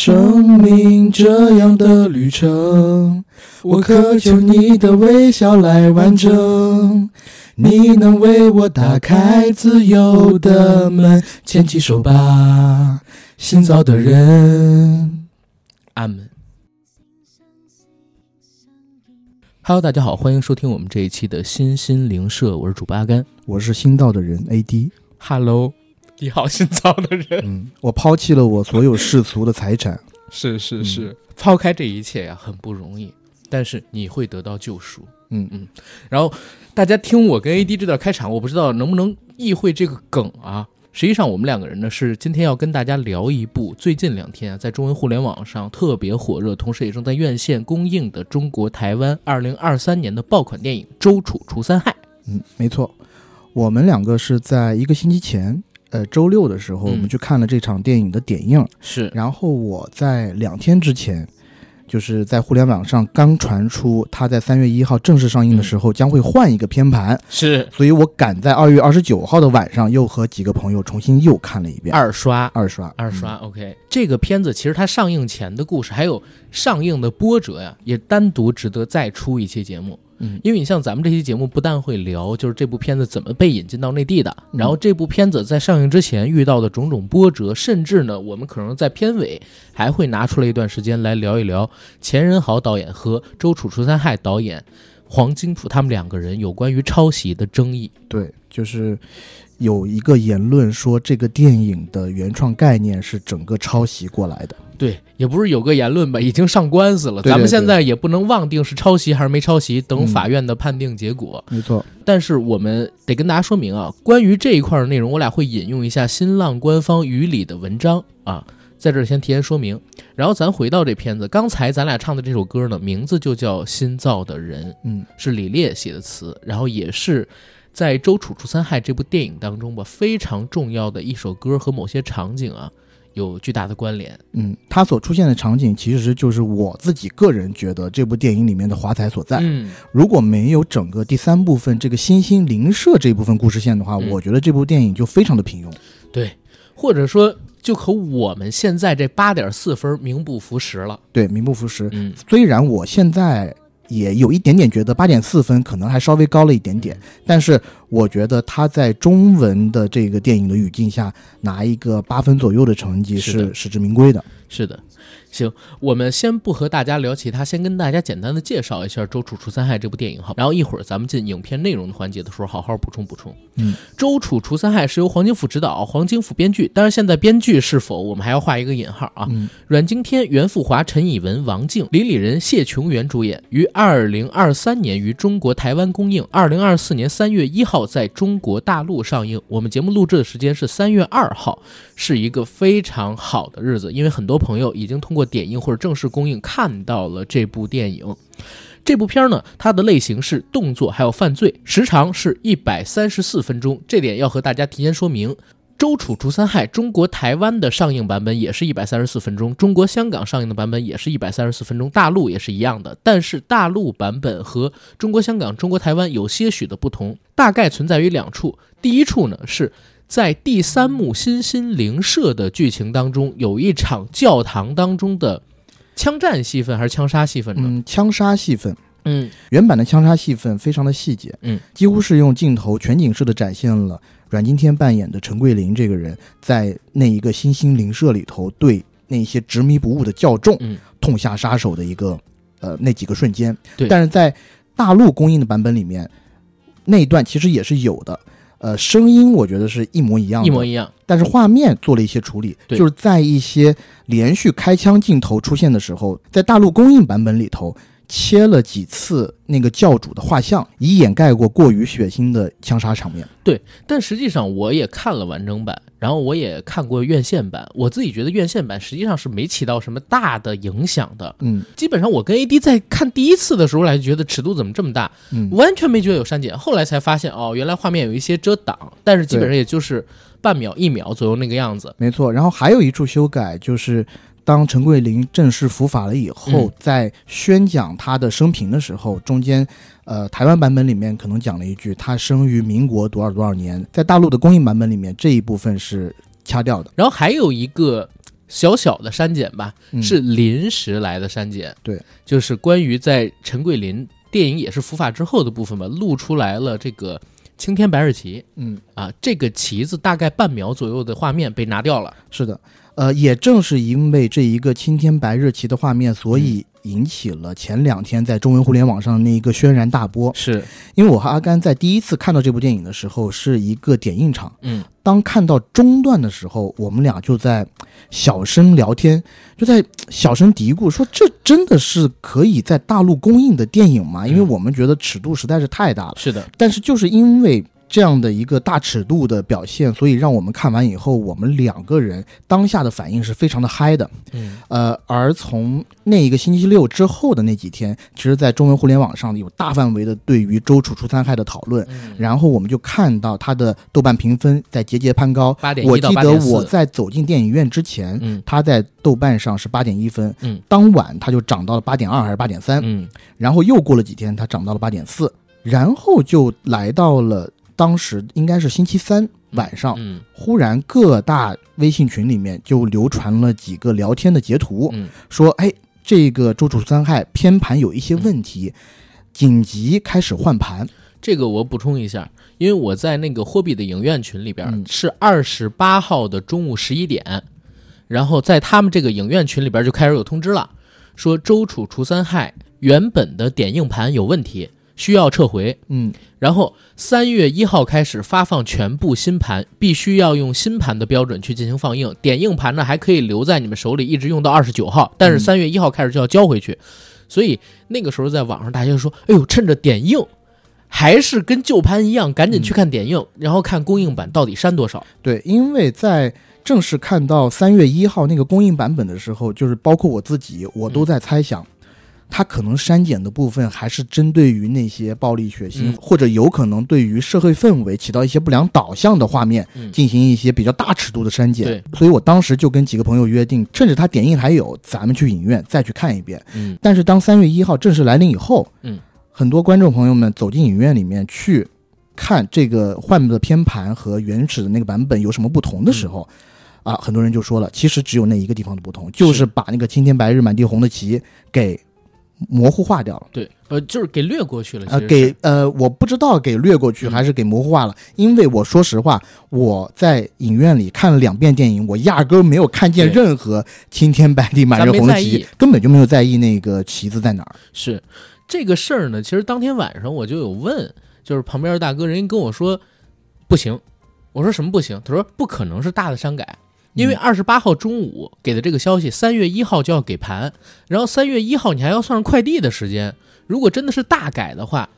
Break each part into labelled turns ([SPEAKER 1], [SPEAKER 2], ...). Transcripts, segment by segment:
[SPEAKER 1] 生命这样的旅程，我渴求你的微笑来完整。你能为我打开自由的门，牵起手吧，新造的人。阿门。Hello，大家好，欢迎收听我们这一期的新心灵社，我是主播阿甘。
[SPEAKER 2] 我是新到的人 AD，
[SPEAKER 1] Hello，你好，新造的人。
[SPEAKER 2] 嗯，我抛弃了我所有世俗的财产，
[SPEAKER 1] 是是
[SPEAKER 2] 嗯
[SPEAKER 1] 是，抛开这一切呀、很不容易，但是你会得到救赎。
[SPEAKER 2] 嗯
[SPEAKER 1] 嗯，然后大家听我跟 AD 这段开场，我不知道能不能意会这个梗啊。实际上，我们两个人呢是今天要跟大家聊一部最近两天啊在中文互联网上特别火热，同时也正在院线公映的中国台湾二零二三年的爆款电影《周楚除三害》。
[SPEAKER 2] 嗯，没错，我们两个是在一个星期前，呃，周六的时候，
[SPEAKER 1] 嗯
[SPEAKER 2] 我们去看了这场电影的点映，
[SPEAKER 1] 是
[SPEAKER 2] 然后我在两天之前，就是在互联网上刚传出它在三月一号正式上映
[SPEAKER 1] 嗯
[SPEAKER 2] 的时候将会换一个片盘，
[SPEAKER 1] 是
[SPEAKER 2] 所以我赶在二月二十九号的晚上又和几个朋友重新又看了一遍
[SPEAKER 1] 二刷，
[SPEAKER 2] 二刷
[SPEAKER 1] 二刷、o
[SPEAKER 2] 嗯
[SPEAKER 1] k 这个片子其实它上映前的故事，还有上映的波折呀，也单独值得再出一期节目。
[SPEAKER 2] 嗯
[SPEAKER 1] 因为你像咱们这期节目，不但会聊就是这部片子怎么被引进到内地的，
[SPEAKER 2] 嗯
[SPEAKER 1] 然后这部片子在上映之前遇到的种种波折，甚至呢，我们可能在片尾还会拿出来一段时间来聊一聊钱仁豪导演和周楚除三害导演黄金楚他们两个人有关于抄袭的争议。
[SPEAKER 2] 对，就是有一个言论说这个电影的原创概念是整个抄袭过来的。
[SPEAKER 1] 对，也不是有个言论吧，已经上官司了，
[SPEAKER 2] 对
[SPEAKER 1] 咱们
[SPEAKER 2] 对
[SPEAKER 1] 现
[SPEAKER 2] 对
[SPEAKER 1] 在也不能妄定是抄袭还是没抄袭，等
[SPEAKER 2] 嗯
[SPEAKER 1] 法院的判定结果。
[SPEAKER 2] 没错，
[SPEAKER 1] 但是我们得跟大家说明啊，关于这一块的内容，我俩会引用一下新浪官方语里的文章啊，在这儿先提前说明。然后咱回到这片子，刚才咱俩唱的这首歌呢，名字就叫《新造的人》，
[SPEAKER 2] 嗯，
[SPEAKER 1] 是李烈写的词，然后也是在《周楚除三害》这部电影当中吧非常重要的一首歌和某些场景啊有巨大的关联。
[SPEAKER 2] 嗯，它所出现的场景其实就是我自己个人觉得这部电影里面的华彩所在。
[SPEAKER 1] 嗯。
[SPEAKER 2] 如果没有整个第三部分这个新兴邻舍这部分故事线的话，
[SPEAKER 1] 嗯
[SPEAKER 2] 我觉得这部电影就非常的平庸。
[SPEAKER 1] 对，或者说就和我们现在这八点四分名不符实了。
[SPEAKER 2] 对，名不副实。
[SPEAKER 1] 嗯，
[SPEAKER 2] 虽然我现在也有一点点觉得八点四分可能还稍微高了一点点，
[SPEAKER 1] 嗯
[SPEAKER 2] 但是我觉得他在中文的这个电影的语境下拿一个八分左右的成绩
[SPEAKER 1] 是的
[SPEAKER 2] 是实至名归的。
[SPEAKER 1] 是的。行，我们先不和大家聊其他，先跟大家简单的介绍一下《周楚除三害》这部电影哈。然后一会儿咱们进影片内容的环节的时候，好好补充补充。
[SPEAKER 2] 嗯，
[SPEAKER 1] 《周楚除三害》是由黄金甫执导，黄金甫编剧。当然，现在编剧是否我们还要画一个引号啊？
[SPEAKER 2] 嗯
[SPEAKER 1] 阮经天、袁富华、陈以文、王静、李李仁、谢琼元主演，于二零二三年于中国台湾公映，二零二四年三月一号在中国大陆上映。我们节目录制的时间是三月二号，是一个非常好的日子，因为很多朋友已经通过点映或者正式公映看到了这部电影。这部片儿呢，它的类型是动作还有犯罪，时长是一百三十四分钟，这点要和大家提前说明。《周楚除三害》中国台湾的上映版本也是一百三十四分钟，中国香港上映的版本也是一百三十四分钟，大陆也是一样的。但是大陆版本和中国香港、中国台湾有些许的不同，大概存在于两处。第一处呢是。在第三幕新心灵社的剧情当中，有一场教堂当中的枪战戏份还是枪杀戏份呢？
[SPEAKER 2] 嗯，枪杀戏份。
[SPEAKER 1] 嗯，
[SPEAKER 2] 原版的枪杀戏份非常的细节，
[SPEAKER 1] 嗯，
[SPEAKER 2] 几乎是用镜头全景式的展现了阮经天扮演的陈桂林这个人在那一个新兴灵舍里头对那些执迷不悟的教众
[SPEAKER 1] 嗯
[SPEAKER 2] 痛下杀手的一个呃那几个瞬间。
[SPEAKER 1] 对
[SPEAKER 2] 但是在大陆公映的版本里面，那一段其实也是有的。呃，声音我觉得是一模一样的，
[SPEAKER 1] 一模一样。
[SPEAKER 2] 但是画面做了一些处理，
[SPEAKER 1] 对
[SPEAKER 2] 就是在一些连续开枪镜头出现的时候，在大陆公映版本里头切了几次那个教主的画像，以掩盖过过于血腥的枪杀场面。
[SPEAKER 1] 但实际上我也看了完整版，然后我也看过院线版，我自己觉得院线版实际上是没起到什么大的影响的。
[SPEAKER 2] 嗯
[SPEAKER 1] 基本上我跟 AD 在看第一次的时候来觉得尺度怎么这么大，
[SPEAKER 2] 嗯，
[SPEAKER 1] 完全没觉得有删减，后来才发现哦，原来画面有一些遮挡，但是基本上也就是半秒一秒左右那个样子。
[SPEAKER 2] 没错。然后还有一处修改就是。当陈桂林正式伏法了以后，
[SPEAKER 1] 嗯
[SPEAKER 2] 在宣讲他的生平的时候，中间，呃，台湾版本里面可能讲了一句他生于民国多少多少年，在大陆的公映版本里面这一部分是掐掉的。
[SPEAKER 1] 然后还有一个小小的删减吧，
[SPEAKER 2] 嗯
[SPEAKER 1] 是临时来的删减。
[SPEAKER 2] 对，
[SPEAKER 1] 就是关于在陈桂林电影也是伏法之后的部分吧，露出来了这个青天白日旗
[SPEAKER 2] 嗯，
[SPEAKER 1] 啊，这个旗子大概半秒左右的画面被拿掉了。
[SPEAKER 2] 是的，呃，也正是因为这一个青天白日旗的画面，所以引起了前两天在中文互联网上那一个轩然大波。
[SPEAKER 1] 是，
[SPEAKER 2] 因为我和阿甘在第一次看到这部电影的时候，是一个点映场。
[SPEAKER 1] 嗯，
[SPEAKER 2] 当看到中段的时候，我们俩就在小声聊天，就在小声嘀咕说：“这真的是可以在大陆公映的电影吗？”因为
[SPEAKER 1] 嗯
[SPEAKER 2] 我们觉得尺度实在是太大了。
[SPEAKER 1] 是的，
[SPEAKER 2] 但是就是因为这样的一个大尺度的表现，所以让我们看完以后，我们两个人当下的反应是非常的嗨的。
[SPEAKER 1] 嗯，
[SPEAKER 2] 呃，而从那一个星期六之后的那几天，其实，在中文互联网上有大范围的对于周楚除三害的讨论。
[SPEAKER 1] 嗯
[SPEAKER 2] 然后我们就看到他的豆瓣评分在节节攀高。
[SPEAKER 1] 八点
[SPEAKER 2] 我
[SPEAKER 1] 一到
[SPEAKER 2] 记
[SPEAKER 1] 八
[SPEAKER 2] 得
[SPEAKER 1] 点
[SPEAKER 2] 我
[SPEAKER 1] 四，
[SPEAKER 2] 在走进电影院之前，
[SPEAKER 1] 嗯
[SPEAKER 2] 他在豆瓣上是八点一分，
[SPEAKER 1] 嗯，
[SPEAKER 2] 当晚他就涨到了八点二还是八点三，
[SPEAKER 1] 嗯，
[SPEAKER 2] 然后又过了几天，它涨到了八点四，然后就来到了当时应该是星期三晚上，
[SPEAKER 1] 嗯
[SPEAKER 2] 忽然各大微信群里面就流传了几个聊天的截图，
[SPEAKER 1] 嗯
[SPEAKER 2] 说哎，这个周楚三害偏盘有一些问题，
[SPEAKER 1] 嗯
[SPEAKER 2] 紧急开始换盘。
[SPEAKER 1] 这个我补充一下，因为我在那个霍比的影院群里边、
[SPEAKER 2] 嗯
[SPEAKER 1] 是二十八号的中午十一点，然后在他们这个影院群里边就开始有通知了，说周楚除三害原本的点映盘有问题，需要撤回。
[SPEAKER 2] 嗯，
[SPEAKER 1] 然后三月一号开始发放全部新盘，必须要用新盘的标准去进行放映。点映盘呢还可以留在你们手里，一直用到二十九号，但是
[SPEAKER 2] 嗯
[SPEAKER 1] 三月一号开始就要交回去。所以那个时候在网上大家就说：“哎呦，趁着点映，还是跟旧盘一样，赶紧
[SPEAKER 2] 嗯
[SPEAKER 1] 去看点映，然后看公映版到底删多少。
[SPEAKER 2] 对，因为在正式看到三月一号那个公映版本的时候，就是包括我自己，我都在猜
[SPEAKER 1] 嗯
[SPEAKER 2] 想，它可能删减的部分还是针对于那些暴力血腥，
[SPEAKER 1] 嗯
[SPEAKER 2] 或者有可能对于社会氛围起到一些不良导向的画面，
[SPEAKER 1] 嗯
[SPEAKER 2] 进行一些比较大尺度的删减。
[SPEAKER 1] 对，
[SPEAKER 2] 所以我当时就跟几个朋友约定，趁着它点映还有，咱们去影院再去看一遍。”
[SPEAKER 1] 嗯
[SPEAKER 2] 但是当三月一号正式来临以后，
[SPEAKER 1] 嗯，
[SPEAKER 2] 很多观众朋友们走进影院里面去看这个换的偏盘和原始的那个版本有什么不同的时
[SPEAKER 1] 嗯
[SPEAKER 2] 候，啊，很多人就说了，其实只有那一个地方的不同，就是把那个青天白日满地红的旗给模糊化掉了。
[SPEAKER 1] 对，呃，就是给略过去了。
[SPEAKER 2] 呃，
[SPEAKER 1] 其实是
[SPEAKER 2] 给呃，我不知道给略过去
[SPEAKER 1] 嗯
[SPEAKER 2] 还是给模糊化了，因为我说实话，我在影院里看了两遍电影，我压根儿没有看见
[SPEAKER 1] 对
[SPEAKER 2] 任何青天白地满日
[SPEAKER 1] 咱没
[SPEAKER 2] 红的
[SPEAKER 1] 在
[SPEAKER 2] 旗
[SPEAKER 1] 意，
[SPEAKER 2] 根本就没有在意那个旗子在哪儿。
[SPEAKER 1] 是这个事儿呢，其实当天晚上我就有问，就是旁边的大哥，人家跟我说不行，我说什么不行？他说不可能是大的删改，因为二十八号中午给的这个消息，三月一号就要给盘，然后三月一号你还要算上快递的时间，如果真的是大改的话。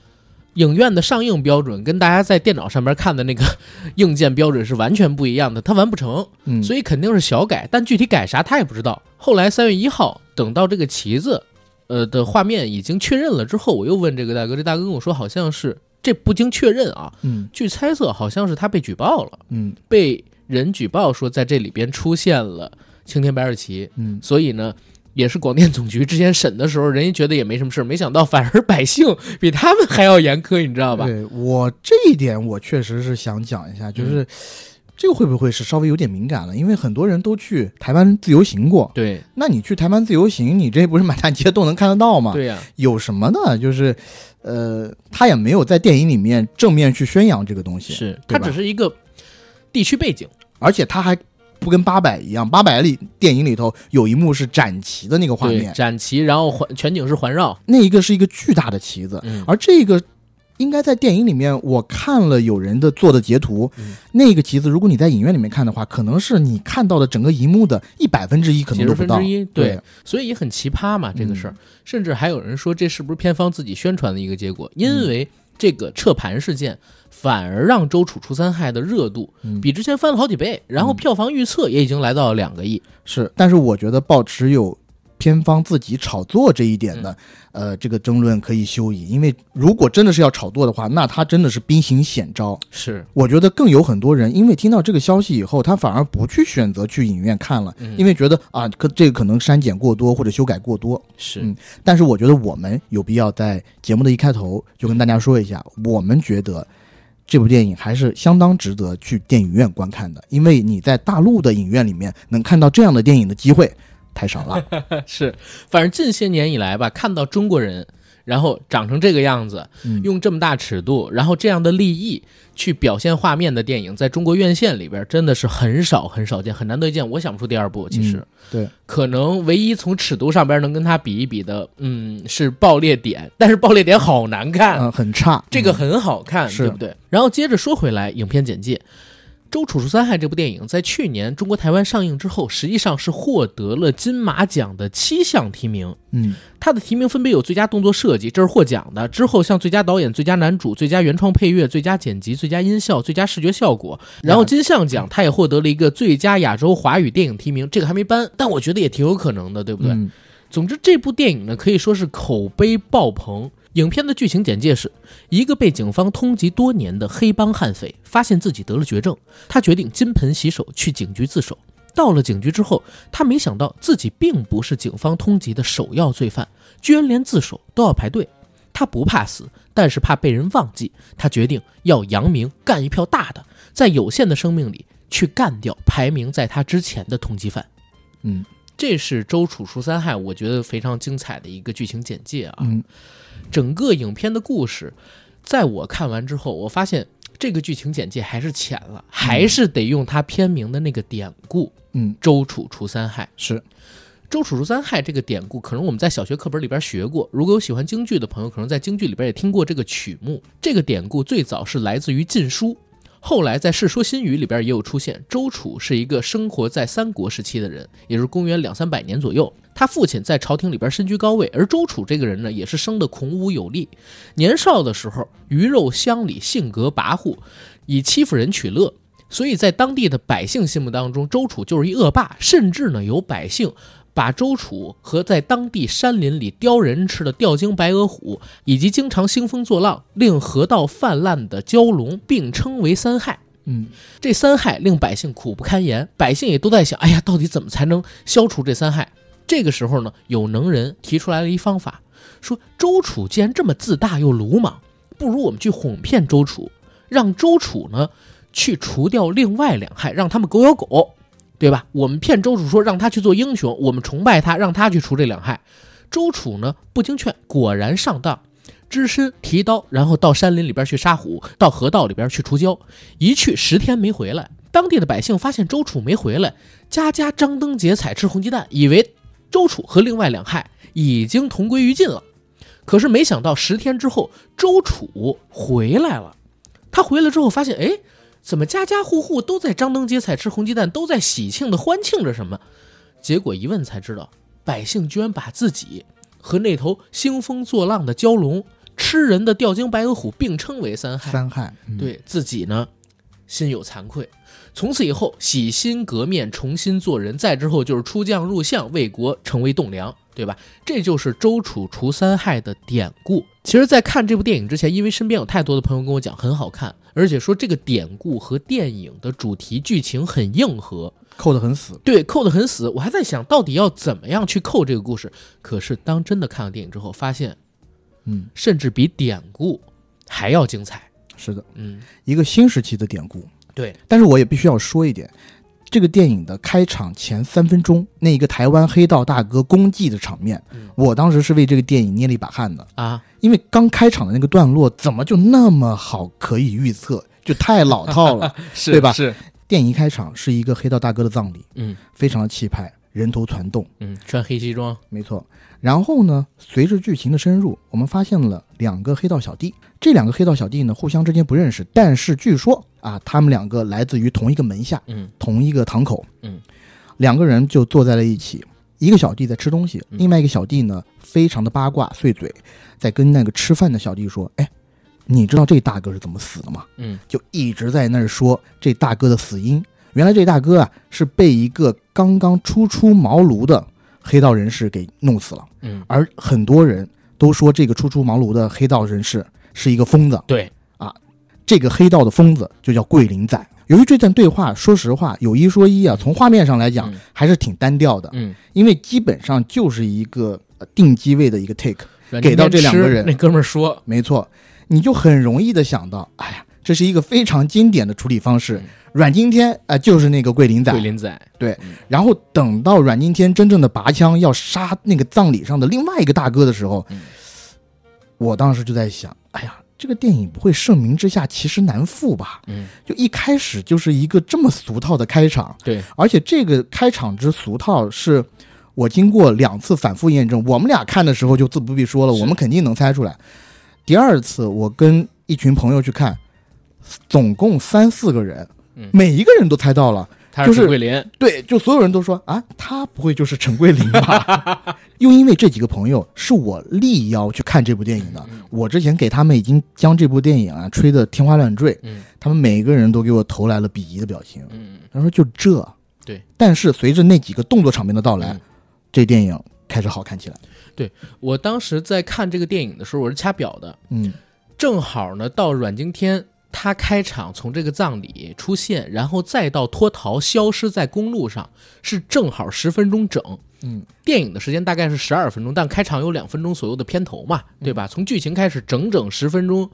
[SPEAKER 1] 影院的上映标准跟大家在电脑上面看的那个 硬件标准是完全不一样的，它完不成。
[SPEAKER 2] 嗯，
[SPEAKER 1] 所以肯定是小改，但具体改啥他也不知道。后来三月一号，等到这个旗子，呃的画面已经确认了之后，我又问这个大哥，这大哥跟我说好像是这不经确认啊，
[SPEAKER 2] 嗯
[SPEAKER 1] 据猜测好像是他被举报了，
[SPEAKER 2] 嗯
[SPEAKER 1] 被人举报说在这里边出现了青天白日旗，
[SPEAKER 2] 嗯，
[SPEAKER 1] 所以呢。也是广电总局之前审的时候，人家觉得也没什么事儿，没想到反而百姓比他们还要严苛，你知道吧？
[SPEAKER 2] 对我这一点，我确实是想讲一下，
[SPEAKER 1] 嗯
[SPEAKER 2] 就是、这个会不会是稍微有点敏感了？因为很多人都去台湾自由行过，
[SPEAKER 1] 对
[SPEAKER 2] 那你去台湾自由行，你这不是满 大街都能看得到吗？
[SPEAKER 1] 对呀、
[SPEAKER 2] 有什么呢？就是，呃，他也没有在电影里面正面去宣扬这个东西，
[SPEAKER 1] 是它
[SPEAKER 2] 对吧
[SPEAKER 1] 只是一个地区背景。
[SPEAKER 2] 而且他还不跟八佰一样，八佰里电影里头有一幕是展旗的那个画
[SPEAKER 1] 对，
[SPEAKER 2] 面，
[SPEAKER 1] 展旗，然后环全景是环绕，
[SPEAKER 2] 那一个是一个巨大的旗子，
[SPEAKER 1] 嗯，
[SPEAKER 2] 而这个应该在电影里面，我看了有人的做的截图，
[SPEAKER 1] 嗯
[SPEAKER 2] 那个旗子，如果你在影院里面看的话，可能是你看到的整个荧幕的一百分之一，可
[SPEAKER 1] 几
[SPEAKER 2] 能
[SPEAKER 1] 十
[SPEAKER 2] 都不
[SPEAKER 1] 分
[SPEAKER 2] 到
[SPEAKER 1] 之。一，
[SPEAKER 2] 对，嗯
[SPEAKER 1] 所以也很奇葩嘛这个事儿，甚至还有人说这是不是片方自己宣传的一个结果？因
[SPEAKER 2] 嗯
[SPEAKER 1] 为这个撤盘事件反而让周楚除三害的热度
[SPEAKER 2] 嗯
[SPEAKER 1] 比之前翻了好几倍，然后
[SPEAKER 2] 嗯
[SPEAKER 1] 票房预测也已经来到了两个亿，
[SPEAKER 2] 是，但是我觉得保持有片方自己炒作这一点的，
[SPEAKER 1] 嗯
[SPEAKER 2] 呃，这个争论可以休矣，因为如果真的是要炒作的话，那他真的是兵行险招。
[SPEAKER 1] 是
[SPEAKER 2] 我觉得更有很多人因为听到这个消息以后，他反而不去选择去影院看了，
[SPEAKER 1] 嗯
[SPEAKER 2] 因为觉得啊，可这个可能删减过多或者修改过多。
[SPEAKER 1] 是
[SPEAKER 2] 嗯但是我觉得我们有必要在节目的一开头就跟大家说一下，我们觉得这部电影还是相当值得去电影院观看的，因为你在大陆的影院里面能看到这样的电影的机会太少了。
[SPEAKER 1] 是，反正近些年以来吧，看到中国人然后长成这个样子，
[SPEAKER 2] 嗯
[SPEAKER 1] 用这么大尺度，然后这样的立意去表现画面的电影，在中国院线里边真的是很少很少见，很难得见。我想不出第二部，其实、
[SPEAKER 2] 嗯对，
[SPEAKER 1] 可能唯一从尺度上边能跟它比一比的，嗯，是《爆裂点》，但是《爆裂点》好难看，
[SPEAKER 2] 嗯、很差。
[SPEAKER 1] 啊这个很好看，
[SPEAKER 2] 是
[SPEAKER 1] 对不对？然后接着说回来，影片简介。《周处除三害》这部电影在去年中国台湾上映之后，实际上是获得了金马奖的七项提名，
[SPEAKER 2] 嗯，
[SPEAKER 1] 它的提名分别有最佳动作设计，这是获奖的。之后像最佳导演、最佳男主、最佳原创配乐、最佳剪辑、最佳音效、最佳视觉效果。然后嗯金像奖它也获得了一个最佳亚洲华语电影提名，这个还没颁，但我觉得也挺有可能的，对不对？
[SPEAKER 2] 嗯
[SPEAKER 1] 总之，这部电影呢可以说是口碑爆棚。影片的剧情简介是：一个被警方通缉多年的黑帮悍匪发现自己得了绝症，他决定金盆洗手去警局自首。到了警局之后，他没想到自己并不是警方通缉的首要罪犯，居然连自首都要排队。他不怕死，但是怕被人忘记。他决定要扬名，干一票大的，在有限的生命里去干掉排名在他之前的通缉犯。
[SPEAKER 2] 嗯
[SPEAKER 1] 这是《周楚除三害》，我觉得非常精彩的一个剧情简介啊。
[SPEAKER 2] 嗯
[SPEAKER 1] 整个影片的故事，在我看完之后，我发现这个剧情简介还是浅了，还是得用它片名的那个典故
[SPEAKER 2] 嗯，
[SPEAKER 1] “周楚除三害”。
[SPEAKER 2] 是
[SPEAKER 1] 周楚除三害这个典故，可能我们在小学课本里边学过。如果有喜欢京剧的朋友，可能在京剧里边也听过这个曲目。这个典故最早是来自于《晋书》，后来在《世说新语》里边也有出现。周楚是一个生活在三国时期的人，也就是公元两三百年左右。他父亲在朝廷里边身居高位，而周楚这个人呢，也是生得孔武有力。年少的时候，鱼肉乡里，性格跋扈，以欺负人取乐。所以在当地的百姓心目当中，周楚就是一恶霸，甚至呢有百姓把周楚和在当地山林里叼人吃的吊睛白额虎，以及经常兴风作浪、令河道泛滥的蛟龙并称为三害。
[SPEAKER 2] 嗯
[SPEAKER 1] 这三害令百姓苦不堪言，百姓也都在想，哎呀，到底怎么才能消除这三害？这个时候呢，有能人提出来了一方法，说周楚既然这么自大又鲁莽，不如我们去哄骗周楚，让周楚呢去除掉另外两害，让他们狗咬狗，对吧？我们骗周楚说让他去做英雄，我们崇拜他，让他去除这两害。周楚呢不经劝，果然上当，只身提刀，然后到山林里边去杀虎，到河道里边去除蛟。一去十天没回来。当地的百姓发现周楚没回来，家家张灯结彩吃红鸡蛋，以为周楚和另外两害已经同归于尽了。可是没想到十天之后，周楚回来了。他回来之后发现，哎，怎么家家户户都在张灯结彩吃红鸡蛋，都在喜庆的欢庆着什么？结果一问才知道，百姓居然把自己和那头兴风作浪的蛟龙、吃人的吊睛白额虎并称为三害。
[SPEAKER 2] 三害，嗯，
[SPEAKER 1] 对自己呢心有惭愧。从此以后，洗心革面，重新做人。再之后就是出将入相，为国成为栋梁，对吧？这就是周楚除三害的典故。其实，在看这部电影之前，因为身边有太多的朋友跟我讲很好看，而且说这个典故和电影的主题剧情很硬核，
[SPEAKER 2] 扣得很死。
[SPEAKER 1] 对，扣得很死。我还在想到底要怎么样去扣这个故事。可是，当真的看了电影之后，发现
[SPEAKER 2] 嗯，
[SPEAKER 1] 甚至比典故还要精彩。
[SPEAKER 2] 是的，
[SPEAKER 1] 嗯，
[SPEAKER 2] 一个新时期的典故。
[SPEAKER 1] 对，
[SPEAKER 2] 但是我也必须要说一点，这个电影的开场前三分钟，那一个台湾黑道大哥功绩的场面，
[SPEAKER 1] 嗯
[SPEAKER 2] 我当时是为这个电影捏了一把汗的，
[SPEAKER 1] 啊，
[SPEAKER 2] 因为刚开场的那个段落怎么就那么好可以预测，就太老套了。
[SPEAKER 1] 是
[SPEAKER 2] 对吧
[SPEAKER 1] 是，
[SPEAKER 2] 电影一开场是一个黑道大哥的葬礼，
[SPEAKER 1] 嗯
[SPEAKER 2] 非常的气派，人头攒动，
[SPEAKER 1] 嗯，穿黑西装，
[SPEAKER 2] 没错。然后呢，随着剧情的深入，我们发现了两个黑道小弟。这两个黑道小弟呢，互相之间不认识，但是据说啊，他们两个来自于同一个门下，
[SPEAKER 1] 嗯
[SPEAKER 2] 同一个堂口。
[SPEAKER 1] 嗯，
[SPEAKER 2] 两个人就坐在了一起，一个小弟在吃东西，
[SPEAKER 1] 嗯
[SPEAKER 2] 另外一个小弟呢非常的八卦碎嘴，在跟那个吃饭的小弟说：“哎，你知道这大哥是怎么死的吗？”
[SPEAKER 1] 嗯
[SPEAKER 2] 就一直在那儿说这大哥的死因。原来这大哥啊是被一个刚刚初出茅庐的黑道人士给弄死了，
[SPEAKER 1] 嗯，
[SPEAKER 2] 而很多人都说这个初出茅庐的黑道人士是一个疯子。
[SPEAKER 1] 对，
[SPEAKER 2] 这个黑道的疯子就叫桂林仔。由于这段对话，说实话有一说一啊，从画面上来讲
[SPEAKER 1] 嗯
[SPEAKER 2] 还是挺单调的，
[SPEAKER 1] 嗯，
[SPEAKER 2] 因为基本上就是一个呃定机位的一个 take。
[SPEAKER 1] 软
[SPEAKER 2] 给到
[SPEAKER 1] 件
[SPEAKER 2] 这两个
[SPEAKER 1] 吃
[SPEAKER 2] 人
[SPEAKER 1] 那哥们儿说，
[SPEAKER 2] 没错，你就很容易的想到，哎呀，这是一个非常经典的处理方式
[SPEAKER 1] 嗯。
[SPEAKER 2] 阮经天啊、呃就是那个桂林仔
[SPEAKER 1] 桂，林仔，
[SPEAKER 2] 然后等到阮经天真正的拔枪要杀那个葬礼上的另外一个大哥的时候，
[SPEAKER 1] 嗯
[SPEAKER 2] 我当时就在想，哎呀，这个电影不会盛名之下其实难副吧？
[SPEAKER 1] 嗯，
[SPEAKER 2] 就一开始就是一个这么俗套的开场，
[SPEAKER 1] 对，
[SPEAKER 2] 而且这个开场之俗套是。我经过两次反复验证，我们俩看的时候就自不必说了，
[SPEAKER 1] 是
[SPEAKER 2] 我们肯定能猜出来。第二次我跟一群朋友去看，总共三四个人，
[SPEAKER 1] 嗯
[SPEAKER 2] 每一个人都猜到了，
[SPEAKER 1] 他
[SPEAKER 2] 就是
[SPEAKER 1] 陈桂林，
[SPEAKER 2] 对，就所有人都说啊，他不会就是陈桂林吧？ 又因为这几个朋友是我力邀去看这部电影的，
[SPEAKER 1] 嗯
[SPEAKER 2] 我之前给他们已经将这部电影啊吹得天花乱坠，
[SPEAKER 1] 嗯
[SPEAKER 2] 他们每个人都给我投来了鄙夷的表情。
[SPEAKER 1] 嗯，
[SPEAKER 2] 他说就这，
[SPEAKER 1] 对。
[SPEAKER 2] 但是随着那几个动作场面的到来，
[SPEAKER 1] 嗯
[SPEAKER 2] 这电影开始好看起来。
[SPEAKER 1] 我当时在看这个电影的时候，我是掐表的，
[SPEAKER 2] 嗯
[SPEAKER 1] 正好呢，到阮经天他开场从这个葬礼出现，然后再到脱逃消失在公路上，是正好十分钟整。
[SPEAKER 2] 嗯，
[SPEAKER 1] 电影的时间大概是十二分钟，但开场有两分钟左右的片头嘛，对吧？从剧情开始整整十分钟，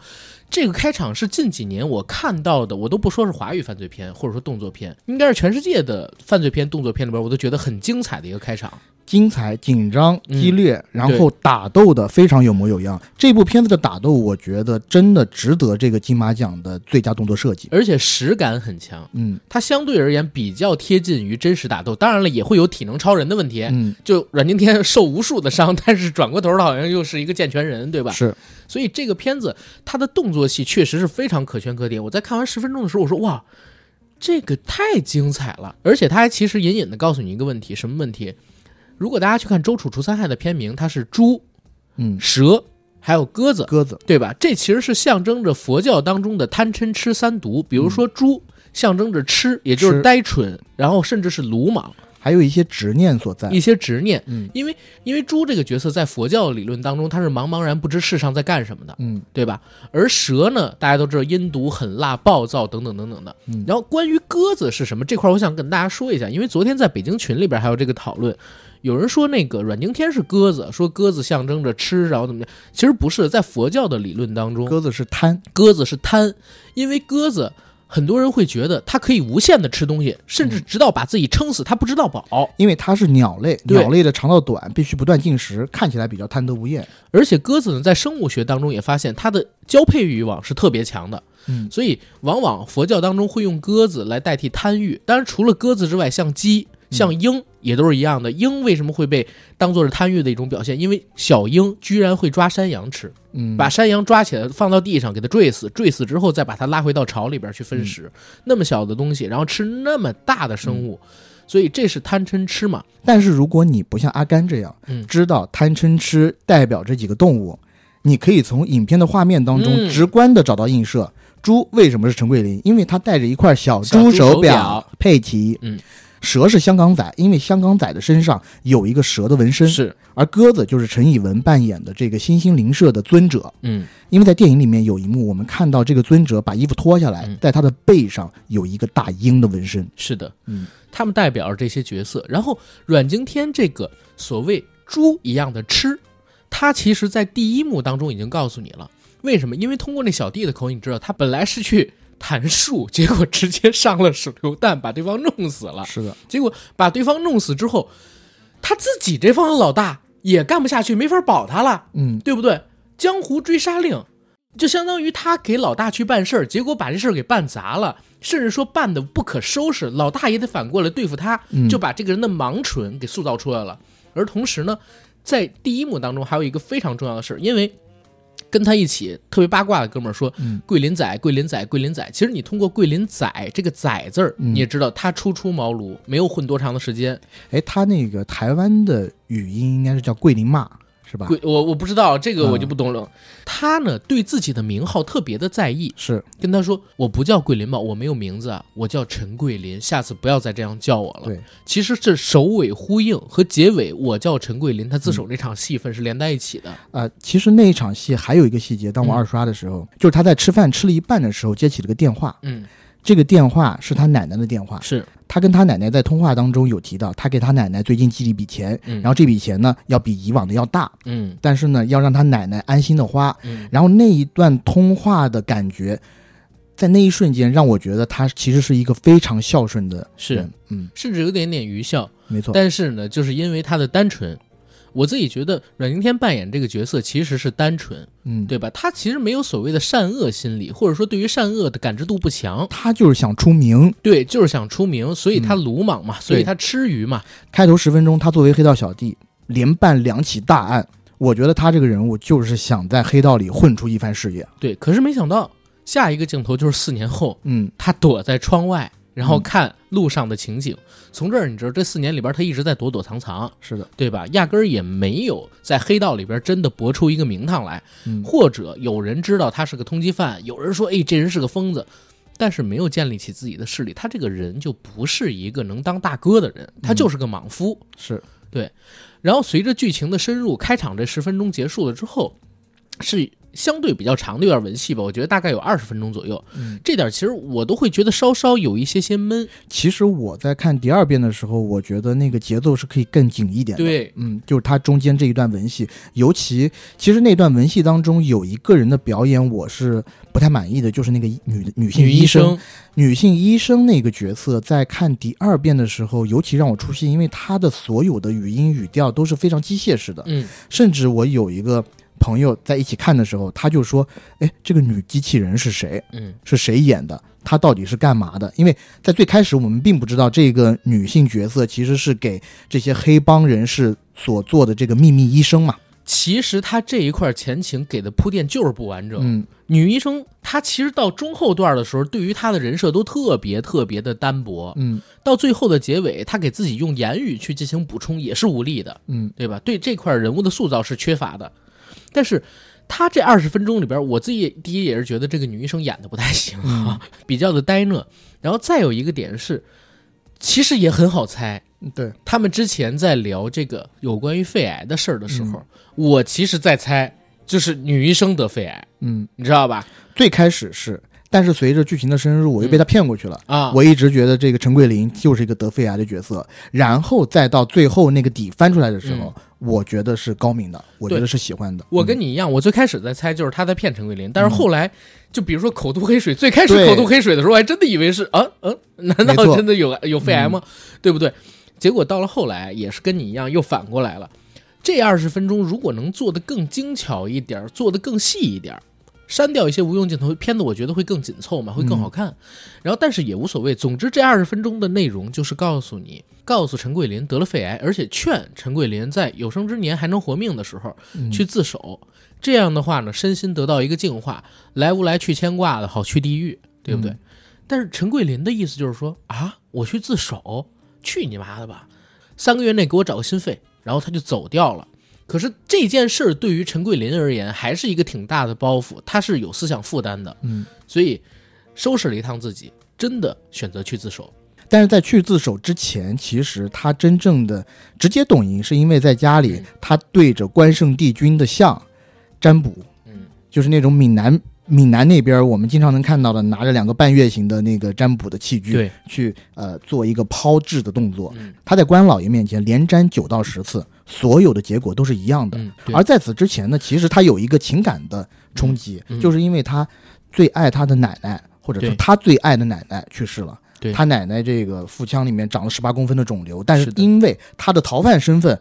[SPEAKER 1] 这个开场是近几年我看到的，我都不说是华语犯罪片或者说动作片，应该是全世界的犯罪片、动作片里边，我都觉得很精彩的一个开场。
[SPEAKER 2] 精彩、紧张、
[SPEAKER 1] 嗯
[SPEAKER 2] 激烈，然后打斗的非常有模有样。这部片子的打斗，我觉得真的值得这个金马奖的最佳动作设计。
[SPEAKER 1] 而且实感很强，
[SPEAKER 2] 嗯
[SPEAKER 1] 它相对而言比较贴近于真实打斗，当然了，也会有体能超人的问题。
[SPEAKER 2] 嗯，
[SPEAKER 1] 就阮经天 受无数的伤，但是转过头儿好像又是一个健全人，对吧？
[SPEAKER 2] 是。
[SPEAKER 1] 所以这个片子它的动作戏确实是非常可圈可点。我在看完十分钟的时候，我说哇，这个太精彩了！而且它还其实隐隐的告诉你一个问题，什么问题？如果大家去看《周楚除三害》的片名，它是猪、
[SPEAKER 2] 嗯，
[SPEAKER 1] 蛇还有鸽子，
[SPEAKER 2] 鸽子，
[SPEAKER 1] 对吧？这其实是象征着佛教当中的贪嗔痴三毒。比如
[SPEAKER 2] 嗯
[SPEAKER 1] 说猪，象征着痴，也就是
[SPEAKER 2] 痴
[SPEAKER 1] 呆蠢，然后甚至是鲁莽。
[SPEAKER 2] 还有一些执念所在。
[SPEAKER 1] 一些执念，
[SPEAKER 2] 哎嗯
[SPEAKER 1] 因为因为猪这个角色在佛教理论当中，他是茫茫然不知世上在干什么的，
[SPEAKER 2] 嗯
[SPEAKER 1] 对吧？而蛇呢，大家都知道阴毒、狠辣、暴躁等等等等的。
[SPEAKER 2] 嗯
[SPEAKER 1] 然后关于鸽子是什么这块，我想跟大家说一下，因为昨天在北京群里边还有这个讨论，有人说那个阮经天是鸽子，说鸽子象征着吃，然后怎么样？其实不是，在佛教的理论当中，
[SPEAKER 2] 鸽子是贪，
[SPEAKER 1] 鸽子是贪，因为鸽子。很多人会觉得它可以无限的吃东西，甚至直到把自己撑死，它不知道饱。
[SPEAKER 2] 因为它是鸟类，
[SPEAKER 1] 对
[SPEAKER 2] 鸟类的肠道短，必须不断进食，看起来比较贪得无厌。
[SPEAKER 1] 而且鸽子呢，在生物学当中也发现它的交配欲望是特别强的，
[SPEAKER 2] 嗯
[SPEAKER 1] 所以往往佛教当中会用鸽子来代替贪欲。当然，除了鸽子之外，像鸡、像鹰也都是一样的。鹰为什么会被当做是贪欲的一种表现？因为小鹰居然会抓山羊吃，
[SPEAKER 2] 嗯，
[SPEAKER 1] 把山羊抓起来放到地上给它坠死，坠死之后再把它拉回到巢里边去分食。那么小的东西，然后吃那么大的生物，所以这是贪嗔痴嘛。
[SPEAKER 2] 但是如果你不像阿甘这样，
[SPEAKER 1] 嗯
[SPEAKER 2] 知道贪嗔痴代表这几个动物，你可以从影片的画面当中
[SPEAKER 1] 嗯
[SPEAKER 2] 直观的找到映射。猪为什么是陈桂林？因为它戴着一块小
[SPEAKER 1] 小猪手
[SPEAKER 2] 手
[SPEAKER 1] 表
[SPEAKER 2] 佩奇。
[SPEAKER 1] 嗯，
[SPEAKER 2] 蛇是香港仔，因为香港仔的身上有一个蛇的纹身。，
[SPEAKER 1] 是，
[SPEAKER 2] 而鸽子就是陈以文扮演的这个新兴灵社的尊者。
[SPEAKER 1] 嗯，
[SPEAKER 2] 因为在电影里面有一幕，我们看到这个尊者把衣服脱下来
[SPEAKER 1] 嗯，
[SPEAKER 2] 在他的背上有一个大鹰的纹身。
[SPEAKER 1] 是的。
[SPEAKER 2] 嗯
[SPEAKER 1] 他们代表着这些角色。然后阮经天这个所谓猪一样的吃，他其实在第一幕当中已经告诉你了，为什么？因为通过那小弟的口音，你知道他本来是去砍树，结果直接上了手榴弹，把对方弄死了。
[SPEAKER 2] 啊是的，
[SPEAKER 1] 结果把对方弄死之后，他自己这方老大也干不下去，没法保他了。
[SPEAKER 2] 嗯，
[SPEAKER 1] 对不对？江湖追杀令，就相当于他给老大去办事儿，结果把这事儿给办砸了，甚至说办的不可收拾，老大也得反过来对付他，
[SPEAKER 2] 嗯
[SPEAKER 1] 就把这个人的盲蠢给塑造出来了。而同时呢，在第一幕当中还有一个非常重要的事儿，因为跟他一起特别八卦的哥们儿说。
[SPEAKER 2] 嗯
[SPEAKER 1] 桂林仔，桂林仔，桂林仔。其实你通过“桂林仔”这个“仔”字儿，
[SPEAKER 2] 嗯
[SPEAKER 1] 你也知道他初出茅庐，没有混多长的时间。
[SPEAKER 2] 哎，他那个台湾的语音应该是叫桂林骂，是吧？
[SPEAKER 1] 桂，我我不知道这个，我就
[SPEAKER 2] 嗯
[SPEAKER 1] 不懂了。他呢，对自己的名号特别的在意，
[SPEAKER 2] 是，
[SPEAKER 1] 跟他说：“我不叫桂林吧，我没有名字啊，我叫陈桂林，下次不要再这样叫我了。
[SPEAKER 2] 对”
[SPEAKER 1] 其实这首尾呼应和结尾“我叫陈桂林”，他自首那场戏份是连在一起的。
[SPEAKER 2] 啊、其实那一场戏还有一个细节，当
[SPEAKER 1] 嗯
[SPEAKER 2] 我二刷的时候，就是他在吃饭吃了一半的时候接起了个电话，
[SPEAKER 1] 嗯，
[SPEAKER 2] 这个电话是他奶奶的电话，
[SPEAKER 1] 是，
[SPEAKER 2] 他跟他奶奶在通话当中有提到，他给他奶奶最近寄了一笔钱，
[SPEAKER 1] 嗯
[SPEAKER 2] 然后这笔钱呢要比以往的要大，
[SPEAKER 1] 嗯
[SPEAKER 2] 但是呢要让他奶奶安心的花，
[SPEAKER 1] 嗯
[SPEAKER 2] 然后那一段通话的感觉。在那一瞬间让我觉得他其实是一个非常孝顺的
[SPEAKER 1] 是
[SPEAKER 2] 人，嗯，
[SPEAKER 1] 甚至有点点愚孝，
[SPEAKER 2] 没错，
[SPEAKER 1] 但是呢，就是因为他的单纯，我自己觉得阮经天扮演这个角色其实是单纯，
[SPEAKER 2] 嗯，
[SPEAKER 1] 对吧？他其实没有所谓的善恶心理，或者说对于善恶的感知度不强。
[SPEAKER 2] 他就是想出名。
[SPEAKER 1] 对，就是想出名，所以他鲁莽嘛，所以
[SPEAKER 2] 对
[SPEAKER 1] 他吃鱼嘛，
[SPEAKER 2] 开头十分钟，他作为黑道小弟，连办两起大案。我觉得他这个人物就是想在黑道里混出一番事业。
[SPEAKER 1] 对。可是没想到下一个镜头就是四年后，
[SPEAKER 2] 嗯，
[SPEAKER 1] 他躲在窗外，然后
[SPEAKER 2] 嗯
[SPEAKER 1] 看路上的情景。从这儿你知道，这四年里边他一直在躲躲藏藏，
[SPEAKER 2] 是的，
[SPEAKER 1] 对吧？压根儿也没有在黑道里边真的搏出一个名堂来，
[SPEAKER 2] 嗯，
[SPEAKER 1] 或者有人知道他是个通缉犯，有人说，哎，这人是个疯子，但是没有建立起自己的势力，他这个人就不是一个能当大哥的人，他就是个莽夫。
[SPEAKER 2] 是
[SPEAKER 1] 然后随着剧情的深入，开场这十分钟结束了之后，是相对比较长的，有点文戏吧，我觉得大概有二十分钟左右。
[SPEAKER 2] 嗯
[SPEAKER 1] 这点其实我都会觉得稍稍有一些些闷。
[SPEAKER 2] 其实我在看第二遍的时候，我觉得那个节奏是可以更紧一点的。
[SPEAKER 1] 对，
[SPEAKER 2] 嗯，就是他中间这一段文戏，尤其其实那段文戏当中有一个人的表演，我是不太满意的，就是那个女女性
[SPEAKER 1] 女医
[SPEAKER 2] 生，
[SPEAKER 1] 生，
[SPEAKER 2] 女性医生那个角色在看第二遍的时候，尤其让我出戏，因为她的所有的语音语调都是非常机械式的，
[SPEAKER 1] 嗯，
[SPEAKER 2] 甚至我有一个朋友在一起看的时候，他就说：“哎，这个女机器人是谁？
[SPEAKER 1] 嗯，
[SPEAKER 2] 是谁演的？她到底是干嘛的？”因为在最开始我们并不知道这个女性角色其实是给这些黑帮人士所做的这个秘密医生嘛。
[SPEAKER 1] 其实他这一块前情给的铺垫就是不完整。
[SPEAKER 2] 嗯，
[SPEAKER 1] 女医生她其实到中后段的时候，对于她的人设都特别特别的单薄，
[SPEAKER 2] 嗯
[SPEAKER 1] 到最后的结尾，她给自己用言语去进行补充也是无力的，
[SPEAKER 2] 嗯
[SPEAKER 1] 对吧？对这块人物的塑造是缺乏的，但是。她这二十分钟里边，我自己第一也是觉得这个女医生演的不太行
[SPEAKER 2] 嗯
[SPEAKER 1] 啊， 比较的呆讷。然后再有一个点是，其实也很好猜，
[SPEAKER 2] 嗯，对，
[SPEAKER 1] 他们之前在聊这个有关于肺癌的事儿的时
[SPEAKER 2] 嗯
[SPEAKER 1] 候，我其实在猜，就是女医生得肺癌，
[SPEAKER 2] 嗯，
[SPEAKER 1] 你知道吧？
[SPEAKER 2] 最开始是，但是随着剧情的深入，我又被他骗过去了。
[SPEAKER 1] 啊，
[SPEAKER 2] 我一直觉得这个陈桂林就是一个得肺癌的角色，然后再到最后那个底翻出来的时候，
[SPEAKER 1] 嗯
[SPEAKER 2] 我觉得是高明的，我觉得是喜欢的。
[SPEAKER 1] 我
[SPEAKER 2] 嗯
[SPEAKER 1] 跟你一样，我最开始在猜就是他在骗陈桂林，但是后来就比如说口吐黑水，最开始
[SPEAKER 2] 对
[SPEAKER 1] 口吐黑水的时候，我还真的以为是啊嗯，难
[SPEAKER 2] 没
[SPEAKER 1] 道
[SPEAKER 2] 错嗯
[SPEAKER 1] 真的有有肺癌吗？对不对？结果到了后来也是跟你一样，又反过来了。这二十分钟如果能做得更精巧一点儿，做得更细一点儿，删掉一些无用镜头，片子我觉得会更紧凑嘛，会
[SPEAKER 2] 嗯
[SPEAKER 1] 更好看。然后但是也无所谓，总之这二十分钟的内容就是告诉你，告诉陈桂林得了肺癌，而且劝陈桂林在有生之年还能活命的时候
[SPEAKER 2] 嗯
[SPEAKER 1] 去自首。这样的话呢，身心得到一个净化，来无来去牵挂的好去地狱，对不对？
[SPEAKER 2] 嗯
[SPEAKER 1] 但是陈桂林的意思就是说啊，我去自首，去你妈的吧！三个月内给我找个心肺，然后他就走掉了。可是这件事儿对于陈桂林而言还是一个挺大的包袱，他是有思想负担的，
[SPEAKER 2] 嗯，
[SPEAKER 1] 所以收拾了一趟自己，真的选择去自首。
[SPEAKER 2] 但是在去自首之前，其实他真正的直接懂赢，是因为在家里
[SPEAKER 1] 嗯
[SPEAKER 2] 他对着关圣帝君的像占卜，
[SPEAKER 1] 嗯，
[SPEAKER 2] 就是那种闽南闽南那边我们经常能看到的，拿着两个半月形的那个占卜的器具，
[SPEAKER 1] 对，
[SPEAKER 2] 去呃做一个抛掷的动作。
[SPEAKER 1] 嗯
[SPEAKER 2] 他在关老爷面前连占九到十次，所有的结果都是一样的。
[SPEAKER 1] 嗯，
[SPEAKER 2] 而
[SPEAKER 1] 对，
[SPEAKER 2] 在此之前呢，其实他有一个情感的冲击，
[SPEAKER 1] 嗯嗯
[SPEAKER 2] 就是因为他最爱他的奶奶，或者
[SPEAKER 1] 对
[SPEAKER 2] 说他最爱的奶奶去世了
[SPEAKER 1] 对。
[SPEAKER 2] 他奶奶这个腹腔里面长了十八公分的肿瘤，但
[SPEAKER 1] 是
[SPEAKER 2] 是
[SPEAKER 1] 的
[SPEAKER 2] 因为他的逃犯身份，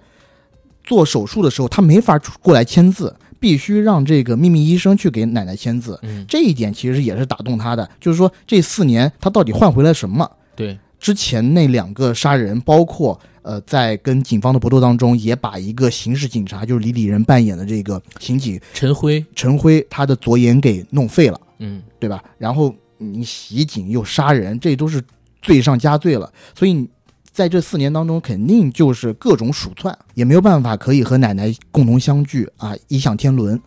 [SPEAKER 2] 做手术的时候他没法出过来签字，必须让这个秘密医生去给奶奶签字。
[SPEAKER 1] 嗯
[SPEAKER 2] 这一点其实也是打动他的，就是说这四年他到底换回了什么？
[SPEAKER 1] 对，
[SPEAKER 2] 之前那两个杀人，包括呃，在跟警方的搏斗当中，也把一个刑事警察，就是李李仁扮演的这个刑警
[SPEAKER 1] 陈辉，
[SPEAKER 2] 陈辉，他的左眼给弄废了，
[SPEAKER 1] 嗯，
[SPEAKER 2] 对吧？然后你袭警又杀人，这都是罪上加罪了。所以你在这四年当中，肯定就是各种鼠窜，也没有办法可以和奶奶共同相聚啊，颐享天伦。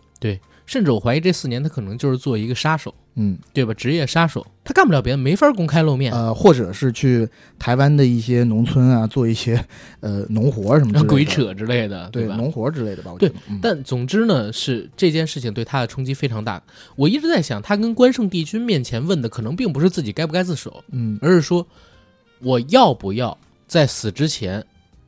[SPEAKER 1] 甚至我怀疑这四年他可能就是做一个杀手，
[SPEAKER 2] 嗯，
[SPEAKER 1] 对吧？职业杀手，他干不了别的，没法公开露面，
[SPEAKER 2] 呃，或者是去台湾的一些农村啊，做一些呃农活儿什么之类
[SPEAKER 1] 让
[SPEAKER 2] 的，
[SPEAKER 1] 鬼扯之类的，
[SPEAKER 2] 对
[SPEAKER 1] 吧？
[SPEAKER 2] 农活儿之类的吧，我
[SPEAKER 1] 对
[SPEAKER 2] 觉得。嗯
[SPEAKER 1] 但总之呢，是这件事情对他的冲击非常大。我一直在想，他跟关圣帝君面前问的，可能并不是自己该不该自首，
[SPEAKER 2] 嗯
[SPEAKER 1] 而是说我要不要在死之前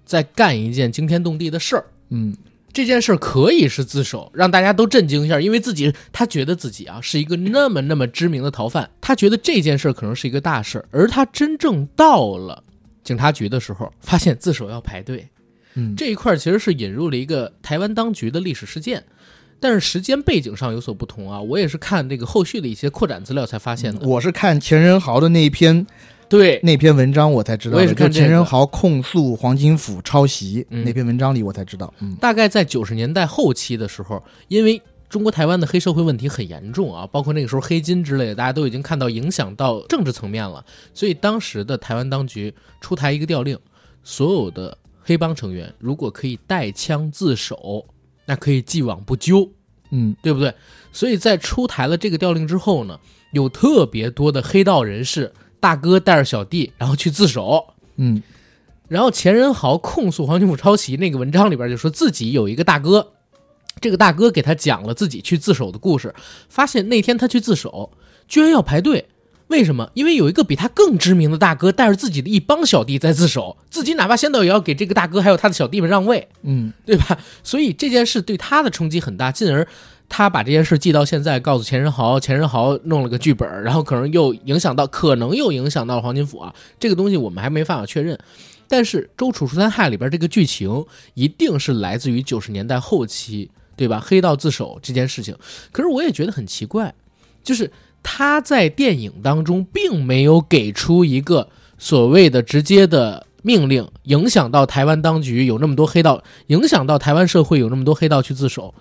[SPEAKER 1] 再干一件惊天动地的事儿。
[SPEAKER 2] 嗯
[SPEAKER 1] 这件事儿可以是自首，让大家都震惊一下，因为自己他觉得自己啊是一个那么那么知名的逃犯，他觉得这件事儿可能是一个大事儿，而他真正到了警察局的时候，发现自首要排队，
[SPEAKER 2] 嗯，
[SPEAKER 1] 这一块儿其实是引入了一个台湾当局的历史事件，但是时间背景上有所不同啊，我也是看这个后续的一些扩展资料才发现的，
[SPEAKER 2] 我是看钱仁豪的那一篇
[SPEAKER 1] 对。
[SPEAKER 2] 那篇文章我才知道的，
[SPEAKER 1] 我也是看
[SPEAKER 2] 就钱
[SPEAKER 1] 这个
[SPEAKER 2] 仁豪控诉黄金府抄袭、
[SPEAKER 1] 嗯
[SPEAKER 2] 那篇文章里我才知道，嗯
[SPEAKER 1] 大概在九十年代后期的时候，因为中国台湾的黑社会问题很严重啊，包括那个时候黑金之类的，大家都已经看到影响到政治层面了，所以当时的台湾当局出台一个调令，所有的黑帮成员如果可以带枪自首，那可以既往不咎，
[SPEAKER 2] 嗯
[SPEAKER 1] 对不对？所以在出台了这个调令之后呢，有特别多的黑道人士大哥带着小弟，然后去自首，
[SPEAKER 2] 嗯
[SPEAKER 1] 然后钱仁豪控诉黄金府抄袭那个文章里边就说自己有一个大哥，这个大哥给他讲了自己去自首的故事，发现那天他去自首居然要排队，为什么？因为有一个比他更知名的大哥带着自己的一帮小弟在自首，自己哪怕先到也要给这个大哥还有他的小弟们让位，
[SPEAKER 2] 嗯
[SPEAKER 1] 对吧？ 所以这件事对他的冲击很大，进而他把这件事记到现在，告诉钱仁豪，钱仁豪弄了个剧本，然后可能又影响到，可能又影响到了黄金府啊。这个东西我们还没办法确认，但是《周楚除三害》里边这个剧情一定是来自于九十年代后期，对吧？黑道自首这件事情，可是我也觉得很奇怪，就是他在电影当中并没有给出一个所谓的直接的命令，影响到台湾当局有那么多黑道，影响到台湾社会有那么多黑道去自首，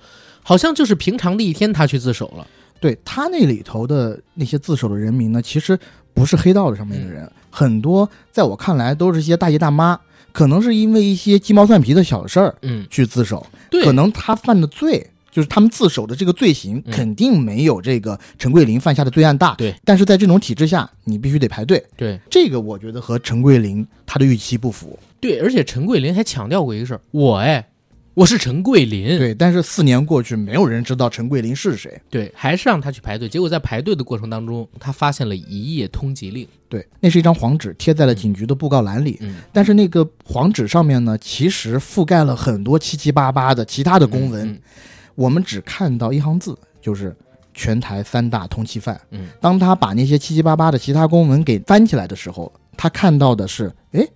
[SPEAKER 1] 好像就是平常的一天他去自首了。
[SPEAKER 2] 对他那里头的那些自首的人民呢，其实不是黑道的上面的人，
[SPEAKER 1] 嗯
[SPEAKER 2] 很多在我看来都是一些大爷大妈，可能是因为一些鸡毛蒜皮的小事儿
[SPEAKER 1] 嗯，
[SPEAKER 2] 去自首，
[SPEAKER 1] 对，
[SPEAKER 2] 可能他犯的罪。就是他们自首的这个罪行
[SPEAKER 1] 嗯
[SPEAKER 2] 肯定没有这个陈桂林犯下的罪案大，
[SPEAKER 1] 对。
[SPEAKER 2] 但是在这种体制下，你必须得排队，
[SPEAKER 1] 对
[SPEAKER 2] 这个我觉得和陈桂林他的预期不符。
[SPEAKER 1] 对，而且陈桂林还强调过一个事儿，我哎，我是陈桂林，
[SPEAKER 2] 对，但是四年过去，没有人知道陈桂林是谁。
[SPEAKER 1] 对，还是让他去排队。结果在排队的过程当中，他发现了一页通缉令。
[SPEAKER 2] 对，那是一张黄纸贴在了警局的布告栏里，
[SPEAKER 1] 嗯，
[SPEAKER 2] 但是那个黄纸上面呢，其实覆盖了很多七七八八的其他的公文，
[SPEAKER 1] 嗯嗯
[SPEAKER 2] 我们只看到一行字，就是全台三大通缉犯。
[SPEAKER 1] 嗯，
[SPEAKER 2] 当他把那些七七八八的其他公文给翻起来的时候，他看到的是，哎，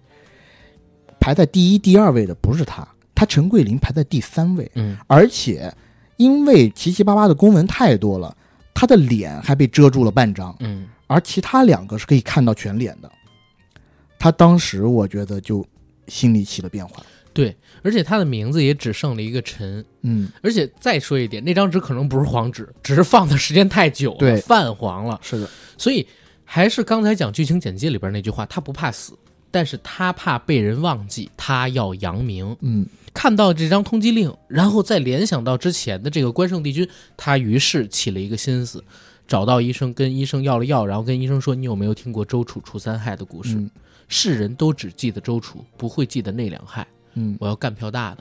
[SPEAKER 2] 排在第一、第二位的不是他，他陈桂林排在第三位。
[SPEAKER 1] 嗯，
[SPEAKER 2] 而且因为七七八八的公文太多了，他的脸还被遮住了半张，
[SPEAKER 1] 嗯，
[SPEAKER 2] 而其他两个是可以看到全脸的。他当时我觉得就心里起了变化，
[SPEAKER 1] 对，而且他的名字也只剩了一个陈。
[SPEAKER 2] 嗯，
[SPEAKER 1] 而且再说一点，那张纸可能不是黄纸，只是放的时间太久了，
[SPEAKER 2] 对
[SPEAKER 1] 泛黄了。
[SPEAKER 2] 是的，
[SPEAKER 1] 所以还是刚才讲剧情简介里边那句话，他不怕死，但是他怕被人忘记，他要扬名。
[SPEAKER 2] 嗯，
[SPEAKER 1] 看到这张通缉令，然后再联想到之前的这个关圣帝君，他于是起了一个心思，找到医生，跟医生要了药，然后跟医生说：“你有没有听过周楚除三害的故事？
[SPEAKER 2] 嗯
[SPEAKER 1] 世人都只记得周楚，不会记得那两害。
[SPEAKER 2] 嗯，
[SPEAKER 1] 我要干票大的，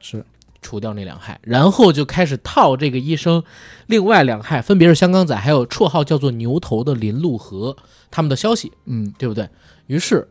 [SPEAKER 2] 是，
[SPEAKER 1] 除掉那两害，然后就开始套这个医生另外两害，分别是香港仔，还有绰号叫做牛头的林路和他们的消息，
[SPEAKER 2] 嗯，
[SPEAKER 1] 对不对？于是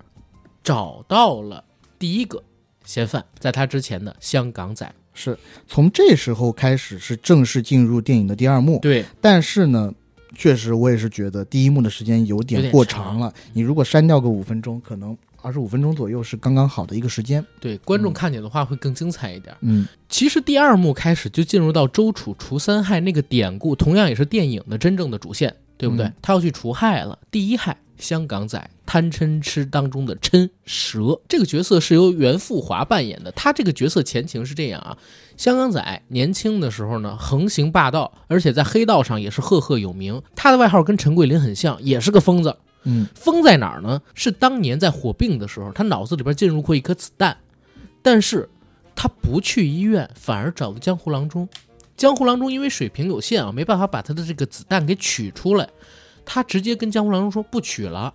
[SPEAKER 1] 找到了第一个嫌犯，在他之前的香港仔。
[SPEAKER 2] 是从这时候开始是正式进入电影的第二幕，
[SPEAKER 1] 对，
[SPEAKER 2] 但是呢。确实，我也是觉得第一幕的时间有
[SPEAKER 1] 有
[SPEAKER 2] 点
[SPEAKER 1] 点
[SPEAKER 2] 过
[SPEAKER 1] 长
[SPEAKER 2] 长了。你如果删掉个五分钟，可能二十五分钟左右是刚刚好的一个时间。
[SPEAKER 1] 对，观众看起来的话会更精彩一点。
[SPEAKER 2] 嗯
[SPEAKER 1] 其实第二幕开始就进入到周楚除三害那个典故，同样也是电影的真正的主线，对不对？
[SPEAKER 2] 嗯
[SPEAKER 1] 他要去除害了。第一害，香港仔贪嗔痴当中的嗔蛇，这个角色是由袁富华扮演的。他这个角色前情是这样啊：香港仔年轻的时候呢，横行霸道，而且在黑道上也是赫赫有名。他的外号跟陈桂林很像，也是个疯子。
[SPEAKER 2] 嗯
[SPEAKER 1] 疯在哪儿呢？是当年在火并的时候，他脑子里边进入过一颗子弹，但是他不去医院，反而找了江湖郎中。江湖郎中因为水平有限啊，没办法把他的这个子弹给取出来，他直接跟江湖郎中说不取了。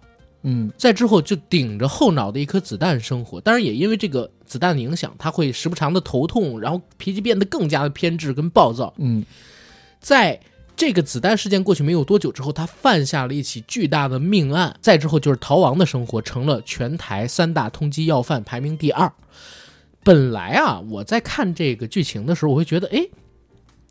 [SPEAKER 2] 嗯
[SPEAKER 1] 在之后就顶着后脑的一颗子弹生活，当然也因为这个子弹的影响，他会时不常的头痛，然后脾气变得更加的偏执跟暴躁。
[SPEAKER 2] 嗯，
[SPEAKER 1] 在这个子弹事件过去没有多久之后，他犯下了一起巨大的命案，再之后就是逃亡的生活，成了全台三大通缉要犯排名第二。本来啊，我在看这个剧情的时候，我会觉得，哎，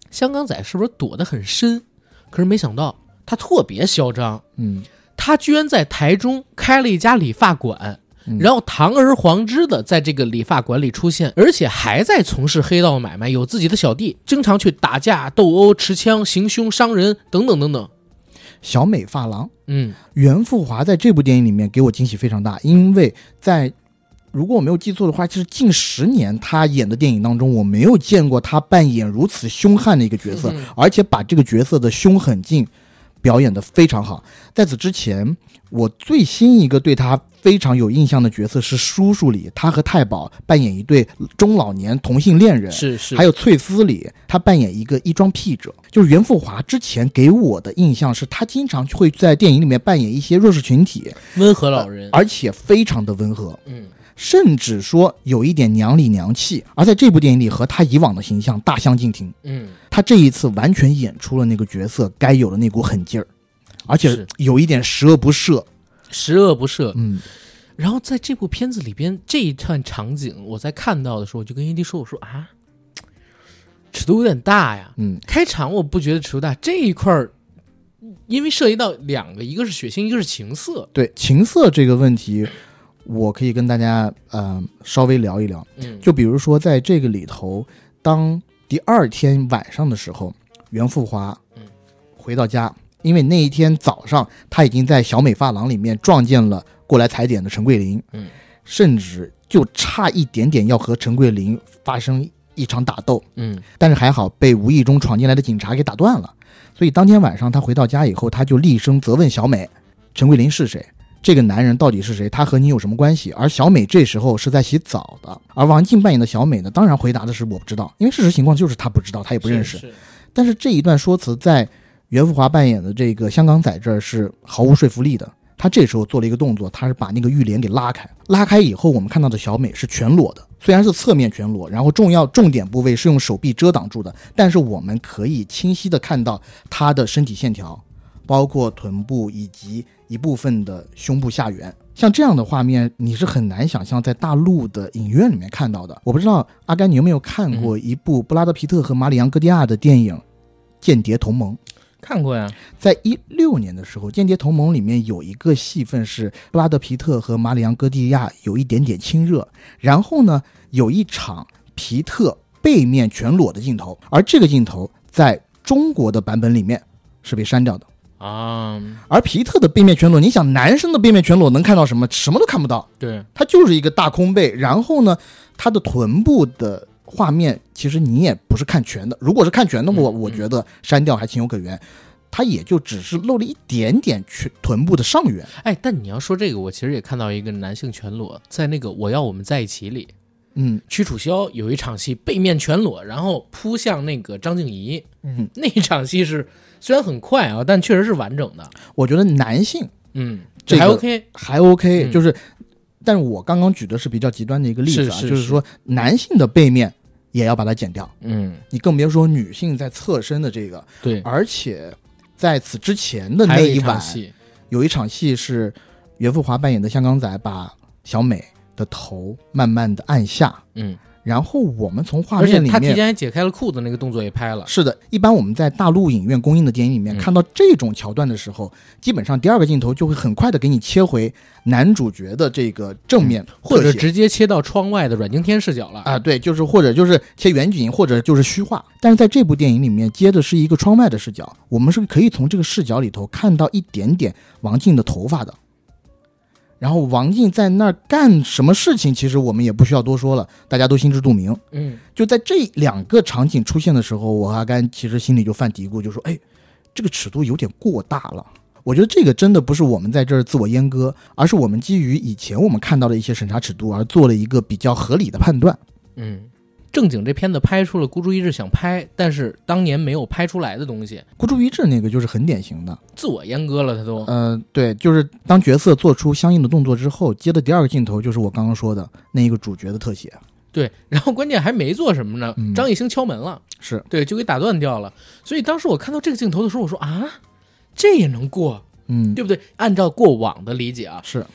[SPEAKER 1] 香港仔是不是躲得很深？可是没想到他特别嚣张，
[SPEAKER 2] 嗯，
[SPEAKER 1] 他居然在台中开了一家理发馆
[SPEAKER 2] 嗯。
[SPEAKER 1] 然后堂而皇之的在这个理发馆里出现，而且还在从事黑道买卖，有自己的小弟，经常去打架、斗殴、持枪、行凶、伤人等等等等。
[SPEAKER 2] 小美发廊。
[SPEAKER 1] 嗯，
[SPEAKER 2] 袁富华在这部电影里面给我惊喜非常大，因为在如果我没有记错的话，就是近十年他演的电影当中，我没有见过他扮演如此凶悍的一个角色，
[SPEAKER 1] 嗯
[SPEAKER 2] 而且把这个角色的凶狠劲表演得非常好。在此之前，我最新一个对他非常有印象的角色是《叔叔》里，他和太保扮演一对中老年同性恋人，
[SPEAKER 1] 是是，
[SPEAKER 2] 还有翠丝里，他扮演一个衣装癖者，就是袁富华之前给我的印象是，他经常会在电影里面扮演一些弱势群体，
[SPEAKER 1] 温和老人，
[SPEAKER 2] 而且非常的温和，
[SPEAKER 1] 嗯，
[SPEAKER 2] 甚至说有一点娘里娘气。而在这部电影里，和他以往的形象大相径庭，
[SPEAKER 1] 嗯，
[SPEAKER 2] 他这一次完全演出了那个角色该有的那股狠劲儿，而且
[SPEAKER 1] 是
[SPEAKER 2] 有一点十恶不赦。
[SPEAKER 1] 十恶不赦。
[SPEAKER 2] 嗯，
[SPEAKER 1] 然后在这部片子里边，这一段场景，我在看到的时候，我就跟 AD 说：“我说啊，尺度有点大呀。
[SPEAKER 2] 嗯，
[SPEAKER 1] 开场我不觉得尺度大，这一块儿，因为涉及到两个，一个是血腥，一个是情色。
[SPEAKER 2] 对情色这个问题，我可以跟大家呃稍微聊一聊。
[SPEAKER 1] 嗯，
[SPEAKER 2] 就比如说在这个里头，当第二天晚上的时候，袁富华
[SPEAKER 1] 嗯
[SPEAKER 2] 回到家，因为那一天早上他已经在小美发廊里面撞见了过来踩点的陈桂林，
[SPEAKER 1] 嗯，
[SPEAKER 2] 甚至就差一点点要和陈桂林发生一场打斗，
[SPEAKER 1] 嗯
[SPEAKER 2] 但是还好被无意中闯进来的警察给打断了。所以当天晚上他回到家以后，他就厉声责问小美：“陈桂林是谁？这个男人到底是谁？他和你有什么关系？”而小美这时候是在洗澡的，而王静扮演的小美呢，当然回答的是我不知道，因为事实情况就是她不知道，她也不认识。
[SPEAKER 1] 是
[SPEAKER 2] 但是这一段说辞在袁富华扮演的这个香港仔这儿是毫无说服力的。他这时候做了一个动作，他是把那个浴帘给拉开。拉开以后，我们看到的小美是全裸的，虽然是侧面全裸，然后重要重点部位是用手臂遮挡住的，但是我们可以清晰的看到她的身体线条，包括臀部以及一部分的胸部下缘。像这样的画面，你是很难想象在大陆的影院里面看到的。我不知道阿甘，你有没有看过一部布拉德皮特和马里昂戈蒂亚的电影间谍同盟。
[SPEAKER 1] 看过呀，
[SPEAKER 2] 在一六年的时候，《间谍同盟》里面有一个戏份是布拉德皮特和马里昂戈蒂亚有一点点亲热，然后呢，有一场皮特背面全裸的镜头，而这个镜头在中国的版本里面是被删掉的。
[SPEAKER 1] 啊，
[SPEAKER 2] 而皮特的背面全裸，你想男生的背面全裸能看到什么？什么都看不到，
[SPEAKER 1] 对，
[SPEAKER 2] 他就是一个大空背。然后呢，他的臀部的画面其实你也不是看全的，如果是看全的话，我
[SPEAKER 1] 嗯嗯
[SPEAKER 2] 我觉得删掉还情有可原。他也就只是露了一点点全臀部的上缘，
[SPEAKER 1] 哎，但你要说这个，我其实也看到一个男性全裸，在那个《我要我们在一起》里，
[SPEAKER 2] 嗯
[SPEAKER 1] 屈楚萧有一场戏背面全裸，然后扑向那个张静怡，
[SPEAKER 2] 嗯，
[SPEAKER 1] 那一场戏是虽然很快啊，但确实是完整的。
[SPEAKER 2] 我觉得男性
[SPEAKER 1] 嗯，
[SPEAKER 2] 这个
[SPEAKER 1] 还 OK。
[SPEAKER 2] 还 OK，、
[SPEAKER 1] 嗯
[SPEAKER 2] 就是，但是我刚刚举的是比较极端的一个例子啊，
[SPEAKER 1] 是是
[SPEAKER 2] 就是是说男性的背面也要把它剪掉，
[SPEAKER 1] 嗯，
[SPEAKER 2] 你更别说女性在侧身的这个，
[SPEAKER 1] 对。
[SPEAKER 2] 而且在此之前的
[SPEAKER 1] 嗯还
[SPEAKER 2] 啊那
[SPEAKER 1] 有一
[SPEAKER 2] 晚
[SPEAKER 1] 场，戏，
[SPEAKER 2] 有一场戏是袁富华扮演的香港仔把小美的头慢慢的按下，
[SPEAKER 1] 嗯，
[SPEAKER 2] 然后我们从画
[SPEAKER 1] 而且
[SPEAKER 2] 面里
[SPEAKER 1] 他提
[SPEAKER 2] 面。
[SPEAKER 1] 前还解开了裤子那个动作也拍了。
[SPEAKER 2] 是的，一般我们在大陆影院公映的电影里面
[SPEAKER 1] 嗯
[SPEAKER 2] 看到这种桥段的时候，基本上第二个镜头就会很快的给你切回男主角的这个正面
[SPEAKER 1] 嗯或者
[SPEAKER 2] 特写
[SPEAKER 1] 直接切到窗外的阮经天视角了
[SPEAKER 2] 啊，！对，就是或者就是切远景，或者就是虚化。但是在这部电影里面接的是一个窗外的视角，我们是可以从这个视角里头看到一点点王静的头发的。然后王静在那儿干什么事情，其实我们也不需要多说了，大家都心知肚明。
[SPEAKER 1] 嗯，
[SPEAKER 2] 就在这两个场景出现的时候，我和阿甘其实心里就犯嘀咕，就说：“哎，这个尺度有点过大了。”我觉得这个真的不是我们在这儿自我阉割，而是我们基于以前我们看到的一些审查尺度而做了一个比较合理的判断。
[SPEAKER 1] 嗯，正经这片子拍出了孤注一掷想拍，但是当年没有拍出来的东西，
[SPEAKER 2] 孤注一掷那个就是很典型的，
[SPEAKER 1] 自我阉割了，他都。
[SPEAKER 2] 呃，对，就是当角色做出相应的动作之后，接的第二个镜头就是我刚刚说的那一个主角的特写，
[SPEAKER 1] 对， 然后关键还没做什么呢，
[SPEAKER 2] 嗯
[SPEAKER 1] 张艺兴敲门了，
[SPEAKER 2] 是
[SPEAKER 1] 对，就给打断掉了。所以当时我看到这个镜头的时候，我说啊，这也能过，
[SPEAKER 2] 嗯，
[SPEAKER 1] 对不对？按照过往的理解啊，
[SPEAKER 2] 是，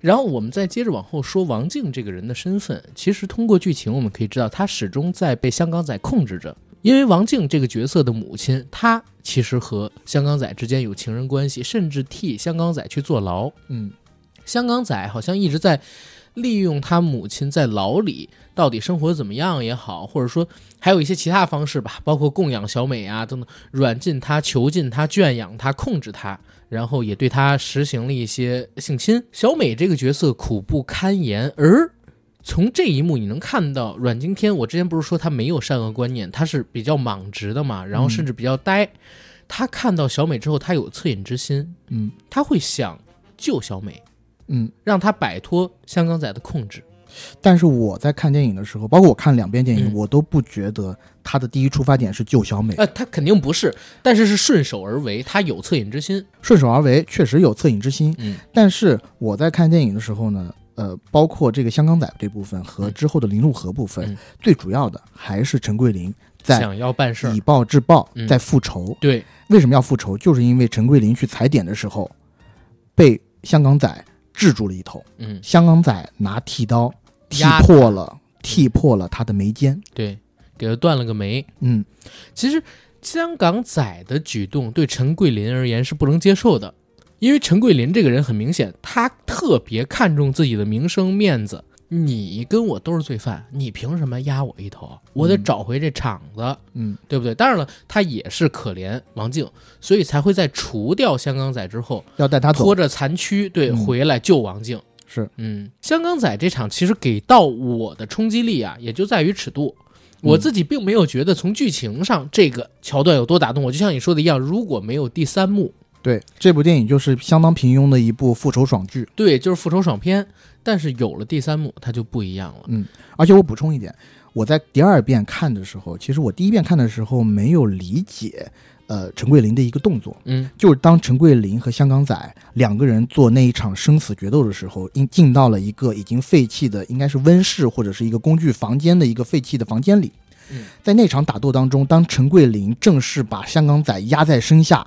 [SPEAKER 1] 然后我们再接着往后说王静这个人的身份，其实通过剧情我们可以知道，他始终在被香港仔控制着。因为王静这个角色的母亲，她其实和香港仔之间有情人关系，甚至替香港仔去坐牢。
[SPEAKER 2] 嗯，
[SPEAKER 1] 香港仔好像一直在利用他母亲在牢里到底生活怎么样也好，或者说还有一些其他方式吧，包括供养小美啊等等，软禁她、囚禁她、圈养她、控制她，然后也对她实行了一些性侵。小美这个角色苦不堪言，而从这一幕你能看到阮经天，我之前不是说他没有善恶观念，他是比较莽直的嘛，然后甚至比较呆。他看到小美之后，他有恻隐之心，
[SPEAKER 2] 嗯
[SPEAKER 1] 他会想救小美。
[SPEAKER 2] 嗯。
[SPEAKER 1] 让他摆脱香港仔的控制。
[SPEAKER 2] 但是我在看电影的时候，包括我看两遍电影，
[SPEAKER 1] 嗯
[SPEAKER 2] 我都不觉得他的第一出发点是救小美，
[SPEAKER 1] 呃，他肯定不是，但是是顺手而为，他有恻隐之心。
[SPEAKER 2] 顺手而为确实有恻隐之心。
[SPEAKER 1] 嗯
[SPEAKER 2] 但是我在看电影的时候呢，呃，包括这个香港仔这部分和
[SPEAKER 1] 嗯
[SPEAKER 2] 之后的林路河部分，
[SPEAKER 1] 嗯
[SPEAKER 2] 最主要的还是陈桂林在
[SPEAKER 1] 想要办事儿
[SPEAKER 2] 以，暴制暴
[SPEAKER 1] 嗯，
[SPEAKER 2] 在复仇。
[SPEAKER 1] 对，
[SPEAKER 2] 为什么要复仇？就是因为陈桂林去踩点的时候，被香港仔制住了一头，
[SPEAKER 1] 嗯，
[SPEAKER 2] 香港仔拿剃刀剃
[SPEAKER 1] 压嗯
[SPEAKER 2] 破了，剃破了他的眉间。
[SPEAKER 1] 对，给他断了个眉。
[SPEAKER 2] 嗯，
[SPEAKER 1] 其实香港仔的举动对陈桂林而言是不能接受的，因为陈桂林这个人很明显，他特别看重自己的名声面子。你跟我都是罪犯，你凭什么压我一头？我得
[SPEAKER 2] 嗯
[SPEAKER 1] 找回这场子。
[SPEAKER 2] 嗯，
[SPEAKER 1] 对不对？当然了，他也是可怜王静，所以才会在除掉香港仔之后，
[SPEAKER 2] 要带他走
[SPEAKER 1] 拖。着残躯对
[SPEAKER 2] 嗯
[SPEAKER 1] 回来救王静。
[SPEAKER 2] 是，
[SPEAKER 1] 嗯，香港仔这场其实给到我的冲击力啊，也就在于尺度。
[SPEAKER 2] 嗯
[SPEAKER 1] 我自己并没有觉得从剧情上这个桥段有多打动我，就像你说的一样，如果没有第三幕，
[SPEAKER 2] 对，这部电影就是相当平庸的一部复仇爽剧。
[SPEAKER 1] 对，就是复仇爽片。但是有了第三幕，它就不一样了。
[SPEAKER 2] 而且我补充一点，我在第二遍看的时候，其实我第一遍看的时候没有理解，呃，陈桂林的一个动作，
[SPEAKER 1] 嗯
[SPEAKER 2] 就是当陈桂林和香港仔两个人做那一场生死决斗的时候，因进到了一个已经废弃的，应该是温室或者是一个工具房间的一个废弃的房间里
[SPEAKER 1] 嗯。
[SPEAKER 2] 在那场打斗当中，当陈桂林正式把香港仔压在身下，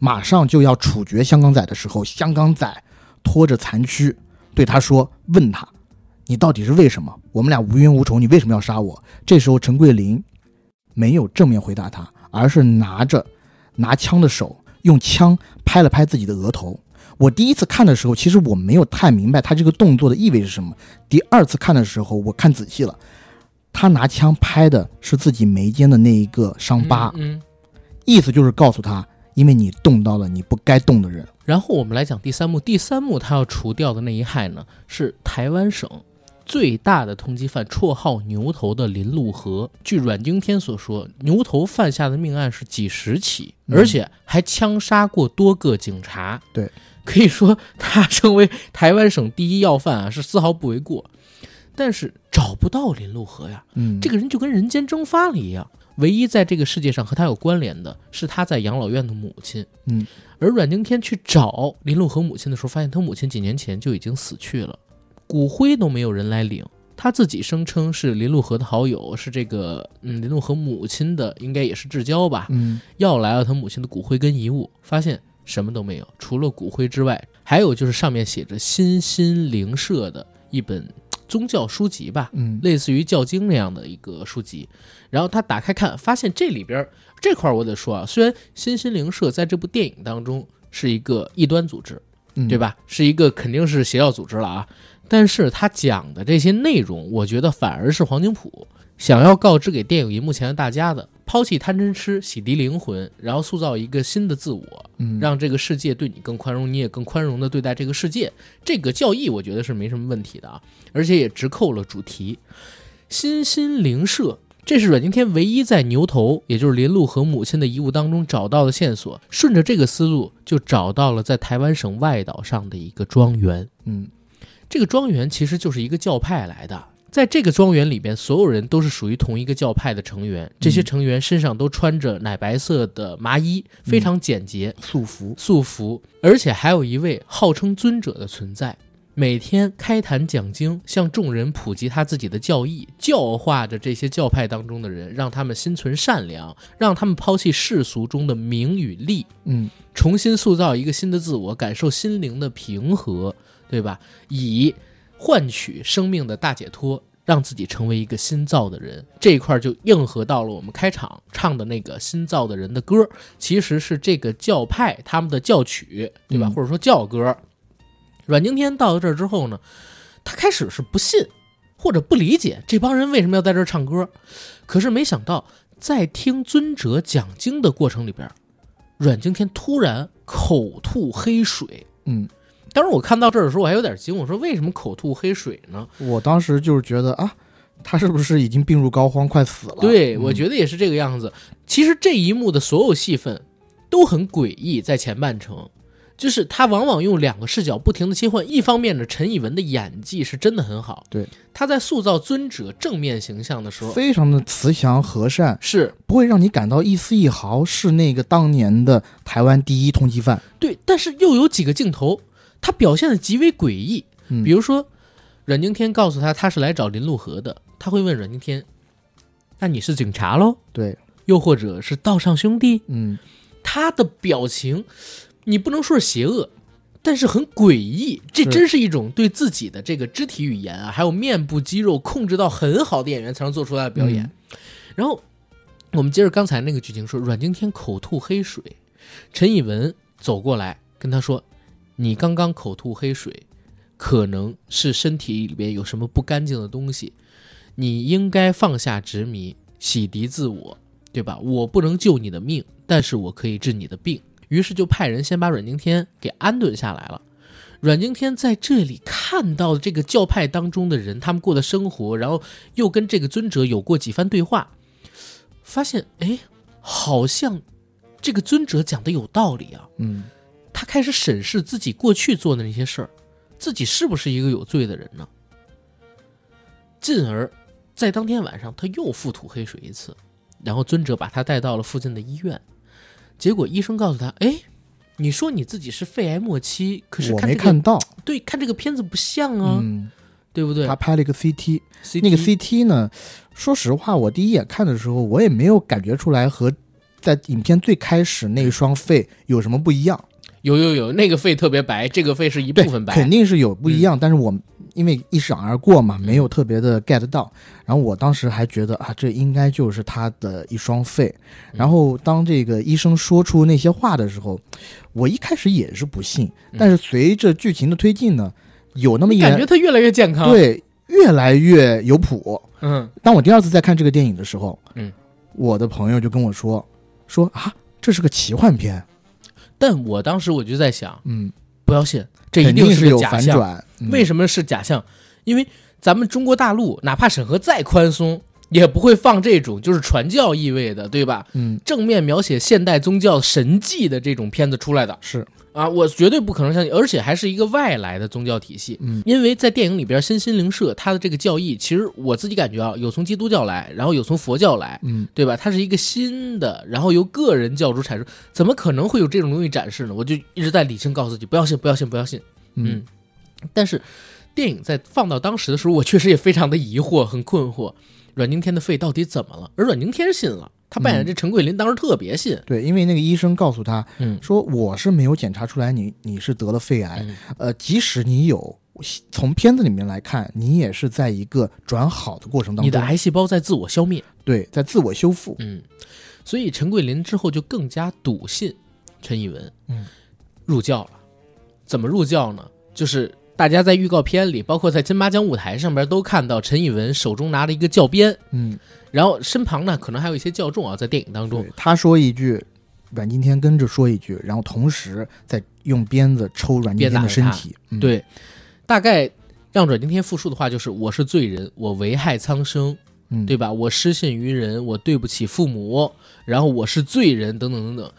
[SPEAKER 2] 马上就要处决香港仔的时候，香港仔拖着残躯对他说：“问他，你到底是为什么？我们俩无冤无仇，你为什么要杀我？”这时候陈桂林没有正面回答他，而是拿着拿枪的手用枪拍了拍自己的额头。我第一次看的时候，其实我没有太明白他这个动作的意味是什么。第二次看的时候，我看仔细了，他拿枪拍的是自己眉间的那一个伤疤，
[SPEAKER 1] 嗯。嗯
[SPEAKER 2] 意思就是告诉他，因为你动到了你不该动的人。
[SPEAKER 1] 然后我们来讲第三幕，第三幕他要除掉的那一害呢，是台湾省最大的通缉犯，绰号牛头的林陆河。据阮经天所说，牛头犯下的命案是几十起，
[SPEAKER 2] 嗯
[SPEAKER 1] 而且还枪杀过多个警察。
[SPEAKER 2] 对，
[SPEAKER 1] 可以说他成为台湾省第一要犯啊，是丝毫不为过。但是找不到林陆河呀，
[SPEAKER 2] 嗯，
[SPEAKER 1] 这
[SPEAKER 2] 个
[SPEAKER 1] 个人就跟人间蒸发了一样。唯一在这个世界上和他有关联的是他在养老院的母亲。
[SPEAKER 2] 嗯，
[SPEAKER 1] 而阮经天去找林路和母亲的时候，发现他母亲几年前就已经死去了，骨灰都没有人来领。他自己声称是林路和的好友，是这个嗯林路和母亲的，应该也是至交吧，
[SPEAKER 2] 嗯
[SPEAKER 1] 要来了他母亲的骨灰跟遗物，发现什么都没有，除了骨灰之外，还有就是上面写着新心灵社的一本宗教书籍吧，
[SPEAKER 2] 嗯
[SPEAKER 1] 类似于《教经》那样的一个书籍。然后他打开看，发现这里边儿这块儿我得说啊，虽然新心灵社在这部电影当中是一个异端组织，
[SPEAKER 2] 嗯，
[SPEAKER 1] 对？吧？是一个肯定是邪教组织了啊。但是他讲的这些内容，我觉得反而是黄景普想要告知给电影荧幕前的大家的：抛弃贪嗔痴，洗涤灵魂，然后塑造一个新的自我，
[SPEAKER 2] 嗯，
[SPEAKER 1] 让这个世界对你更宽容，你也更宽容的对待这个世界。这个教义我觉得是没什么问题的啊，而且也直扣了主题。新心灵社，这是阮经天唯一在牛头，也就是林路和母亲的遗物当中找到的线索。顺着这个思路，就找到了在台湾省外岛上的一个庄园。
[SPEAKER 2] 嗯
[SPEAKER 1] 这个庄园其实就是一个教派来的。在这个庄园里边，所有人都是属于同一个教派的成员。这些成员身上都穿着奶白色的麻衣，非常简洁。
[SPEAKER 2] 束缚。
[SPEAKER 1] 束缚，而且还有一位号称尊者的存在，每天开坛讲经，向众人普及他自己的教义，教化着这些教派当中的人，让他们心存善良，让他们抛弃世俗中的名与利，
[SPEAKER 2] 嗯
[SPEAKER 1] 重新塑造一个新的自我，感受心灵的平和。对吧？以换取生命的大解脱，让自己成为一个新造的人。这一块儿就应和到了我们开场唱的那个新造的人的歌，其实是这个教派他们的教曲，对吧？
[SPEAKER 2] 嗯
[SPEAKER 1] 或者说教歌。阮经天到了这儿之后呢，他开始是不信或者不理解这帮人为什么要在这儿唱歌，可是没想到在听尊者讲经的过程里边，阮经天突然口吐黑水。
[SPEAKER 2] 嗯，
[SPEAKER 1] 当时我看到这儿的时候，我还有点惊，我说为什么口吐黑水呢？
[SPEAKER 2] 我当时就是觉得啊，他是不是已经病入膏肓，快死了？
[SPEAKER 1] 对，
[SPEAKER 2] 嗯
[SPEAKER 1] 我觉得也是这个样子。其实这一幕的所有戏份都很诡异，在前半程，就是他往往用两个视角不停的切换。一方面呢，陈以文的演技是真的很好，
[SPEAKER 2] 对，
[SPEAKER 1] 他在塑造尊者正面形象的时候，
[SPEAKER 2] 非常的慈祥和善，
[SPEAKER 1] 是
[SPEAKER 2] 不会让你感到一丝一毫是那个当年的台湾第一通缉犯。
[SPEAKER 1] 对，但是又有几个镜头，他表现的极为诡异。
[SPEAKER 2] 嗯
[SPEAKER 1] 比如说，阮经天告诉他他是来找林陆河的，他会问阮经天：“那你是警察喽？
[SPEAKER 2] 对，
[SPEAKER 1] 又或者是道上兄弟？”
[SPEAKER 2] 嗯，
[SPEAKER 1] 他的表情，你不能说是邪恶，但是很诡异。这
[SPEAKER 2] 是
[SPEAKER 1] 真是一种对自己的这个肢体语言啊，还有面部肌肉控制到很好的演员才能做出来的表演。
[SPEAKER 2] 嗯
[SPEAKER 1] 然后我们接着刚才那个剧情说，阮经天口吐黑水，陈以文走过来跟他说：“你刚刚口吐黑水，可能是身体里边有什么不干净的东西，你应该放下执迷，洗涤自我，对吧？我不能救你的命，但是我可以治你的病。”于是就派人先把阮经天给安顿下来了。阮经天在这里看到这个教派当中的人，他们过的生活，然后又跟这个尊者有过几番对话，发现哎，好像这个尊者讲的有道理啊。
[SPEAKER 2] 嗯，
[SPEAKER 1] 他开始审视自己过去做的那些事儿，自己是不是一个有罪的人呢？进而，在当天晚上，他又腹吐黑水一次，然后尊者把他带到了附近的医院，结果医生告诉他：“哎，你说你自己是肺癌末期，可是
[SPEAKER 2] 我
[SPEAKER 1] 看
[SPEAKER 2] 没
[SPEAKER 1] 这个
[SPEAKER 2] 看到。
[SPEAKER 1] 对看这个片子不像啊，
[SPEAKER 2] 嗯，
[SPEAKER 1] 对不对
[SPEAKER 2] 他拍了一个 CT，
[SPEAKER 1] ？CT
[SPEAKER 2] 那个 CT 呢，说实话，我第一眼看的时候，我也没有感觉出来和在影片最开始那一双肺有什么不一样。
[SPEAKER 1] 有有有，那个肺特别白，这个肺是一部
[SPEAKER 2] 对，
[SPEAKER 1] 分白，嗯
[SPEAKER 2] 肯定是有不一样，但是我因为一闪而过嘛，没有特别的 get 到。然后我当时还觉得啊，这应该就是他的一双肺。
[SPEAKER 1] 嗯
[SPEAKER 2] 然后当这个医生说出那些话的时候，我一开始也是不信，但是随着剧情的推进呢，有那么
[SPEAKER 1] 嗯
[SPEAKER 2] 一
[SPEAKER 1] 感觉
[SPEAKER 2] 点
[SPEAKER 1] 他越来越健康。，
[SPEAKER 2] 对越来越有谱。
[SPEAKER 1] 嗯，
[SPEAKER 2] 当我第二次再看这个电影的时候，
[SPEAKER 1] 嗯，
[SPEAKER 2] 我的朋友就跟我说说啊，这是个奇幻片，
[SPEAKER 1] 但我当时我就在想，
[SPEAKER 2] 嗯，
[SPEAKER 1] 不要信，这一
[SPEAKER 2] 肯定
[SPEAKER 1] 定
[SPEAKER 2] 是
[SPEAKER 1] 个
[SPEAKER 2] 有
[SPEAKER 1] 假
[SPEAKER 2] 反
[SPEAKER 1] 象。
[SPEAKER 2] 转。嗯
[SPEAKER 1] 为什么是假象？因为咱们中国大陆哪怕审核再宽松，也不会放这种就是传教意味的，对吧？
[SPEAKER 2] 嗯
[SPEAKER 1] 正面描写现代宗教神迹的这种片子出来的
[SPEAKER 2] 是
[SPEAKER 1] 啊，我绝对不可能相信，而且还是一个外来的宗教体系。
[SPEAKER 2] 嗯
[SPEAKER 1] 因为在电影里边，身心灵社它的这个教义，其实我自己感觉啊，有从基督教来，然后有从佛教来，
[SPEAKER 2] 嗯
[SPEAKER 1] 对吧？它是一个新的，然后由个人教主阐述，怎么可能会有这种东西展示呢？我就一直在理性告诉自己，不要信，不要信，不要信。
[SPEAKER 2] 嗯
[SPEAKER 1] 嗯，但是电影在放到当时的时候，我确实也非常的疑惑，很困惑，阮经天的肺到底怎么了？而阮经天信了，他扮
[SPEAKER 2] 嗯
[SPEAKER 1] 演这陈桂林当时特别信，
[SPEAKER 2] 对，因为那个医生告诉他
[SPEAKER 1] 嗯
[SPEAKER 2] 说，我是没有检查出来你你是得了肺癌，
[SPEAKER 1] 嗯
[SPEAKER 2] 呃，即使你有，从片子里面来看，你也是在一个转好的过程当
[SPEAKER 1] 你的
[SPEAKER 2] 中，
[SPEAKER 1] 癌细胞在自我消灭，
[SPEAKER 2] 对，在自我修复。
[SPEAKER 1] 嗯，所以陈桂林之后就更加笃信陈以文，
[SPEAKER 2] 嗯，
[SPEAKER 1] 入教了。怎么入教呢？就是大家在预告片里，包括在金马奖舞台上边都看到陈以文手中拿着一个教鞭，
[SPEAKER 2] 嗯，
[SPEAKER 1] 然后身旁呢可能还有一些教众啊，在电影当中
[SPEAKER 2] 对，他说一句，阮经天跟着说一句，然后同时在用鞭子抽阮经
[SPEAKER 1] 鞭打
[SPEAKER 2] 天的
[SPEAKER 1] 着
[SPEAKER 2] 身
[SPEAKER 1] 他
[SPEAKER 2] 体。嗯，
[SPEAKER 1] 对，大概让阮经天复述的话就是：我是罪人，我危害苍生，
[SPEAKER 2] 嗯，
[SPEAKER 1] 对吧？我失信于人，我对不起父母，然后我是罪人，等等等等。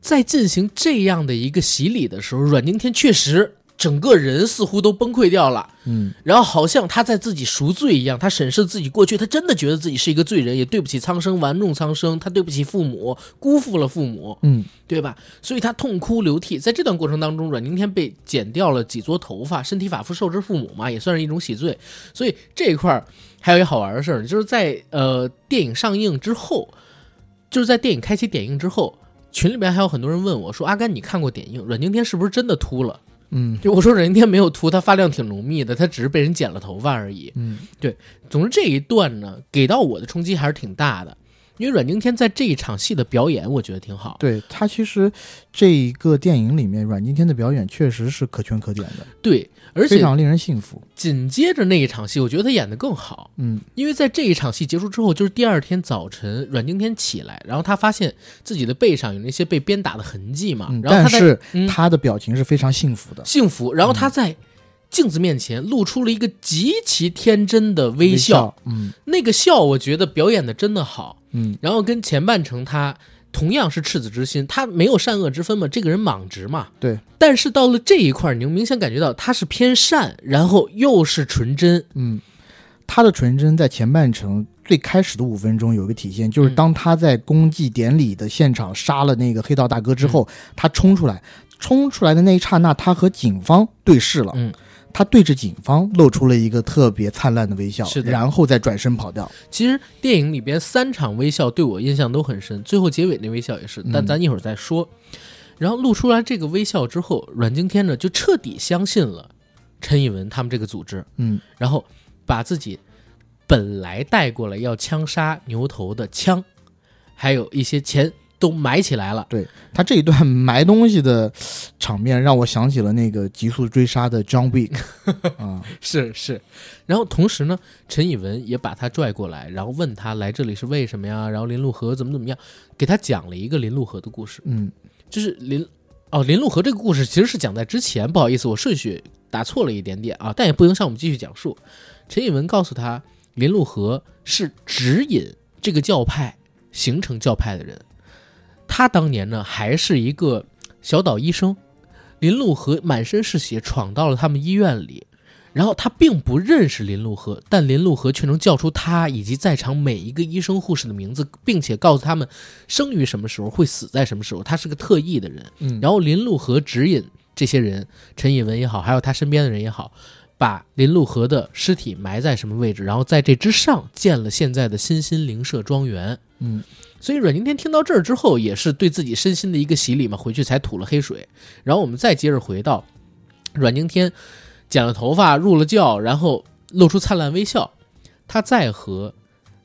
[SPEAKER 1] 在进行这样的一个洗礼的时候，阮经天确实整个人似乎都崩溃掉了，
[SPEAKER 2] 嗯，
[SPEAKER 1] 然后好像他在自己赎罪一样，他审视自己过去，他真的觉得自己是一个罪人，也对不起苍生，玩弄苍生，他对不起父母，辜负了父母，
[SPEAKER 2] 嗯，
[SPEAKER 1] 对吧？所以他痛哭流涕。在这段过程当中，阮经天被剪掉了几撮头发，身体发肤受之父母嘛，也算是一种洗罪。所以这一块儿还有一好玩的事儿，就是在呃电影上映之后，就是在电影开启点映之后，群里面还有很多人问我说：“阿甘，你看过点映？阮经天是不是真的秃了？”
[SPEAKER 2] 嗯
[SPEAKER 1] 就我说人家没有秃，他发量挺浓密的，他只是被人剪了头发而已。
[SPEAKER 2] 嗯
[SPEAKER 1] 总之这一段呢，给到我的冲击还是挺大的，因为阮经天在这一场戏的表演，我觉得挺好。
[SPEAKER 2] 对他其实这一个电影里面，阮经天的表演确实是可圈可点的，
[SPEAKER 1] 对，而
[SPEAKER 2] 非
[SPEAKER 1] 且
[SPEAKER 2] 常令人信服。
[SPEAKER 1] 紧接着那一场戏，我觉得他演得更好，
[SPEAKER 2] 嗯
[SPEAKER 1] 因为在这一场戏结束之后，就是第二天早晨，阮经天起来，然后他发现自己的背上有那些被鞭打的痕迹嘛，
[SPEAKER 2] 嗯，
[SPEAKER 1] 啊然后
[SPEAKER 2] 但
[SPEAKER 1] 他在
[SPEAKER 2] 是
[SPEAKER 1] 嗯
[SPEAKER 2] 他的表情是非常幸福的，
[SPEAKER 1] 幸福，然后他在镜子面前露出了一个极其天真的微
[SPEAKER 2] 微
[SPEAKER 1] 笑，，
[SPEAKER 2] 嗯
[SPEAKER 1] 那个笑我觉得表演的真的好，
[SPEAKER 2] 嗯
[SPEAKER 1] 然后跟前半程他同样是赤子之心，他没有善恶之分嘛，这个人莽直嘛，
[SPEAKER 2] 对，
[SPEAKER 1] 但是到了这一块儿，你能明显感觉到他是偏善，然后又是纯真，
[SPEAKER 2] 嗯。他的纯真在前半程最开始的五分钟有一个体现，就是
[SPEAKER 1] 嗯
[SPEAKER 2] 当他在公祭典礼的现场杀了那个黑道大哥
[SPEAKER 1] 嗯
[SPEAKER 2] 之后，他冲出来，冲出来的那一刹那，他和警方对视了。
[SPEAKER 1] 嗯，
[SPEAKER 2] 他对着警方露出了一个特别灿烂的微笑
[SPEAKER 1] 是，的
[SPEAKER 2] 然后再转身跑掉。
[SPEAKER 1] 其实电影里边三场微笑对我印象都很深，最后结尾那微笑也是，但
[SPEAKER 2] 嗯
[SPEAKER 1] 咱一会儿再说。然后露出来这个微笑之后，阮经天呢就彻底相信了陈以文他们这个组织，
[SPEAKER 2] 嗯
[SPEAKER 1] 然后把自己本来带过来要枪杀牛头的枪，还有一些钱都埋起来了。
[SPEAKER 2] 他这一段埋东西的嘶场面让我想起了那个《极速追杀》的 John Wick 啊，
[SPEAKER 1] 是是，然后同时呢，陈以文也把他拽过来，然后问他来这里是为什么呀？然后林陆河怎么怎么样，给他讲了一个林陆河的故事。
[SPEAKER 2] 嗯
[SPEAKER 1] 就是林哦，林陆河这个故事其实是讲在之前，不好意思，我顺序打错了一点点啊，但也不影响我们继续讲述。陈以文告诉他，林陆河是指引这个教派形成教派的人。他当年呢还是一个小岛医生，林陆河满身是血闯到了他们医院里，然后他并不认识林陆河，但林陆河却能叫出他以及在场每一个医生护士的名字，并且告诉他们生于什么时候会死在什么时候，他是个特异的人。
[SPEAKER 2] 嗯
[SPEAKER 1] 然后林陆河指引这些人，陈以文也好，还有他身边的人也好，把林陆河的尸体埋在什么位置，然后在这之上建了现在的新心灵社庄园。
[SPEAKER 2] 嗯，
[SPEAKER 1] 所以阮经天听到这儿之后，也是对自己身心的一个洗礼嘛，回去才吐了黑水。然后我们再接着回到阮经天剪了头发，入了教，然后露出灿烂微笑。他在和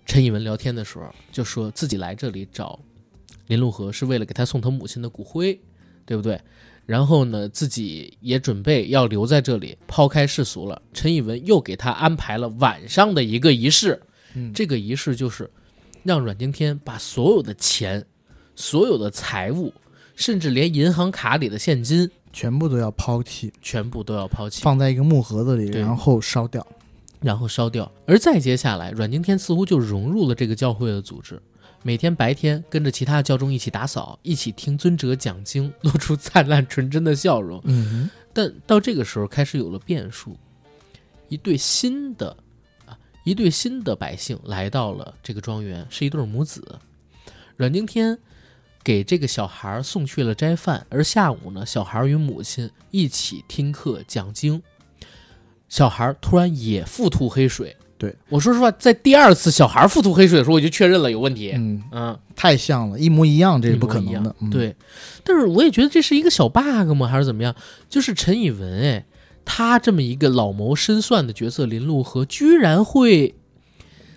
[SPEAKER 1] 陈以文聊天的时候，就说自己来这里找林陆河是为了给他送他母亲的骨灰，对不对？然后呢，自己也准备要留在这里，抛开世俗了。陈以文又给他安排了晚上的一个仪式，
[SPEAKER 2] 嗯
[SPEAKER 1] 这个仪式就是让阮经天把所有的钱、所有的财物，甚至连银行卡里的现金，
[SPEAKER 2] 全部都要抛弃，
[SPEAKER 1] 全部都要抛弃，
[SPEAKER 2] 放在一个木盒子里，
[SPEAKER 1] 对
[SPEAKER 2] 然后烧掉。
[SPEAKER 1] 然后烧掉。而再接下来，阮经天似乎就融入了这个教会的组织，每天白天跟着其他教众一起打扫，一起听尊者讲经，露出灿烂纯真的笑容。
[SPEAKER 2] 嗯
[SPEAKER 1] 但到这个时候开始有了变数，一对新的啊，一对新的百姓来到了这个庄园，是一对母子。阮经天给这个小孩儿送去了斋饭，而下午呢，小孩儿与母亲一起听课讲经。小孩儿突然也腹吐黑水。
[SPEAKER 2] 对
[SPEAKER 1] 我说实话，在第二次小孩儿腹吐黑水的时候，我就确认了有问题。
[SPEAKER 2] 嗯，
[SPEAKER 1] 嗯，
[SPEAKER 2] 太像了，一模一样，这是不可
[SPEAKER 1] 一模
[SPEAKER 2] 能
[SPEAKER 1] 一
[SPEAKER 2] 的
[SPEAKER 1] 样。
[SPEAKER 2] 嗯、，
[SPEAKER 1] 对，但是我也觉得这是一个小 bug 吗？还是怎么样？就是陈以文，哎，他这么一个老谋深算的角色，林陆河居然会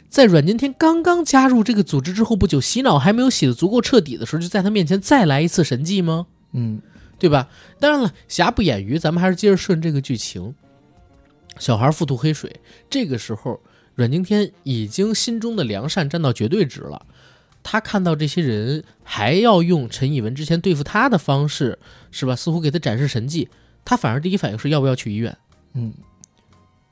[SPEAKER 1] 在阮经天刚刚加入这个组织之后不久，洗脑还没有洗得足够彻底的时候，就在他面前再来一次神迹吗？
[SPEAKER 2] 嗯
[SPEAKER 1] 对吧？当然了，瑕不掩瑜，咱们还是接着顺这个剧情。小孩腹吐黑水，这个时候阮经天已经心中的良善占到绝对值了。他看到这些人还要用陈以文之前对付他的方式，是吧？似乎给他展示神迹，他反而第一反应是要不要去医院。
[SPEAKER 2] 嗯，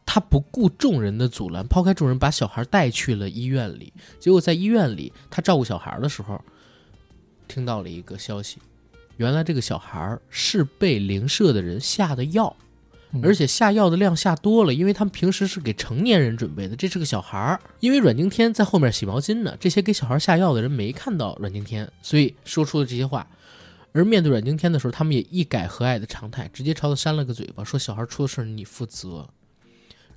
[SPEAKER 1] 他不顾众人的阻拦，抛开众人，把小孩带去了医院里。结果在医院里，他照顾小孩的时候，听到了一个消息，原来这个小孩是被邻舍的人下的药，
[SPEAKER 2] 嗯
[SPEAKER 1] 而且下药的量下多了，因为他们平时是给成年人准备的，这是个小孩儿。因为阮经天在后面洗毛巾呢，这些给小孩下药的人没看到阮经天，所以说出了这些话。而面对阮经天的时候，他们也一改和蔼的常态，直接朝他扇了个嘴巴，说：“小孩出了事儿你负责。”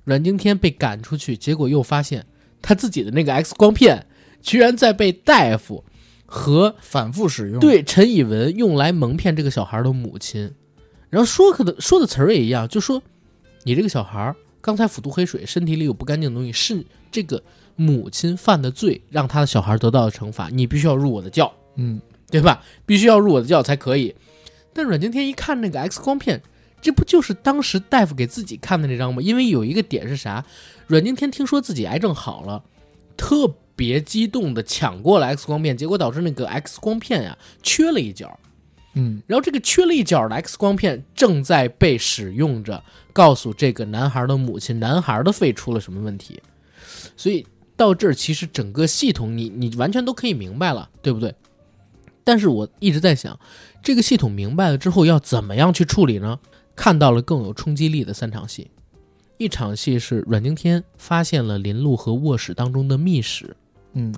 [SPEAKER 1] 阮经天被赶出去，结果又发现他自己的那个 X 光片居然在被大夫和
[SPEAKER 2] 反复使用。，
[SPEAKER 1] 对陈以文用来蒙骗这个小孩的母亲。然后说可的说的词儿也一样，就说你这个小孩儿刚才腹毒黑水，身体里有不干净的东西，是这个母亲犯的罪，让他的小孩儿得到了惩罚，你必须要入我的教，
[SPEAKER 2] 嗯，
[SPEAKER 1] 对吧？必须要入我的教才可以。但阮经天一看那个 X 光片，这不就是当时大夫给自己看的那张吗？因为有一个点是啥？阮经天听说自己癌症好了，特别激动的抢过了 X 光片，结果导致那个 X 光片呀、缺了一角。
[SPEAKER 2] 嗯，
[SPEAKER 1] 然后这个缺了一角的 X 光片正在被使用着，告诉这个男孩的母亲，男孩的肺出了什么问题。所以到这儿，其实整个系统你你完全都可以明白了，对不对？但是我一直在想，这个系统明白了之后要怎么样去处理呢？看到了更有冲击力的三场戏，一场戏是阮经天发现了林路和卧室当中的密室，
[SPEAKER 2] 嗯，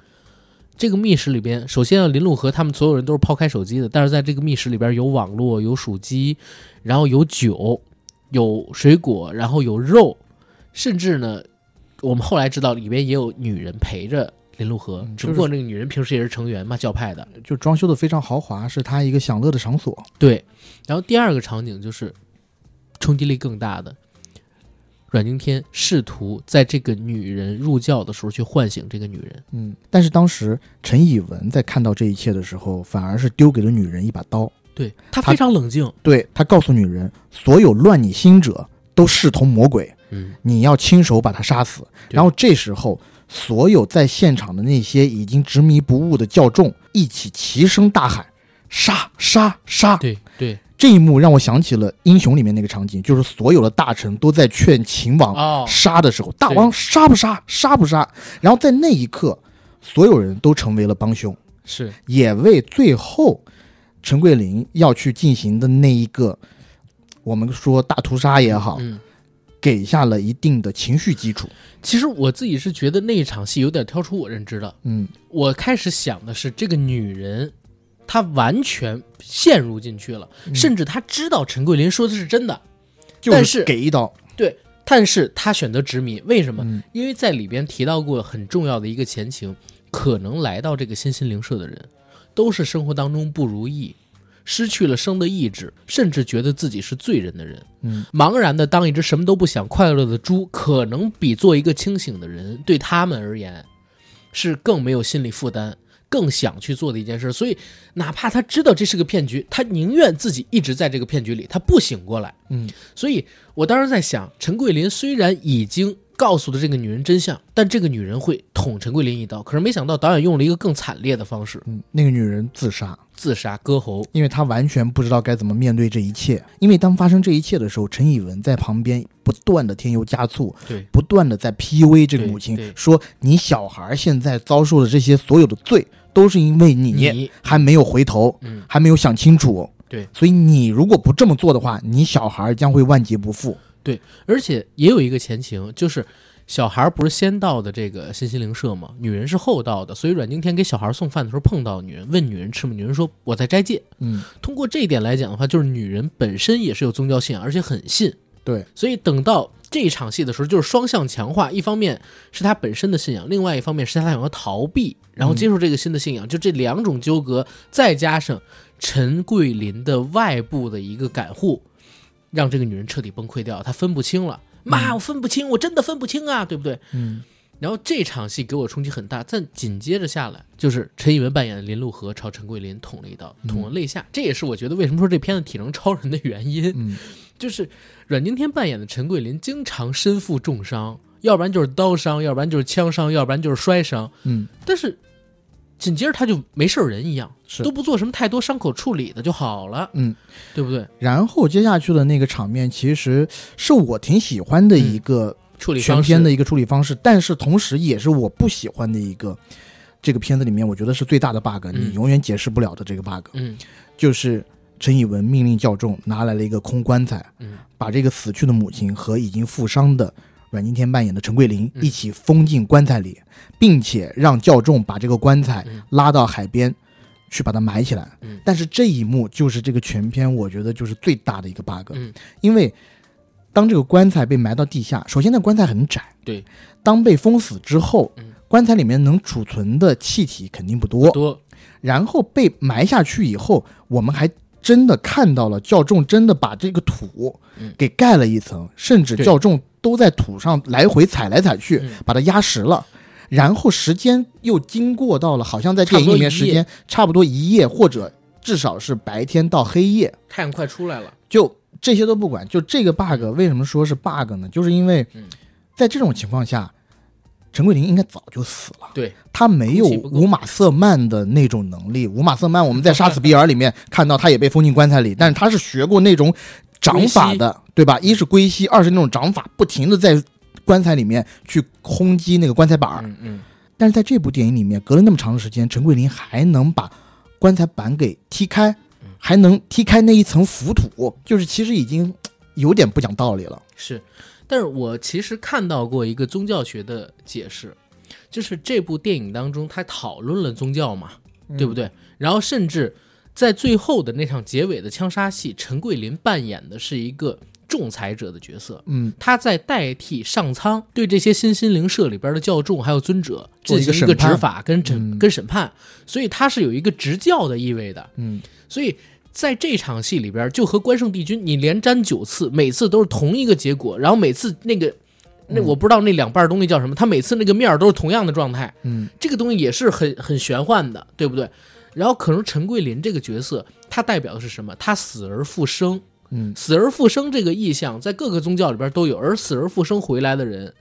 [SPEAKER 1] 这个密室里边，首先啊，林路和他们所有人都是抛开手机的，但是在这个密室里边有网络、有手机，然后有酒、有水果，然后有肉，甚至呢，我们后来知道里边也有女人陪着林路和，
[SPEAKER 2] 嗯
[SPEAKER 1] 只
[SPEAKER 2] 就是
[SPEAKER 1] 不过那个女人平时也是成员嘛，教派的。
[SPEAKER 2] 就装修的非常豪华，是他一个享乐的场所。
[SPEAKER 1] 对，然后第二个场景就是呃冲击力更大的，阮经天试图在这个女人入教的时候去唤醒这个女人。
[SPEAKER 2] 嗯，但是当时陈以文在看到这一切的时候，反而是丢给了女人一把刀。
[SPEAKER 1] 对他
[SPEAKER 2] 他
[SPEAKER 1] 非常冷静，
[SPEAKER 2] 对他告诉女人，所有乱你心者都视同魔鬼，
[SPEAKER 1] 嗯，
[SPEAKER 2] 你要亲手把他杀死。
[SPEAKER 1] 对
[SPEAKER 2] 然后这时候，所有在现场的那些已经执迷不悟的教众一起齐声大喊：“杀杀杀！”
[SPEAKER 1] 对对，
[SPEAKER 2] 这一幕让我想起了《英雄》里面那个场景，就是所有的大臣都在劝秦王
[SPEAKER 1] 哦，
[SPEAKER 2] 杀的时候，大王杀不杀？杀不杀？然后在那一刻，所有人都成为了帮凶，
[SPEAKER 1] 是
[SPEAKER 2] 也为最后陈桂林要去进行的那一个，我们说大屠杀也好，
[SPEAKER 1] 嗯。
[SPEAKER 2] 给下了一定的情绪基础。
[SPEAKER 1] 其实我自己是觉得那一场戏有点超出我认知的。
[SPEAKER 2] 嗯
[SPEAKER 1] 我开始想的是，这个女人她完全陷入进去了，
[SPEAKER 2] 嗯
[SPEAKER 1] 甚至她知道陈桂林说的是真的，
[SPEAKER 2] 就
[SPEAKER 1] 但是
[SPEAKER 2] 是给一刀。
[SPEAKER 1] 但是她选择执迷。为什么？
[SPEAKER 2] 嗯
[SPEAKER 1] 因为在里边提到过很重要的一个前情，可能来到这个新心灵社的人，都是生活当中不如意，失去了生的意志，甚至觉得自己是罪人的人。
[SPEAKER 2] 嗯
[SPEAKER 1] 茫然的当一只什么都不想、快乐的猪，可能比做一个清醒的人对他们而言是更没有心理负担、更想去做的一件事。所以，哪怕他知道这是个骗局，他宁愿自己一直在这个骗局里，他不醒过来。
[SPEAKER 2] 嗯，
[SPEAKER 1] 所以我当时在想，陈桂林虽然已经告诉了这个女人真相，但这个女人会捅陈桂林一刀。可是没想到导演用了一个更惨烈的方式，
[SPEAKER 2] 嗯，那个女人自杀。
[SPEAKER 1] 自杀割喉。
[SPEAKER 2] 因为她完全不知道该怎么面对这一切。因为当发生这一切的时候，陈以文在旁边不断的添油加醋，
[SPEAKER 1] 对
[SPEAKER 2] 不断的在 PUA 这个
[SPEAKER 1] 对
[SPEAKER 2] 母亲
[SPEAKER 1] 对，
[SPEAKER 2] 说你小孩现在遭受的这些所有的罪，都是因为你
[SPEAKER 1] 你，
[SPEAKER 2] 还没有回头，
[SPEAKER 1] 嗯，
[SPEAKER 2] 还没有想清楚。
[SPEAKER 1] 对，
[SPEAKER 2] 所以你如果不这么做的话，你小孩将会万劫不复。
[SPEAKER 1] 而且也有一个前情，就是小孩儿不是先到的这个新心灵社吗？女人是后到的，所以阮经天给小孩儿送饭的时候碰到女人，问女人吃吗？女人说我在斋戒。
[SPEAKER 2] 嗯，
[SPEAKER 1] 通过这一点来讲的话，就是女人本身也是有宗教信仰，而且很信。
[SPEAKER 2] 对，
[SPEAKER 1] 所以等到这一场戏的时候，就是双向强化，一方面是她本身的信仰，另外一方面是她想要逃避，然后接受这个新的信仰，就这两种纠葛，再加上陈桂林的外部的一个感悟，让这个女人彻底崩溃掉，她分不清了。妈，我分不清，我真的分不清啊，对不对？
[SPEAKER 2] 嗯
[SPEAKER 1] 然后这场戏给我冲击很大，但紧接着下来就是陈以文扮演的林路和朝陈桂林捅了一刀，捅了肋下，这也是我觉得为什么说这片子体能超人的原因。
[SPEAKER 2] 嗯，
[SPEAKER 1] 就是阮经天扮演的陈桂林经常身负重伤，要不然就是刀伤，要不然就是枪伤，要不然就是摔伤，
[SPEAKER 2] 嗯，
[SPEAKER 1] 但是紧接着他就没事儿人一样，
[SPEAKER 2] 是
[SPEAKER 1] 都不做什么太多伤口处理的就好了，
[SPEAKER 2] 嗯，
[SPEAKER 1] 对不对？
[SPEAKER 2] 然后接下去的那个场面，其实是我挺喜欢的一个
[SPEAKER 1] 嗯处理
[SPEAKER 2] 全
[SPEAKER 1] 方
[SPEAKER 2] 片
[SPEAKER 1] 式
[SPEAKER 2] 的一个处理方式，但是同时也是我不喜欢的一个这个片子里面，我觉得是最大的 bug，、
[SPEAKER 1] 嗯
[SPEAKER 2] 你永远解释不了的这个 bug，
[SPEAKER 1] 嗯
[SPEAKER 2] 就是陈以文命令教众拿来了一个空棺材，
[SPEAKER 1] 嗯
[SPEAKER 2] 把这个死去的母亲和已经负伤的阮经天扮演的陈桂林
[SPEAKER 1] 嗯
[SPEAKER 2] 一起封进棺材里，并且让教众把这个棺材
[SPEAKER 1] 嗯
[SPEAKER 2] 拉到海边去把它埋起来
[SPEAKER 1] 嗯。
[SPEAKER 2] 但是这一幕就是这个全片我觉得就是最大的一个 bug，
[SPEAKER 1] 嗯
[SPEAKER 2] 因为当这个棺材被埋到地下，首先那棺材很窄，
[SPEAKER 1] 对，
[SPEAKER 2] 当被封死之后
[SPEAKER 1] 嗯，
[SPEAKER 2] 棺材里面能储存的气体肯定不多，
[SPEAKER 1] 多
[SPEAKER 2] 然后被埋下去以后，我们还。真的看到了教众真的把这个土
[SPEAKER 1] 嗯
[SPEAKER 2] 给盖了一层，甚至
[SPEAKER 1] 对
[SPEAKER 2] 教众都在土上来回踩来踩去
[SPEAKER 1] 嗯，
[SPEAKER 2] 把它压实了。然后时间又经过到了，好像在电影里面
[SPEAKER 1] 差不多
[SPEAKER 2] 时
[SPEAKER 1] 一夜
[SPEAKER 2] 间差不多一夜，或者至少是白天到黑夜，
[SPEAKER 1] 太阳快出来了，
[SPEAKER 2] 就这些都不管。就这个 bug 为什么说是 bug 呢？就是因为
[SPEAKER 1] 嗯
[SPEAKER 2] 在这种情况下，陈桂林应该早就死了。
[SPEAKER 1] 对，
[SPEAKER 2] 他没有
[SPEAKER 1] 空气不够
[SPEAKER 2] 五马瑟曼的那种能力。五马瑟曼，我们在 《杀死比尔》里面看到他也被封进棺材里，但是他是学过那种掌法的，对吧？一是归西，二是那种掌法，不停的在棺材里面去轰击那个棺材板儿。
[SPEAKER 1] 嗯嗯，
[SPEAKER 2] 但是在这部电影里面，隔了那么长的时间，陈桂林还能把棺材板给踢开，还能踢开那一层浮土，就是其实已经有点不讲道理了。
[SPEAKER 1] 是。但是我其实看到过一个宗教学的解释，就是这部电影当中他讨论了宗教嘛，对不对？然后甚至在最后的那场结尾的枪杀戏，陈桂林扮演的是一个仲裁者的角色，
[SPEAKER 2] 嗯，
[SPEAKER 1] 他在代替上苍对这些新心灵社里边的教众还有尊者
[SPEAKER 2] 做
[SPEAKER 1] 进
[SPEAKER 2] 一个
[SPEAKER 1] 行一
[SPEAKER 2] 审
[SPEAKER 1] 个
[SPEAKER 2] 判
[SPEAKER 1] 执法跟审、
[SPEAKER 2] 嗯
[SPEAKER 1] 跟审判，所以他是有一个执教的意味的。
[SPEAKER 2] 嗯
[SPEAKER 1] 所以在这场戏里边，就和关圣帝君你连战九次，每次都是同一个结果，然后每次那个那
[SPEAKER 2] 嗯
[SPEAKER 1] 我不知道那两半东西叫什么，他每次那个面儿都是同样的状态，
[SPEAKER 2] 嗯
[SPEAKER 1] 这个东西也是很很玄幻的，对不对？然后可能陈桂林这个角色，他代表的是什么？他死而复生，
[SPEAKER 2] 嗯
[SPEAKER 1] 死而复生这个意象在各个宗教里边都有，而死而复生回来的人，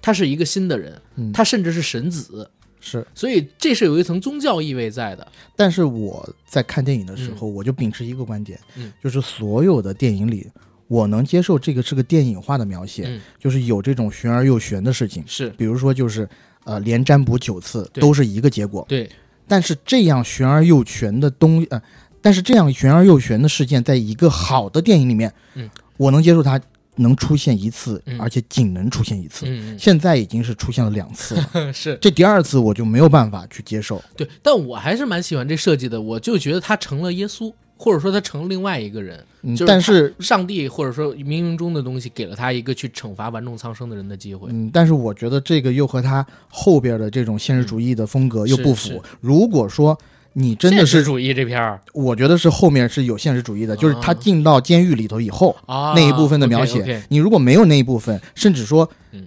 [SPEAKER 1] 他是一个新的人，
[SPEAKER 2] 嗯，
[SPEAKER 1] 他甚至是神子，
[SPEAKER 2] 是。
[SPEAKER 1] 所以这是有一层宗教意味在的。
[SPEAKER 2] 但是我在看电影的时候，我就秉持一个观点，
[SPEAKER 1] 嗯
[SPEAKER 2] 就是所有的电影里，我能接受这个是个电影化的描写，
[SPEAKER 1] 嗯
[SPEAKER 2] 就是有这种玄而又玄的事情，
[SPEAKER 1] 是
[SPEAKER 2] 比如说就是呃连占卜九次
[SPEAKER 1] 对
[SPEAKER 2] 都是一个结果，
[SPEAKER 1] 对，
[SPEAKER 2] 但是这样玄而又玄的东呃，但是这样玄而又玄的事件，在一个好的电影里面，
[SPEAKER 1] 嗯，
[SPEAKER 2] 我能接受它能出现一次，
[SPEAKER 1] 嗯
[SPEAKER 2] 而且仅能出现一次。
[SPEAKER 1] 嗯，
[SPEAKER 2] 现在已经是出现了两 次了，
[SPEAKER 1] 嗯是
[SPEAKER 2] 这第二次我就没有办法去接受。
[SPEAKER 1] 对，但我还是蛮喜欢这设计的，我就觉得他成了耶稣，或者说他成了另外一个人，
[SPEAKER 2] 嗯，
[SPEAKER 1] 就是
[SPEAKER 2] 但是
[SPEAKER 1] 上帝或者说冥冥中的东西给了他一个去惩罚玩弄苍生的人的机会。
[SPEAKER 2] 嗯，但是我觉得这个又和他后边的这种现实主义的风格又不
[SPEAKER 1] 是
[SPEAKER 2] 符
[SPEAKER 1] 是。
[SPEAKER 2] 如果说你真的
[SPEAKER 1] 现
[SPEAKER 2] 是
[SPEAKER 1] 实，主义这片儿
[SPEAKER 2] 我觉得是后面是有现实主义的，就是他
[SPEAKER 1] 啊
[SPEAKER 2] 进到监狱里头以后，
[SPEAKER 1] 啊
[SPEAKER 2] 那一部分的描写
[SPEAKER 1] o k
[SPEAKER 2] 你如果没有那一部分，甚至说，
[SPEAKER 1] 嗯，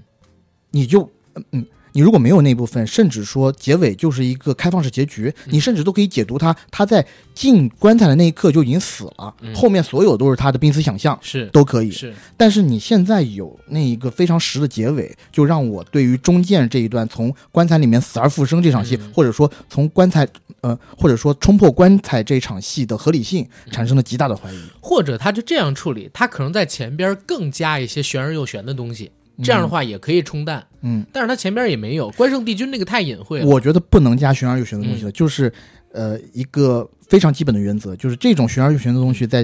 [SPEAKER 2] 你就，嗯嗯，你如果没有那部分，甚至说结尾就是一个开放式结局，
[SPEAKER 1] 嗯
[SPEAKER 2] 你甚至都可以解读他，他在进棺材的那一刻就已经死了，
[SPEAKER 1] 嗯
[SPEAKER 2] 后面所有都是他的濒死想象，
[SPEAKER 1] 是
[SPEAKER 2] 都可以。
[SPEAKER 1] 是
[SPEAKER 2] 但是你现在有那一个非常实的结尾，就让我对于中间这一段从棺材里面死而复生这场戏，
[SPEAKER 1] 嗯
[SPEAKER 2] 或者说从棺材呃，或者说冲破棺材这场戏的合理性产生了极大的怀疑。
[SPEAKER 1] 或者他就这样处理，他可能在前边更加一些玄而又玄的东西，这样的话也可以冲淡。
[SPEAKER 2] 嗯，
[SPEAKER 1] 但是他前边也没有关圣帝君那个太隐晦了。嗯
[SPEAKER 2] 我觉得不能加玄而又玄的东西了，就是呃一个非常基本的原则，就是这种玄而又玄的东西在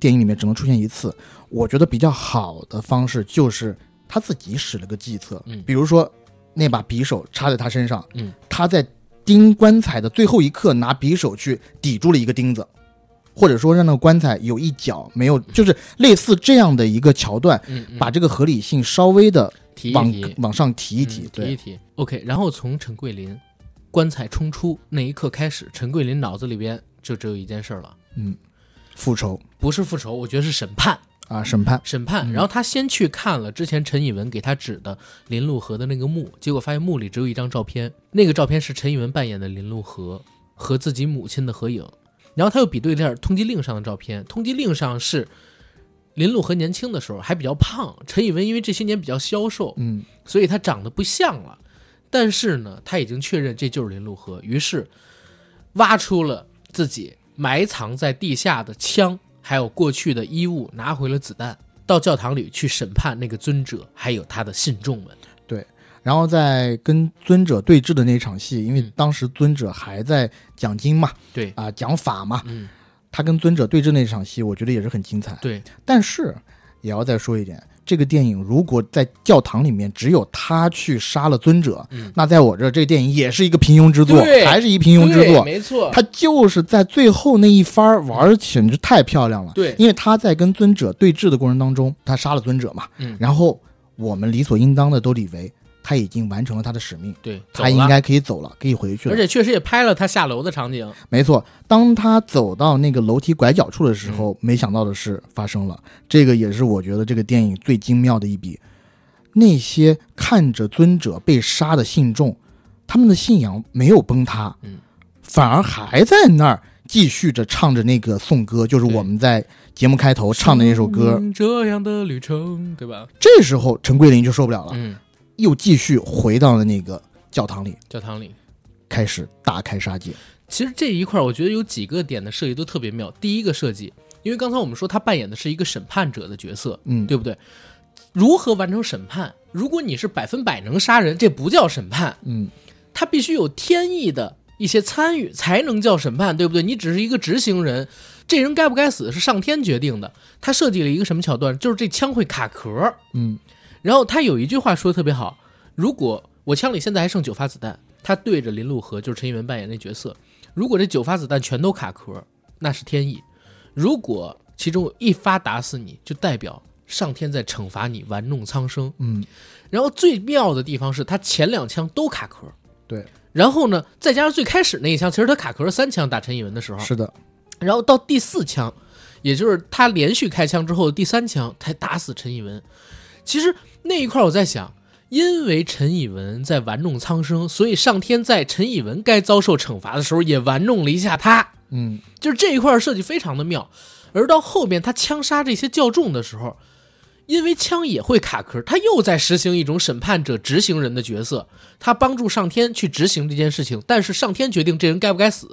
[SPEAKER 2] 电影里面只能出现一次。我觉得比较好的方式就是他自己使了个计策，
[SPEAKER 1] 嗯
[SPEAKER 2] 比如说那把匕首插在他身上，
[SPEAKER 1] 嗯，
[SPEAKER 2] 他在钉棺材的最后一刻拿匕首去抵住了一个钉子。或者说让那个棺材有一角没有，就是类似这样的一个桥段，
[SPEAKER 1] 嗯嗯
[SPEAKER 2] 把这个合理性稍微的
[SPEAKER 1] 提一
[SPEAKER 2] 往
[SPEAKER 1] 提，
[SPEAKER 2] 往上提一
[SPEAKER 1] 嗯
[SPEAKER 2] 提，
[SPEAKER 1] 提一
[SPEAKER 2] 对，
[SPEAKER 1] 提。OK，然后从陈桂林棺材冲出那一刻开始，陈桂林脑子里边就只有一件事儿了，
[SPEAKER 2] 复仇
[SPEAKER 1] 不是复仇，我觉得是审判，
[SPEAKER 2] 啊，审判，
[SPEAKER 1] 审判。然后他先去看了之前陈以文给他指的林路河的那个墓，结果发现墓里只有一张照片，那个照片是陈以文扮演的林路河和自己母亲的合影。然后他又比对了一下通缉令上的照片，通缉令上是林路河年轻的时候还比较胖，陈以文因为这些年比较消瘦，
[SPEAKER 2] 嗯，
[SPEAKER 1] 所以他长得不像了。但是呢，他已经确认这就是林路河，于是挖出了自己埋藏在地下的枪，还有过去的衣物，拿回了子弹，到教堂里去审判那个尊者，还有他的信众们。
[SPEAKER 2] 然后在跟尊者对峙的那场戏，因为
[SPEAKER 1] 嗯
[SPEAKER 2] 当时尊者还在讲经嘛，
[SPEAKER 1] 对，
[SPEAKER 2] 啊、讲法嘛，
[SPEAKER 1] 嗯，
[SPEAKER 2] 他跟尊者对峙那场戏，我觉得也是很精彩。
[SPEAKER 1] 对，
[SPEAKER 2] 但是也要再说一点，这个电影如果在教堂里面只有他去杀了尊者，
[SPEAKER 1] 嗯
[SPEAKER 2] 那在我这儿这个电影也是一个平庸之作，
[SPEAKER 1] 对
[SPEAKER 2] 还是一平庸之
[SPEAKER 1] 对
[SPEAKER 2] 作。
[SPEAKER 1] 没错，
[SPEAKER 2] 他就是在最后那一番儿玩儿，简直太漂亮了。
[SPEAKER 1] 对
[SPEAKER 2] 因为他在跟尊者对峙的过程当中，他杀了尊者嘛，
[SPEAKER 1] 嗯
[SPEAKER 2] 然后我们理所应当的都以为他已经完成了他的使命，
[SPEAKER 1] 对，
[SPEAKER 2] 他
[SPEAKER 1] 走
[SPEAKER 2] 应
[SPEAKER 1] 了
[SPEAKER 2] 该可以走了，可以回去
[SPEAKER 1] 而
[SPEAKER 2] 了。
[SPEAKER 1] 且确实也拍了他下楼的 场景，
[SPEAKER 2] 没错，当他走到那个楼梯拐角处的时候，
[SPEAKER 1] 嗯
[SPEAKER 2] 没想到的事发生了。这个也是我觉得这个电影最精妙的一笔。那些看着尊者被杀的信众，他们的信仰没有崩塌，
[SPEAKER 1] 嗯，
[SPEAKER 2] 反而还在那儿继续着唱着那个颂歌，就是
[SPEAKER 1] 对
[SPEAKER 2] 我们在节目开头唱的那首歌。
[SPEAKER 1] 嗯这样的旅程，对吧？
[SPEAKER 2] 这时候陈桂林就受不了了，
[SPEAKER 1] 嗯，
[SPEAKER 2] 又继续回到了那个教堂里，
[SPEAKER 1] 教堂里。
[SPEAKER 2] 开始大开杀戒。
[SPEAKER 1] 其实这一块儿，我觉得有几个点的设计都特别妙。第一个设计，因为刚才我们说他扮演的是一个审判者的角色，
[SPEAKER 2] 嗯，
[SPEAKER 1] 对不对？如何完成审判？如果你是百分百能杀人，这不叫审判，
[SPEAKER 2] 嗯，
[SPEAKER 1] 他必须有天意的一些参与，才能叫审判，对不对？你只是一个执行人，这人该不该死是上天决定的。他设计了一个什么桥段？就是这枪会卡壳儿，
[SPEAKER 2] 嗯
[SPEAKER 1] 然后他有一句话说的特别好：如果我枪里现在还剩九发子弹，他对着林路河，就是陈一文扮演那角色，如果这九发子弹全都卡壳，那是天意；如果其中有一发打死你，就代表上天在惩罚你玩弄苍生。
[SPEAKER 2] 嗯，
[SPEAKER 1] 然后最妙的地方是他前两枪都卡壳，
[SPEAKER 2] 对，
[SPEAKER 1] 然后呢，再加上最开始那一枪，其实他卡壳三枪打陈以文的时候，
[SPEAKER 2] 是的，
[SPEAKER 1] 然后到第四枪，也就是他连续开枪之后的第三枪，才打死陈以文。其实那一块儿我在想，因为陈以文在玩弄苍生，所以上天在陈以文该遭受惩罚的时候，也玩弄了一下他。
[SPEAKER 2] 嗯
[SPEAKER 1] 就是这一块儿设计非常的妙。而到后面他枪杀这些教众的时候，因为枪也会卡壳，他又在实行一种审判者、执行人的角色，他帮助上天去执行这件事情，但是上天决定这人该不该死。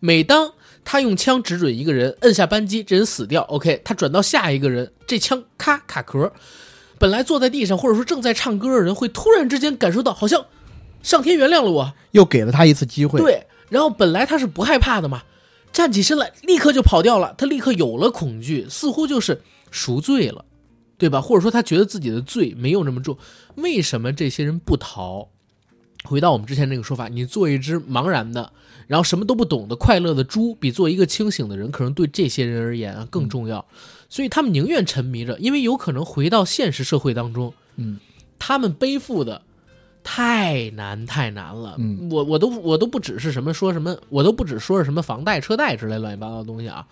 [SPEAKER 1] 每当他用枪指准一个人，摁下扳机，这人死掉，OK，他转到下一个人，这枪咔卡壳。本来坐在地上或者说正在唱歌的人，会突然之间感受到好像上天原谅了我，
[SPEAKER 2] 又给了他一次机会。，
[SPEAKER 1] 对，然后本来他是不害怕的嘛，站起身来立刻就跑掉了，他立刻有了恐惧，似乎就是赎罪了，对吧？或者说他觉得自己的罪没有那么重，为什么这些人不逃？回到我们之前那个说法，你做一只茫然的，然后什么都不懂的快乐的猪，比做一个清醒的人，可能对这些人而言啊更重要。所以他们宁愿沉迷着，因为有可能回到现实社会当中，
[SPEAKER 2] 嗯，
[SPEAKER 1] 他们背负的太难太难了。
[SPEAKER 2] 嗯
[SPEAKER 1] 我我都我都不只是什么说什么，我都不只说是什么房贷、车贷之类乱七八糟的东西啊，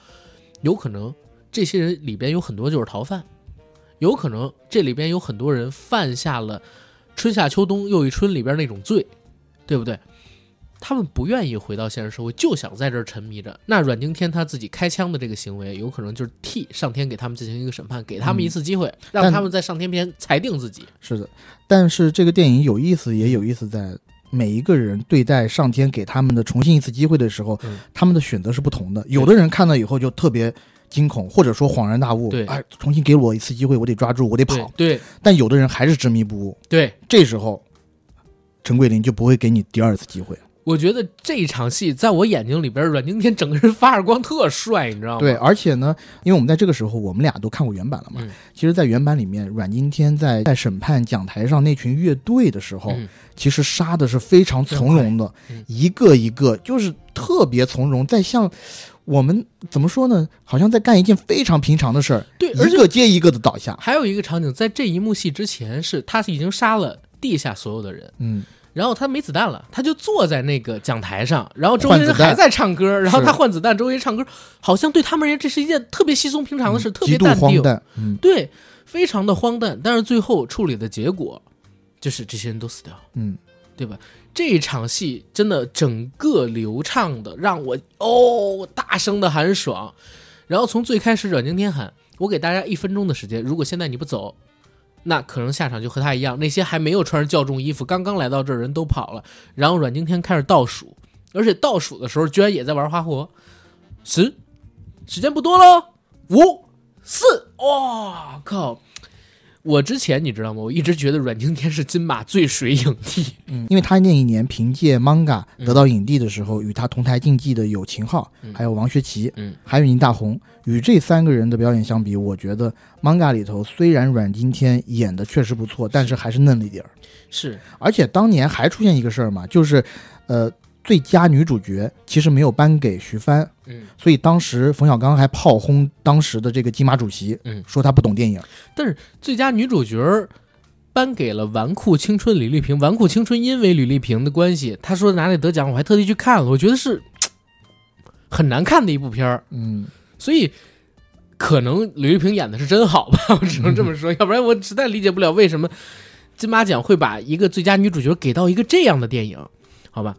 [SPEAKER 1] 有可能这些人里边有很多就是逃犯，有可能这里边有很多人犯下了春夏秋冬又一春里边那种罪，对不对？他们不愿意回到现实社会，就想在这儿沉迷着。那阮经天他自己开枪的这个行为，有可能就是替上天给他们进行一个审判，给他们一次机会，让
[SPEAKER 2] 嗯但
[SPEAKER 1] 他们在上天边裁定自己。
[SPEAKER 2] 是的。但是这个电影有意思，也有意思在每一个人对待上天给他们的重新一次机会的时候，
[SPEAKER 1] 嗯
[SPEAKER 2] 他们的选择是不同的。有的人看到以后就特别惊恐，或者说恍然大悟，
[SPEAKER 1] 对
[SPEAKER 2] 哎，重新给我一次机会，我得抓住，我得跑。
[SPEAKER 1] 对
[SPEAKER 2] 但有的人还是执迷不悟，
[SPEAKER 1] 对，
[SPEAKER 2] 这时候陈桂林就不会给你第二次机会。
[SPEAKER 1] 我觉得这一场戏在我眼睛里边，阮经天整个人发着光，特帅，你知道吗？
[SPEAKER 2] 对，，而且呢，因为我们在这个时候，我们俩都看过原版了嘛。
[SPEAKER 1] 嗯
[SPEAKER 2] 其实，在原版里面，阮经天在在审判讲台上那群乐队的时候，
[SPEAKER 1] 嗯
[SPEAKER 2] 其实杀的是非常从容的，
[SPEAKER 1] 嗯
[SPEAKER 2] 一个一个就是特别从容，在像我们怎么说呢，好像在干一件非常平常的事儿，
[SPEAKER 1] 对，而
[SPEAKER 2] 一
[SPEAKER 1] 且
[SPEAKER 2] 个接一个的倒下。
[SPEAKER 1] 还有一个场景，在这一幕戏之前是他已经杀了地下所有的人，
[SPEAKER 2] 嗯，
[SPEAKER 1] 然后他没子弹了，他就坐在那个讲台上，然后周围
[SPEAKER 2] 换
[SPEAKER 1] 人
[SPEAKER 2] 子弹
[SPEAKER 1] 还在唱歌，然后
[SPEAKER 2] 是
[SPEAKER 1] 他换子弹，周围人唱歌，好像对他们而言这是一件特别稀松平常的事，特
[SPEAKER 2] 极
[SPEAKER 1] 别
[SPEAKER 2] 度
[SPEAKER 1] 淡
[SPEAKER 2] 荒
[SPEAKER 1] 定，
[SPEAKER 2] 诞。嗯
[SPEAKER 1] 对，非常的荒诞。但是最后处理的结果就是这些人都死掉了。
[SPEAKER 2] 嗯，
[SPEAKER 1] 对吧？这一场戏真的整个流畅的让我哦大声的喊爽，然后从最开始阮经天喊，我给大家一分钟的时间，如果现在你不走，那可能下场就和他一样，那些还没有穿着教众衣服、刚刚来到这儿的人都跑了，然后阮经天开始倒数，而且倒数的时候居然也在玩花活，十，时间不多喽，五、四，哇、靠！我之前你知道吗？我一直觉得阮经天是金马最水影帝，
[SPEAKER 2] 因为他那一年凭借 manga
[SPEAKER 1] 嗯
[SPEAKER 2] 得到影帝的时候，与他同台竞技的有秦昊，还有王学圻，
[SPEAKER 1] 嗯，
[SPEAKER 2] 还有林大红。与这三个人的表演相比，我觉得 manga 里头虽然阮经天演的确实不错，但是还是嫩了一点儿。
[SPEAKER 1] 是
[SPEAKER 2] 而且当年还出现一个事儿嘛，就是，呃，最佳女主角其实没有颁给徐帆，
[SPEAKER 1] 嗯，
[SPEAKER 2] 所以当时冯小刚还炮轰当时的这个金马主席，
[SPEAKER 1] 嗯
[SPEAKER 2] 说他不懂电影。
[SPEAKER 1] 最佳女主角儿颁给了《纨绔青春》李丽萍。《纨绔青春》因为李丽萍的关系，她说哪里得奖，我还特地去看了，我觉得是很难看的一部片儿。
[SPEAKER 2] 嗯，
[SPEAKER 1] 所以可能李玉萍演的是真好吧， 我只能这么说，要不然我实在理解不了为什么金马奖会把一个最佳女主角给到一个这样的电影，好吧？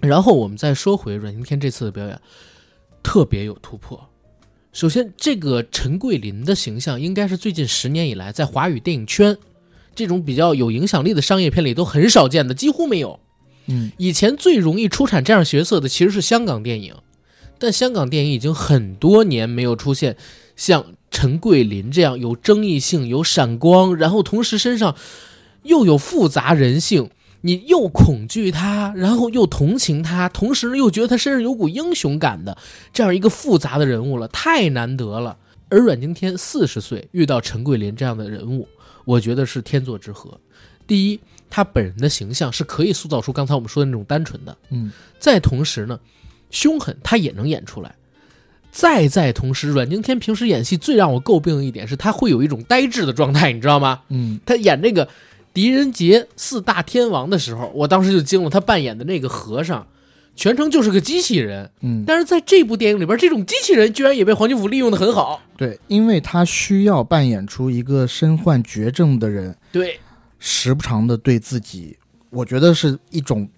[SPEAKER 1] 然后我们再说回阮经天这次的表演，特别有突破。首先，这个陈桂林的形象应该是最近十年以来在华语电影圈这种比较有影响力的商业片里都很少见的，几乎没有。
[SPEAKER 2] 嗯，
[SPEAKER 1] 以前最容易出产这样角色的其实是香港电影，但香港电影已经很多年没有出现像陈桂林这样有争议性、有闪光，然后同时身上又有复杂人性，你又恐惧他，然后又同情他，同时呢又觉得他身上有股英雄感的这样一个复杂的人物了，太难得了。而阮经天四十岁遇到陈桂林这样的人物，我觉得是天作之合。第一，他本人的形象是可以塑造出刚才我们说的那种单纯的，
[SPEAKER 2] 嗯，
[SPEAKER 1] 再同时呢，凶狠他也能演出来。再再同时，阮经天平时演戏最让我诟病的一点是，他会有一种呆滞的状态，你知道吗？
[SPEAKER 2] 嗯，
[SPEAKER 1] 他演那个狄仁杰四大天王的时候，我当时就惊了，他扮演的那个和尚，全程就是个机器人。
[SPEAKER 2] 嗯，
[SPEAKER 1] 但是在这部电影里边，这种机器人居然也被黄金甫利用的很好。
[SPEAKER 2] 对，因为他需要扮演出一个身患绝症的人，
[SPEAKER 1] 对，
[SPEAKER 2] 时不常的对自己，我觉得是一种，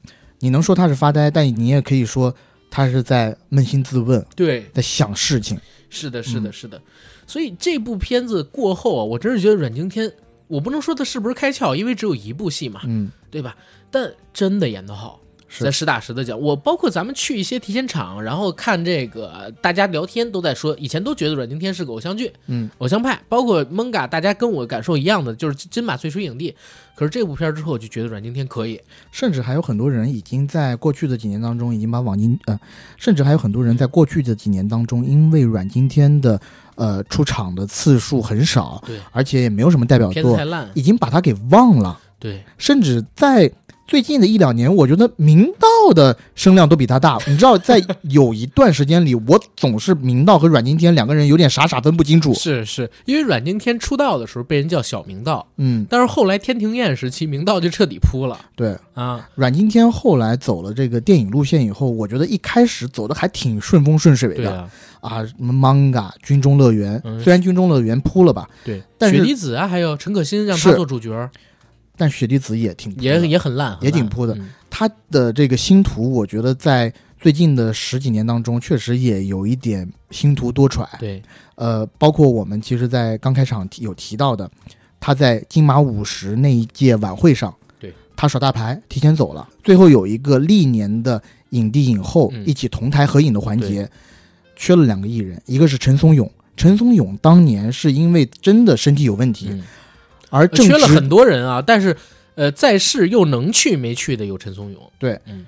[SPEAKER 2] 你能说他是发呆，但你也可以说他是在扪心自问，
[SPEAKER 1] 对，
[SPEAKER 2] 在想事情。
[SPEAKER 1] 是的，是的，
[SPEAKER 2] 嗯
[SPEAKER 1] 是的。所以这部片子过后啊，我真是觉得阮经天，我不能说他是不是开窍，因为只有一部戏嘛，
[SPEAKER 2] 嗯，
[SPEAKER 1] 对吧？但真的演得好，
[SPEAKER 2] 是
[SPEAKER 1] 咱实打实的讲，我包括咱们去一些提前场，然后看这个大家聊天都在说，以前都觉得阮经天是个偶像剧，
[SPEAKER 2] 嗯，
[SPEAKER 1] 偶像派，包括蒙嘎，大家跟我感受一样的，就是金马最水影帝。可是这部片儿之后，我就觉得阮经天可以，
[SPEAKER 2] 甚至还有很多人已经在过去的几年当中，已经把网金呃，甚至还有很多人在过去的几年当中，因为阮经天的呃出场的次数很少，
[SPEAKER 1] 对
[SPEAKER 2] 而且也没有什么代表
[SPEAKER 1] 片子
[SPEAKER 2] 作
[SPEAKER 1] 太，烂，
[SPEAKER 2] 已经把他给忘了。
[SPEAKER 1] 对，
[SPEAKER 2] 甚至在最近的一两年，我觉得明道的声量都比他大。你知道，在有一段时间里，我总是明道和阮经天两个人有点傻傻分不清楚。
[SPEAKER 1] 是是，因为阮经天出道的时候被人叫小明道，
[SPEAKER 2] 嗯，
[SPEAKER 1] 但是后来天庭宴时期，明道就彻底扑了。
[SPEAKER 2] 对，
[SPEAKER 1] 啊，
[SPEAKER 2] 阮经天后来走了这个电影路线以后，我觉得一开始走的还挺顺风顺水
[SPEAKER 1] 对
[SPEAKER 2] 的
[SPEAKER 1] 啊，
[SPEAKER 2] 啊，什么 manga、军中乐园，
[SPEAKER 1] 嗯
[SPEAKER 2] 虽然军中乐园扑了吧，
[SPEAKER 1] 对，
[SPEAKER 2] 但是
[SPEAKER 1] 雪梨子啊，还有陈可辛让他
[SPEAKER 2] 是
[SPEAKER 1] 做主角儿，
[SPEAKER 2] 但雪梨子也挺扑
[SPEAKER 1] 也
[SPEAKER 2] 的
[SPEAKER 1] 也很烂，
[SPEAKER 2] 也
[SPEAKER 1] 很烂
[SPEAKER 2] 挺扑的
[SPEAKER 1] 嗯
[SPEAKER 2] 他的这个星途，我觉得在最近的十几年当中，确实也有一点星途多舛。
[SPEAKER 1] 对，
[SPEAKER 2] 呃，包括我们其实，在刚开场提有提到的，他在金马五十那一届晚会上，
[SPEAKER 1] 对
[SPEAKER 2] 他耍大牌提前走了。最后有一个历年的影帝影后
[SPEAKER 1] 嗯
[SPEAKER 2] 一起同台合影的环节，缺了两个艺人，一个是陈松勇。陈松勇当年是因为真的身体有问题，
[SPEAKER 1] 嗯
[SPEAKER 2] 而正
[SPEAKER 1] 缺了
[SPEAKER 2] 值
[SPEAKER 1] 很多人啊，但是呃，在世又能去没去的有陈松勇，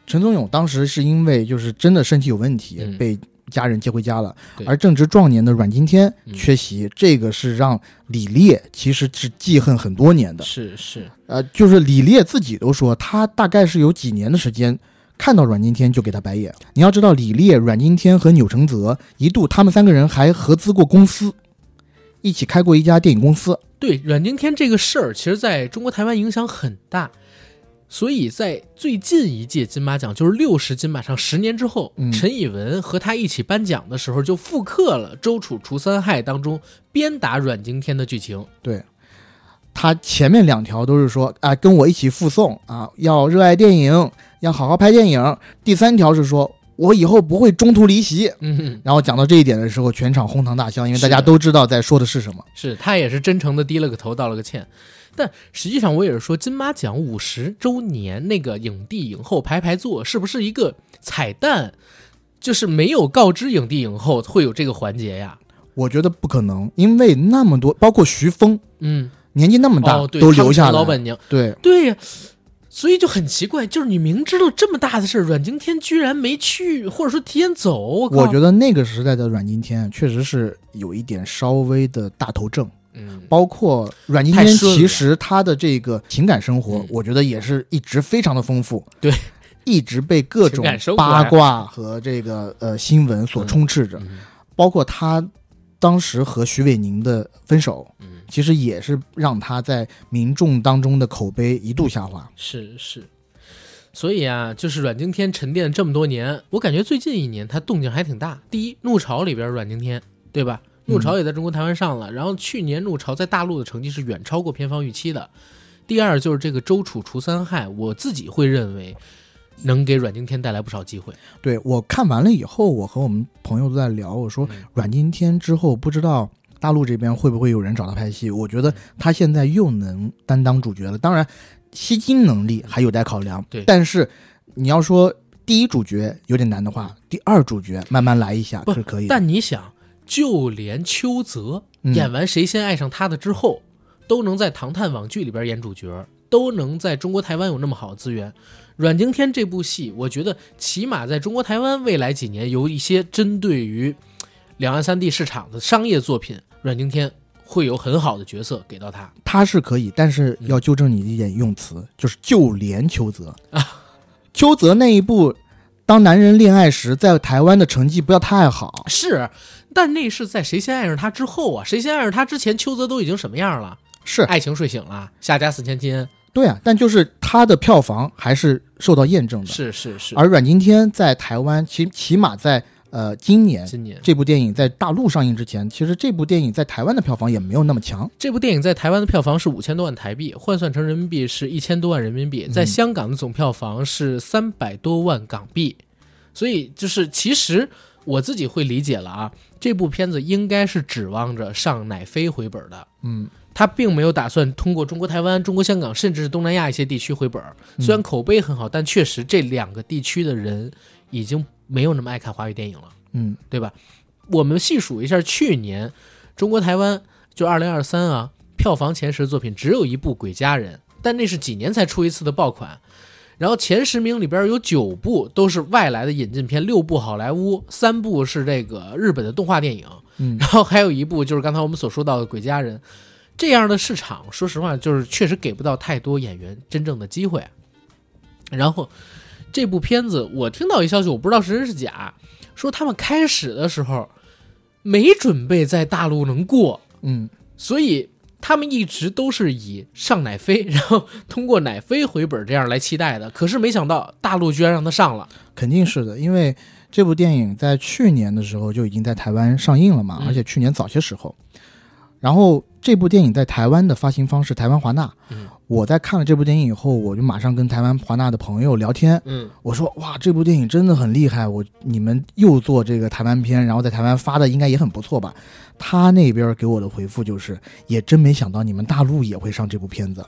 [SPEAKER 2] 陈松勇当时是因为就是真的身体有问题，
[SPEAKER 1] 嗯
[SPEAKER 2] 被家人接回家了。
[SPEAKER 1] 对
[SPEAKER 2] 而正值壮年的阮经天
[SPEAKER 1] 嗯
[SPEAKER 2] 缺席，这个是让李烈其实是记恨很多年的。
[SPEAKER 1] 是是，
[SPEAKER 2] 呃，就是李烈自己都说，他大概是有几年的时间看到阮经天就给他白眼。你要知道，李烈、阮经天和钮承泽一度他们三个人还合资过公司，一起开过一家电影公司。
[SPEAKER 1] 对阮经天这个事儿，其实在中国台湾影响很大。所以在最近一届金马奖，就是六十金马上十年之后，
[SPEAKER 2] 嗯
[SPEAKER 1] 陈以文和他一起颁奖的时候，就复刻了《周楚除三害》当中鞭打阮经天的剧情。
[SPEAKER 2] 他前面两条都是说啊、跟我一起附送啊，要热爱电影，要好好拍电影。第三条是说我以后不会中途离席。
[SPEAKER 1] 嗯，
[SPEAKER 2] 然后讲到这一点的时候，全场哄堂大笑，因为大
[SPEAKER 1] 是
[SPEAKER 2] 家
[SPEAKER 1] 的
[SPEAKER 2] 都知道在说的是什么。
[SPEAKER 1] 是他也是真诚的低了个头，道了个歉。但实际上，我也是说，金马奖五十周年那个影帝影后排排坐，是不是一个彩蛋？就是没有告知影帝影后会有这个环节呀？
[SPEAKER 2] 我觉得不可能，因为那么多，包括徐峰
[SPEAKER 1] 嗯，
[SPEAKER 2] 年纪那么大、
[SPEAKER 1] 哦，对，
[SPEAKER 2] 都
[SPEAKER 1] 他们
[SPEAKER 2] 留下
[SPEAKER 1] 是
[SPEAKER 2] 来，
[SPEAKER 1] 老板娘，
[SPEAKER 2] 对，
[SPEAKER 1] 对呀、所以就很奇怪，就是你明知道这么大的事儿，阮经天居然没去，或者说提前走。我
[SPEAKER 2] 我
[SPEAKER 1] 靠，
[SPEAKER 2] 觉得那个时代的阮经天确实是有一点稍微的大头症，
[SPEAKER 1] 嗯，
[SPEAKER 2] 包括阮经
[SPEAKER 1] 太
[SPEAKER 2] 天
[SPEAKER 1] 顺了
[SPEAKER 2] 其实他的这个情感生活
[SPEAKER 1] 嗯，
[SPEAKER 2] 我觉得也是一直非常的丰富，
[SPEAKER 1] 对，
[SPEAKER 2] 一直被各
[SPEAKER 1] 情
[SPEAKER 2] 种
[SPEAKER 1] 感生活呀
[SPEAKER 2] 八卦和这个呃新闻所充斥着，
[SPEAKER 1] 嗯
[SPEAKER 2] 包括他当时和徐伟宁的分手，
[SPEAKER 1] 嗯
[SPEAKER 2] 其实也是让他在民众当中的口碑一度下滑。
[SPEAKER 1] 是是。所以啊，就是阮经天沉淀这么多年，我感觉最近一年他动静还挺大。第一，《怒潮》里边阮经天，对吧？《怒潮》也在中国台湾上了，然后去年《怒潮》在大陆的成绩是远超过片方预期的。第二就是这个周楚除三害，我自己会认为能给阮经天带来不少机会。
[SPEAKER 2] 对我看完了以后，我和我们朋友都在聊，我说
[SPEAKER 1] 嗯
[SPEAKER 2] 阮经天之后不知道大陆这边会不会有人找他拍戏？我
[SPEAKER 1] 嗯
[SPEAKER 2] 觉得他现在又能担当主角了，当然吸金能力还有待考量。
[SPEAKER 1] 对
[SPEAKER 2] 但是你要说第一主角有点难的话，第二主角慢慢来一下
[SPEAKER 1] 不
[SPEAKER 2] 是可以的。
[SPEAKER 1] 但你想，就连邱泽
[SPEAKER 2] 嗯
[SPEAKER 1] 演完《谁先爱上他的》之后，都能在唐探网剧里边演主角，都能在中国台湾有那么好的资源。阮经天这部戏，我觉得起码在中国台湾未来几年有一些针对于两岸三地市场的商业作品，阮经天会有很好的角色给到他。
[SPEAKER 2] 他是可以，但是
[SPEAKER 1] 嗯
[SPEAKER 2] 要纠正你一点用词，就是就连邱泽
[SPEAKER 1] 啊，
[SPEAKER 2] 邱泽那一部《当男人恋爱时》在台湾的成绩不要太
[SPEAKER 1] 啊
[SPEAKER 2] 好，
[SPEAKER 1] 是，但那是在《谁先爱上他》之后啊，《谁先爱上他》之前，邱泽都已经什么样了？
[SPEAKER 2] 是
[SPEAKER 1] 爱情睡醒了，下家四千金。
[SPEAKER 2] 对啊，但就是他的票房还是受到验证的。
[SPEAKER 1] 是是是，
[SPEAKER 2] 而阮经天在台湾，起起码在呃今年
[SPEAKER 1] 今年
[SPEAKER 2] 这部电影在大陆上映之前，其实这部电影在台湾的票房也没有那么强。
[SPEAKER 1] 这部电影在台湾的票房是五千多万台币，换算成人民币是一千多万人民币，在香港的总票房是三百多万港币，所以就是其实我自己会理解了啊，这部片子应该是指望着上奶飞回本的，
[SPEAKER 2] 嗯，
[SPEAKER 1] 他并没有打算通过中国台湾、中国香港，甚至是东南亚一些地区回本儿。虽然口碑很好，但确实这两个地区的人已经没有那么爱看华语电影了。
[SPEAKER 2] 嗯，
[SPEAKER 1] 对吧？我们细数一下，去年中国台湾就二零二三啊，票房前十的作品只有一部《鬼家人》，但那是几年才出一次的爆款。然后前十名里边有九部都是外来的引进片，六部好莱坞，三部是这个日本的动画电影，
[SPEAKER 2] 嗯
[SPEAKER 1] 然后还有一部就是刚才我们所说到的《鬼家人》。这样的市场，说实话，就是确实给不到太多演员真正的机会。然后这部片子，我听到一消息，我不知道是真是假，说他们开始的时候没准备在大陆能过，
[SPEAKER 2] 嗯，
[SPEAKER 1] 所以他们一直都是以上奶飞， 然后通过奶飞回本这样来期待的。可是没想到大陆居然让他上了，
[SPEAKER 2] 肯定是的，因为这部电影在去年的时候就已经在台湾上映了嘛，
[SPEAKER 1] 嗯
[SPEAKER 2] 而且去年早些时候。然后这部电影在台湾的发行方是台湾华纳。
[SPEAKER 1] 嗯
[SPEAKER 2] 我在看了这部电影以后，我就马上跟台湾华纳的朋友聊天，
[SPEAKER 1] 嗯，
[SPEAKER 2] 我说哇，这部电影真的很厉害，我你们又做这个台湾片，然后在台湾发的应该也很不错吧？他那边给我的回复就是，也真没想到你们大陆也会上这部片子。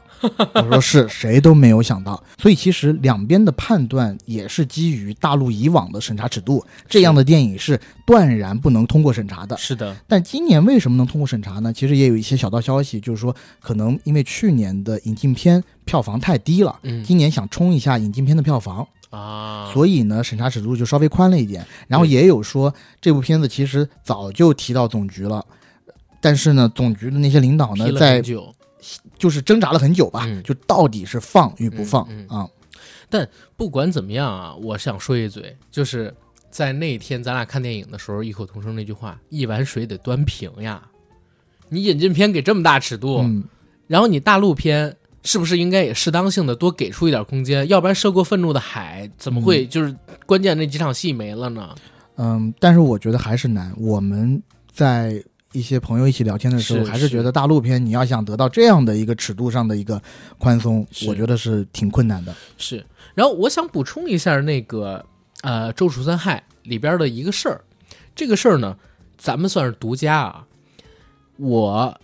[SPEAKER 2] 我说是谁都没有想到，所以其实两边的判断也是基于大陆以往的审查尺度，这样的电影是断然不能通过审查的。
[SPEAKER 1] 是的，
[SPEAKER 2] 但今年为什么能通过审查呢？其实也有一些小道消息，就是说可能因为去年的引进片票房太低了，
[SPEAKER 1] 嗯
[SPEAKER 2] 今年想冲一下引进片的票房。
[SPEAKER 1] 啊，
[SPEAKER 2] 所以呢，审查尺度就稍微宽了一点。然后
[SPEAKER 1] 对
[SPEAKER 2] 也有说，这部片子其实早就提到总局了，但是呢，总局的那些领导
[SPEAKER 1] 批
[SPEAKER 2] 呢，
[SPEAKER 1] 了很
[SPEAKER 2] 在
[SPEAKER 1] 久，
[SPEAKER 2] 就是挣扎了很久吧，
[SPEAKER 1] 嗯
[SPEAKER 2] 就到底是放与不放啊、
[SPEAKER 1] 嗯不管怎么样啊，我想说一嘴，就是在那天咱俩看电影的时候，异口同声那句话：“一碗水得端平呀。”你引进片给这么大尺度，
[SPEAKER 2] 嗯，
[SPEAKER 1] 然后你大陆片是不是应该也适当性的多给出一点空间？要不然涉过愤怒的海，怎么会就是关键那几场戏没了呢？
[SPEAKER 2] 嗯，但是我觉得还是难。我们在一些朋友一起聊天的时候，
[SPEAKER 1] 是
[SPEAKER 2] 还是觉得大陆片你要想得到这样的一个尺度上的一个宽松，
[SPEAKER 1] 是
[SPEAKER 2] 我觉得是挺困难的。
[SPEAKER 1] 是，然后我想补充一下那个呃《咒术三害》里边的一个事儿，这个事儿呢，咱们算是独家啊。我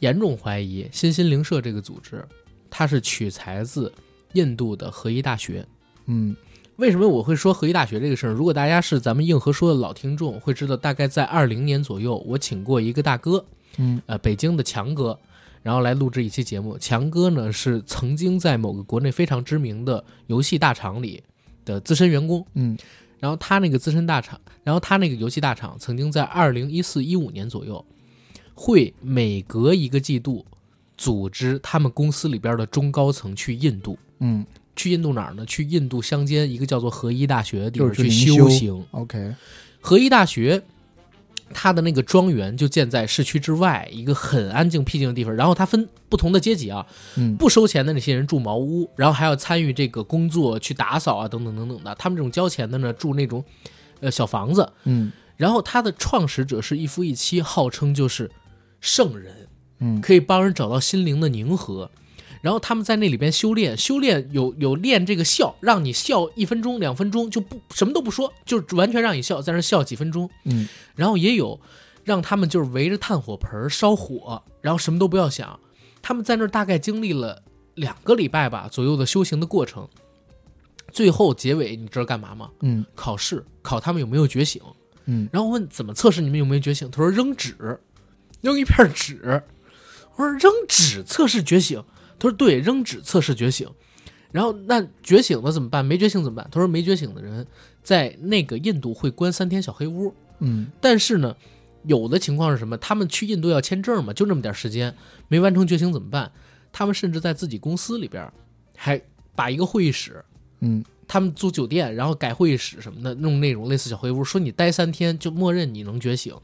[SPEAKER 1] 严重怀疑新心灵社这个组织，它是取材自印度的合一大学。
[SPEAKER 2] 嗯
[SPEAKER 1] 为什么我会说合一大学这个事儿？如果大家是咱们硬核说的老听众，会知道大概在二零年左右，我请过一个大哥，
[SPEAKER 2] 嗯
[SPEAKER 1] 呃，北京的强哥，然后来录制一期节目。强哥呢是曾经在某个国内非常知名的游戏大厂里的资深员工，
[SPEAKER 2] 嗯
[SPEAKER 1] 然后他那个资深大厂，然后他那个游戏大厂曾经在二零一四一五年左右，会每隔一个季度组织他们公司里边的中高层去印度。
[SPEAKER 2] 嗯
[SPEAKER 1] 去印度哪儿呢？去印度乡间一个叫做合一大学的地
[SPEAKER 2] 就
[SPEAKER 1] 方
[SPEAKER 2] 是去
[SPEAKER 1] 去
[SPEAKER 2] 灵修
[SPEAKER 1] 修行。
[SPEAKER 2] ，OK，
[SPEAKER 1] 合一大学它的那个庄园就建在市区之外一个很安静僻静的地方，然后它分不同的阶级啊，
[SPEAKER 2] 嗯
[SPEAKER 1] 不收钱的那些人住茅屋，然后还要参与这个工作去打扫啊，等等等等的。他们这种交钱的呢，住那种呃小房子。
[SPEAKER 2] 嗯
[SPEAKER 1] 然后它的创始者是一夫一妻，号称就是圣人，
[SPEAKER 2] 嗯
[SPEAKER 1] 可以帮人找到心灵的宁和。然后他们在那里边修炼，修炼有有练这个笑，让你笑一分钟、两分钟就不什么都不说，就是完全让你笑，在那笑几分钟。
[SPEAKER 2] 嗯
[SPEAKER 1] 然后也有让他们就是围着炭火盆儿烧火，然后什么都不要想。他们在那儿大概经历了两个礼拜吧左右的修行的过程。最后结尾你知道干嘛吗？
[SPEAKER 2] 嗯
[SPEAKER 1] 考试，考他们有没有觉醒。
[SPEAKER 2] 嗯
[SPEAKER 1] 然后问怎么测试你们有没有觉醒，他说扔纸，扔一片纸。我说扔纸测试觉醒，他说对，扔纸测试觉醒。然后那觉醒了怎么办？没觉醒怎么办？他说没觉醒的人在那个印度会关三天小黑屋，
[SPEAKER 2] 嗯
[SPEAKER 1] 但是呢，有的情况是什么？他们去印度要签证嘛，就那么点时间，没完成觉醒怎么办？他们甚至在自己公司里边儿还把一个会议室，
[SPEAKER 2] 嗯
[SPEAKER 1] 他们租酒店，然后改会议室什么的，弄那种类似小黑屋，说你待三天就默认你能觉醒，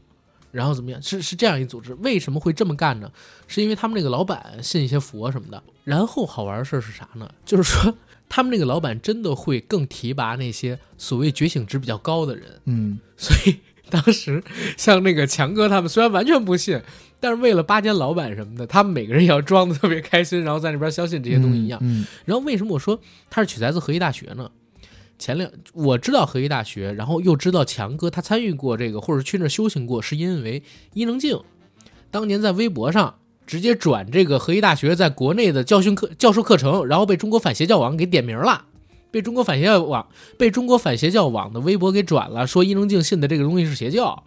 [SPEAKER 1] 然后怎么样？是是这样一组织。为什么会这么干呢？是因为他们那个老板信一些佛什么的。然后好玩的事儿是啥呢？就是说他们那个老板真的会更提拔那些所谓觉醒值比较高的人。
[SPEAKER 2] 嗯
[SPEAKER 1] 所以当时像那个强哥他们，虽然完全不信，但是为了巴结老板什么的，他们每个人也要装的特别开心，然后在那边相信这些东西一样。
[SPEAKER 2] 嗯
[SPEAKER 1] 然后为什么我说它是取材自河医大学呢？前两我知道河医大学，然后又知道强哥他参与过这个，或者去那儿修行过，是因为伊能静当年在微博上直接转这个河医大学在国内的教训课教授课程，然后被中国反邪教网给点名了。被中国反邪教网被中国反邪教网的微博给转了，说伊能静信的这个东西是邪教，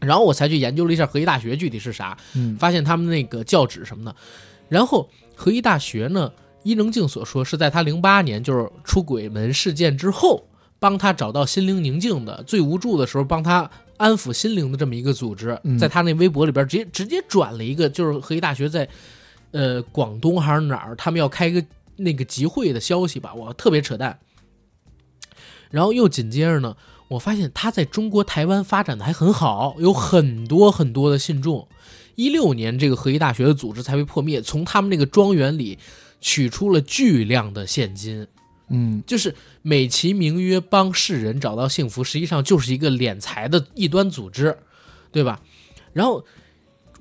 [SPEAKER 1] 然后我才去研究了一下河医大学具体是啥，
[SPEAKER 2] 嗯
[SPEAKER 1] 发现他们那个教旨什么的。然后合一大学呢，伊能静所说是在他零八年就是出轨门事件之后，帮他找到心灵宁静的最无助的时候，帮他安抚心灵的这么一个组织
[SPEAKER 2] 嗯，
[SPEAKER 1] 在他那微博里边直接直接转了一个，就是合一大学在呃广东还是哪儿，他们要开一个那个集会的消息吧，我特别扯淡。然后又紧接着呢，我发现他在中国台湾发展的还很好，有很多很多的信众。一六年，这个合一大学的组织才被破灭，从他们那个庄园里取出了巨量的现金，
[SPEAKER 2] 嗯
[SPEAKER 1] 就是美其名曰帮世人找到幸福，实际上就是一个敛财的异端组织，对吧？然后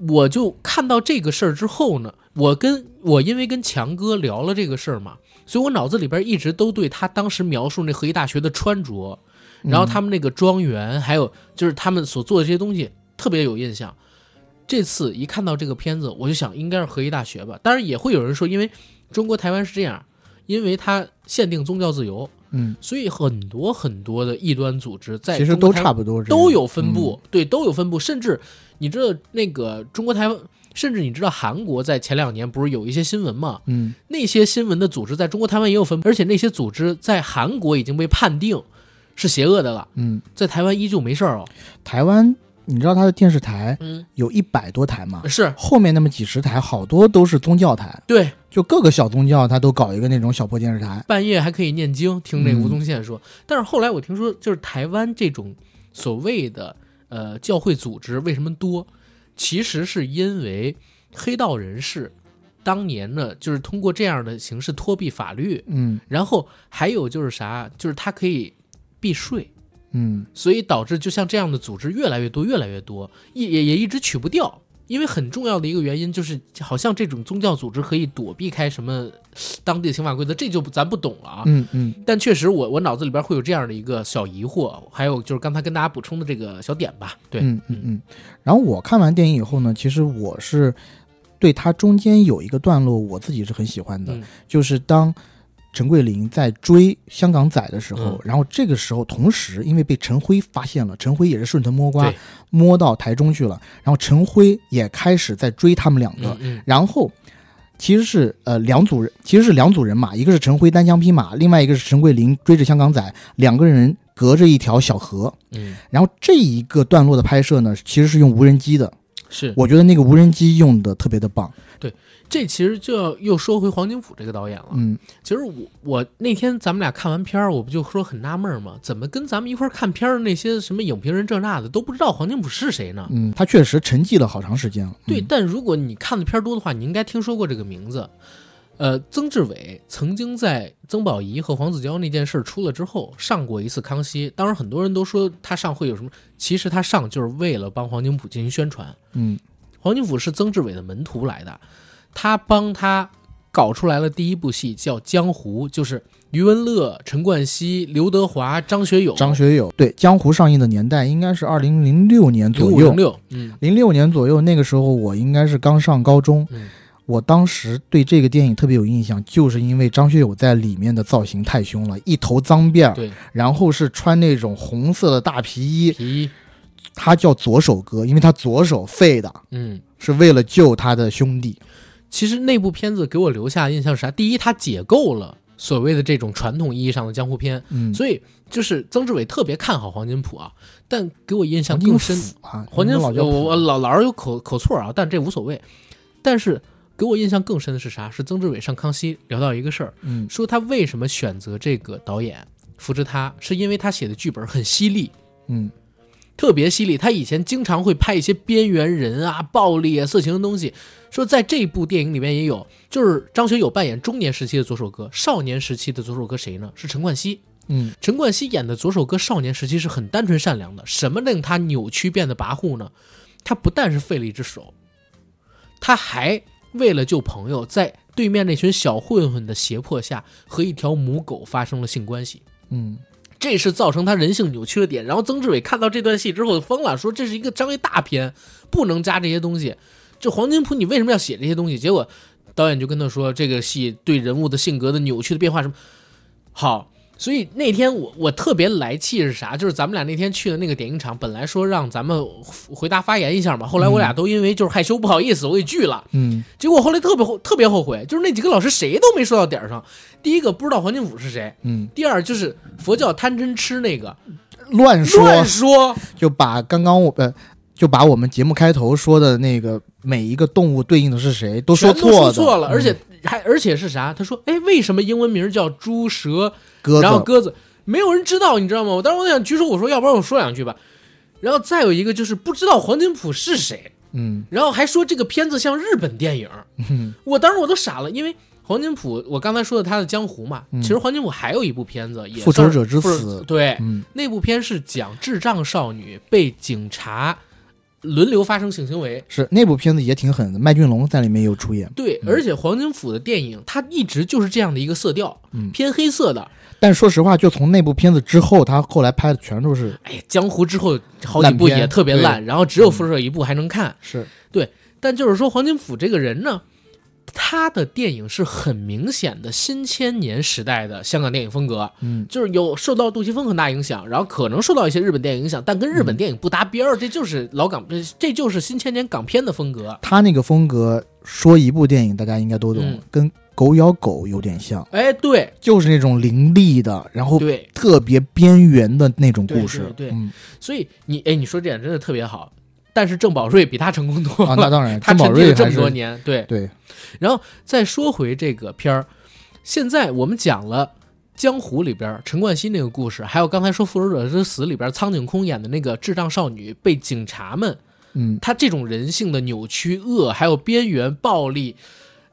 [SPEAKER 1] 我就看到这个事儿之后呢，我跟我因为跟强哥聊了这个事儿嘛，所以我脑子里边一直都对他当时描述那合一大学的穿着，然后他们那个庄园，还有就是他们所做的这些东西特别有印象。这次一看到这个片子，我就想应该是合一大学吧。当然也会有人说，因为中国台湾是这样，因为它限定宗教自由，
[SPEAKER 2] 嗯，
[SPEAKER 1] 所以很多很多的异端组织在
[SPEAKER 2] 其实
[SPEAKER 1] 中国
[SPEAKER 2] 都
[SPEAKER 1] 台湾
[SPEAKER 2] 差不多，嗯
[SPEAKER 1] 都有分布，对，都有分布。甚至你知道那个中国台湾，甚至你知道韩国在前两年不是有一些新闻嘛？
[SPEAKER 2] 嗯，
[SPEAKER 1] 那些新闻的组织在中国台湾也有分布，而且那些组织在韩国已经被判定是邪恶的了，
[SPEAKER 2] 嗯
[SPEAKER 1] 在台湾依旧没事儿哦。
[SPEAKER 2] 嗯，台湾你知道它的电视台
[SPEAKER 1] 嗯，
[SPEAKER 2] 有一百多台嘛，
[SPEAKER 1] 是
[SPEAKER 2] 后面那么几十台好多都是宗教台，
[SPEAKER 1] 对，
[SPEAKER 2] 就各个小宗教它都搞一个那种小破电视台。
[SPEAKER 1] 半夜还可以念经，听那个
[SPEAKER 2] 嗯
[SPEAKER 1] 吴宗宪说。但是后来我听说，就是台湾这种所谓的呃教会组织为什么多，其实是因为黑道人士当年呢，就是通过这样的形式托避法律，
[SPEAKER 2] 嗯
[SPEAKER 1] 然后还有就是啥，就是他可以避税，
[SPEAKER 2] 嗯
[SPEAKER 1] 所以导致就像这样的组织越来越多，越来越多，也也也一直取不掉。因为很重要的一个原因就是，好像这种宗教组织可以躲避开什么呃当地的刑法规则，这就不咱不懂了啊。
[SPEAKER 2] 嗯嗯
[SPEAKER 1] 但确实我，我脑子里边会有这样的一个小疑惑，还有就是刚才跟大家补充的这个小点吧。对，
[SPEAKER 2] 嗯嗯嗯。然后我看完电影以后呢，其实我是对它中间有一个段落，我自己是很喜欢的，
[SPEAKER 1] 嗯
[SPEAKER 2] 就是当。陈桂林在追香港仔的时候，
[SPEAKER 1] 嗯
[SPEAKER 2] 然后这个时候，同时因为被陈辉发现了，陈辉也是顺藤摸瓜
[SPEAKER 1] 对
[SPEAKER 2] 摸到台中去了，然后陈辉也开始在追他们两个，
[SPEAKER 1] 嗯嗯
[SPEAKER 2] 然后其实是呃两组人，其实是两组人马，一个是陈辉单枪匹马，另外一个是陈桂林追着香港仔，两个人隔着一条小河。
[SPEAKER 1] 嗯，
[SPEAKER 2] 然后这一个段落的拍摄呢，其实是用无人机的，
[SPEAKER 1] 是
[SPEAKER 2] 我觉得那个无人机用的特别的棒。
[SPEAKER 1] 这其实就要又说回黄金甫这个导演了。
[SPEAKER 2] 嗯，
[SPEAKER 1] 其实我我那天咱们俩看完片儿，我不就说很纳闷儿吗？怎么跟咱们一块儿看片儿的那些什么影评人这那的都不知道黄金甫是谁呢？
[SPEAKER 2] 嗯，他确实沉寂了好长时间了。
[SPEAKER 1] 对，
[SPEAKER 2] 嗯
[SPEAKER 1] 但如果你看的片儿多的话，你应该听说过这个名字。呃，曾志伟曾经在曾宝仪和黄子佼那件事儿出了之后上过一次《康熙》，当然很多人都说他上会有什么，其实他上就是为了帮黄金甫进行宣传。
[SPEAKER 2] 嗯
[SPEAKER 1] 黄金甫是曾志伟的门徒来的，他帮他搞出来了第一部戏叫《江湖》，就是余文乐、陈冠希、刘德华、张学友、
[SPEAKER 2] 张学友对《江湖》上映的年代应该是二零零六年左
[SPEAKER 1] 零五
[SPEAKER 2] 右
[SPEAKER 1] 零，六，嗯，
[SPEAKER 2] 零六年左右，那个时候我应该是刚上高中，
[SPEAKER 1] 嗯
[SPEAKER 2] 我当时对这个电影特别有印象，就是因为张学友在里面的造型太凶了，一头脏辫儿，
[SPEAKER 1] 对，
[SPEAKER 2] 然后是穿那种红色的大皮衣，
[SPEAKER 1] 皮衣，
[SPEAKER 2] 他叫左手哥，因为他左手废的，
[SPEAKER 1] 嗯。
[SPEAKER 2] 是为了救他的兄弟。
[SPEAKER 1] 其实那部片子给我留下的印象是啥？第一，它解构了所谓的这种传统意义上的江湖片，
[SPEAKER 2] 嗯，
[SPEAKER 1] 所以就是曾志伟特别看好黄金谱啊，但给我印象
[SPEAKER 2] 黄
[SPEAKER 1] 更深。
[SPEAKER 2] 金甫啊，
[SPEAKER 1] 黄金
[SPEAKER 2] 你
[SPEAKER 1] 甫，
[SPEAKER 2] 们老叫
[SPEAKER 1] 我我呃
[SPEAKER 2] 甫
[SPEAKER 1] 老老是有口口错啊，但这无所谓。但是给我印象更深的是啥？是曾志伟上康熙聊到一个事儿，
[SPEAKER 2] 嗯
[SPEAKER 1] 说他为什么选择这个导演扶持他，是因为他写的剧本很犀利，
[SPEAKER 2] 嗯
[SPEAKER 1] 特别犀利。他以前经常会拍一些边缘人啊、暴力啊、色情的东西。说在这部电影里面也有，就是张学友扮演中年时期的左手哥，少年时期的左手哥谁呢？是陈冠希。
[SPEAKER 2] 嗯
[SPEAKER 1] 陈冠希演的左手哥少年时期是很单纯善良的，什么令他扭曲变得跋扈呢？他不但是废了一只手，他还为了救朋友，在对面那群小混混的胁迫下，和一条母狗发生了性关系。
[SPEAKER 2] 嗯，
[SPEAKER 1] 这是造成他人性扭曲的点。然后曾志伟看到这段戏之后疯了，说这是一个商业大片，不能加这些东西。这黄金谱你为什么要写这些东西？结果导演就跟他说，这个戏对人物的性格的扭曲的变化什么好。所以那天我我特别来气是啥？就是咱们俩那天去的那个点映场，本来说让咱们回答发言一下嘛，后来我俩都因为就是害羞不好意思，我给拒了。
[SPEAKER 2] 嗯
[SPEAKER 1] 结果后来特别后特别后悔，就是那几个老师谁都没说到点儿上。第一个不知道黄金甫是谁，
[SPEAKER 2] 嗯，
[SPEAKER 1] 第二就是佛教贪嗔痴那个
[SPEAKER 2] 乱说
[SPEAKER 1] 乱说，
[SPEAKER 2] 就把刚刚我呃，就把我们节目开头说的那个每一个动物对应的是谁都
[SPEAKER 1] 全
[SPEAKER 2] 说
[SPEAKER 1] 都
[SPEAKER 2] 错
[SPEAKER 1] 说
[SPEAKER 2] 的
[SPEAKER 1] 错了，
[SPEAKER 2] 嗯
[SPEAKER 1] 而且还而且是啥？他说，哎，为什么英文名叫猪蛇，
[SPEAKER 2] 鸽
[SPEAKER 1] 然后
[SPEAKER 2] 子
[SPEAKER 1] 鸽子，没有人知道，你知道吗？我当时我就想举手，我说，要不然我说两句吧。然后再有一个就是不知道黄金甫是谁，
[SPEAKER 2] 嗯
[SPEAKER 1] 然后还说这个片子像日本电影，
[SPEAKER 2] 嗯
[SPEAKER 1] 我当时我都傻了，因为黄金甫，我刚才说的他的《江湖》嘛，
[SPEAKER 2] 嗯
[SPEAKER 1] 其实黄金甫还有一部片子也
[SPEAKER 2] 复仇
[SPEAKER 1] 算
[SPEAKER 2] 者之
[SPEAKER 1] 复仇
[SPEAKER 2] 死
[SPEAKER 1] 对，
[SPEAKER 2] 嗯
[SPEAKER 1] 那部片是讲智障少女被警察轮流发生性行为。
[SPEAKER 2] 是那部片子也挺狠的，麦浚龙在里面有出演，
[SPEAKER 1] 对，而且黄金甫的电影，它一直就是这样的一个色调，
[SPEAKER 2] 嗯
[SPEAKER 1] 偏黑色的。
[SPEAKER 2] 但说实话，就从那部片子之后，他后来拍的全都是
[SPEAKER 1] 哎，江湖之后好几部
[SPEAKER 2] 烂片嗯
[SPEAKER 1] 也特别烂，然后只有《复仇者》一部还能看。
[SPEAKER 2] 是
[SPEAKER 1] 但就是说，黄金甫这个人呢，他的电影是很明显的新千年时代的香港电影风格，
[SPEAKER 2] 嗯
[SPEAKER 1] 就是有受到杜琪峰很大影响，然后可能受到一些日本电影影响，但跟日本电影不搭边儿，这就是老港，这就是新千年港片的风格。
[SPEAKER 2] 他那个风格，说一部电影大家应该都懂，
[SPEAKER 1] 嗯
[SPEAKER 2] 跟狗咬狗有点像，
[SPEAKER 1] 哎，对，
[SPEAKER 2] 就是那种凌厉的，然后
[SPEAKER 1] 对，
[SPEAKER 2] 特别边缘的那种
[SPEAKER 1] 对
[SPEAKER 2] 故事，
[SPEAKER 1] 对对
[SPEAKER 2] 嗯
[SPEAKER 1] 所以你哎，你说这点真的特别好，但是郑宝瑞比他成功多
[SPEAKER 2] 啊，那
[SPEAKER 1] 了，
[SPEAKER 2] 当然，
[SPEAKER 1] 他
[SPEAKER 2] 郑宝
[SPEAKER 1] 沉寂
[SPEAKER 2] 瑞
[SPEAKER 1] 了这
[SPEAKER 2] 还
[SPEAKER 1] 么多
[SPEAKER 2] 是
[SPEAKER 1] 年。对，
[SPEAKER 2] 对，
[SPEAKER 1] 再说回这个片儿，现在我们讲了。江湖里边陈冠希那个故事，还有刚才说《复仇者之死》里边苍井空演的那个智障少女被警察们，
[SPEAKER 2] 嗯
[SPEAKER 1] 她这种人性的扭曲、恶，还有边缘暴力，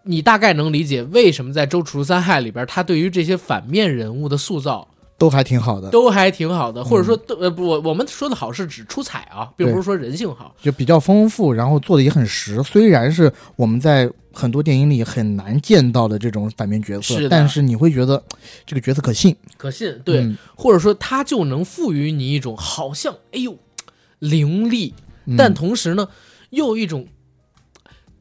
[SPEAKER 1] 你大概能理解为什么在《周处除三害》里边，他对于这些反面人物的塑造
[SPEAKER 2] 都还挺好的，
[SPEAKER 1] 都还挺好的，或者说都呃不，我我们说的好是指出彩啊，并不是说人性好。
[SPEAKER 2] 就比较丰富，然后做的也很实。虽然是我们在很多电影里很难见到的这种反面角色，
[SPEAKER 1] 是的
[SPEAKER 2] 但是你会觉得这个角色可信。
[SPEAKER 1] 可信，对，
[SPEAKER 2] 嗯
[SPEAKER 1] 或者说呃它就能赋予你一种好像哎呦凌厉，
[SPEAKER 2] 嗯
[SPEAKER 1] 但同时呢，又有一种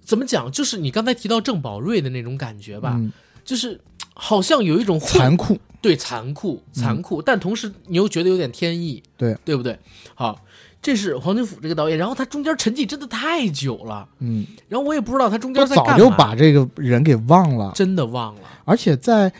[SPEAKER 1] 怎么讲，就是你刚才提到郑宝瑞的那种感觉吧，
[SPEAKER 2] 嗯
[SPEAKER 1] 就是好像有一种混
[SPEAKER 2] 残酷，
[SPEAKER 1] 对残酷残酷，但同时你又觉得有点天意，
[SPEAKER 2] 对
[SPEAKER 1] 对不对？好，这是黄金甫这个导演，然后他中间沉寂真的太久了，
[SPEAKER 2] 嗯，
[SPEAKER 1] 然后我也不知道他中
[SPEAKER 2] 都
[SPEAKER 1] 间在
[SPEAKER 2] 早
[SPEAKER 1] 干
[SPEAKER 2] 就
[SPEAKER 1] 嘛，
[SPEAKER 2] 把这个人给忘了，
[SPEAKER 1] 真的忘了，
[SPEAKER 2] 而且在。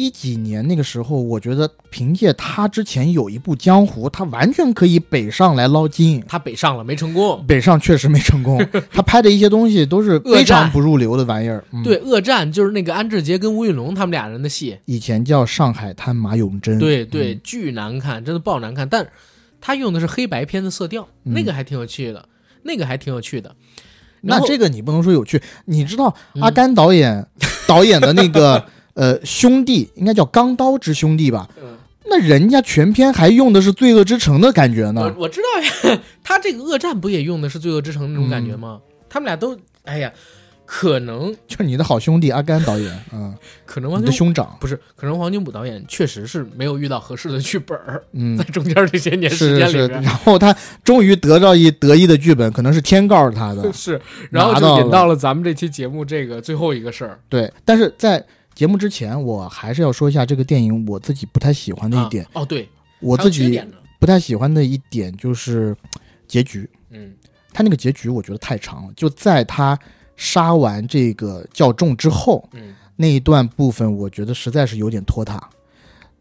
[SPEAKER 2] 一几年那个时候，我觉得凭借他之前有一部《江湖》，他完全可以北上来捞金。
[SPEAKER 1] 他北上了没成功。
[SPEAKER 2] 北上确实没成 功，他拍的一些东西都是非常不入流的玩意儿。嗯
[SPEAKER 1] 对，，恶战就是那个安志杰跟吴云龙他们俩人的戏，
[SPEAKER 2] 以前叫《上海滩马永贞》。
[SPEAKER 1] 对对，
[SPEAKER 2] 嗯
[SPEAKER 1] 巨难看，真的爆难看。但是他用的是黑白片的色调，
[SPEAKER 2] 嗯
[SPEAKER 1] 那个还挺有趣的，那个还挺有趣的。然
[SPEAKER 2] 那
[SPEAKER 1] 后
[SPEAKER 2] 这个你不能说有趣。你知道
[SPEAKER 1] 嗯
[SPEAKER 2] 阿甘导演导演的那个呃兄弟，应该叫《钢刀之兄弟》吧？
[SPEAKER 1] 嗯
[SPEAKER 2] 那人家全片还用的是《罪恶之城》的感觉
[SPEAKER 1] 我
[SPEAKER 2] 呢。
[SPEAKER 1] 我知道呀，他这个恶战不也用的是《罪恶之城》那种感
[SPEAKER 2] 嗯
[SPEAKER 1] 觉吗？他们俩都，哎呀，可能
[SPEAKER 2] 就是你的好兄弟阿甘导演，嗯，
[SPEAKER 1] 可能
[SPEAKER 2] 你
[SPEAKER 1] 王
[SPEAKER 2] 的
[SPEAKER 1] 金
[SPEAKER 2] 兄长，
[SPEAKER 1] 不是，可能王金武导演确实是没有遇到合适的剧本儿，
[SPEAKER 2] 嗯
[SPEAKER 1] 在，中间这些年时
[SPEAKER 2] 是
[SPEAKER 1] 间
[SPEAKER 2] 是
[SPEAKER 1] 里
[SPEAKER 2] 是。
[SPEAKER 1] 边，
[SPEAKER 2] 然后他终于得到一得意的剧本，可能是天告诉他的
[SPEAKER 1] 是，然后
[SPEAKER 2] 拿
[SPEAKER 1] 就
[SPEAKER 2] 到
[SPEAKER 1] 引
[SPEAKER 2] 了
[SPEAKER 1] 到了咱们这期节目这个最后一个事儿。
[SPEAKER 2] 对。但是在节目之前，我还是要说一下这个电影我自己不太喜欢的一点，
[SPEAKER 1] 啊、哦，对，
[SPEAKER 2] 我
[SPEAKER 1] 还有
[SPEAKER 2] 自
[SPEAKER 1] 缺
[SPEAKER 2] 己
[SPEAKER 1] 点呢
[SPEAKER 2] 不太喜欢的一点就是结局。
[SPEAKER 1] 嗯
[SPEAKER 2] 他那个结局我觉得太长了，就在他杀完这个教众之后
[SPEAKER 1] 嗯
[SPEAKER 2] 那一段部分，我觉得实在是有点拖沓。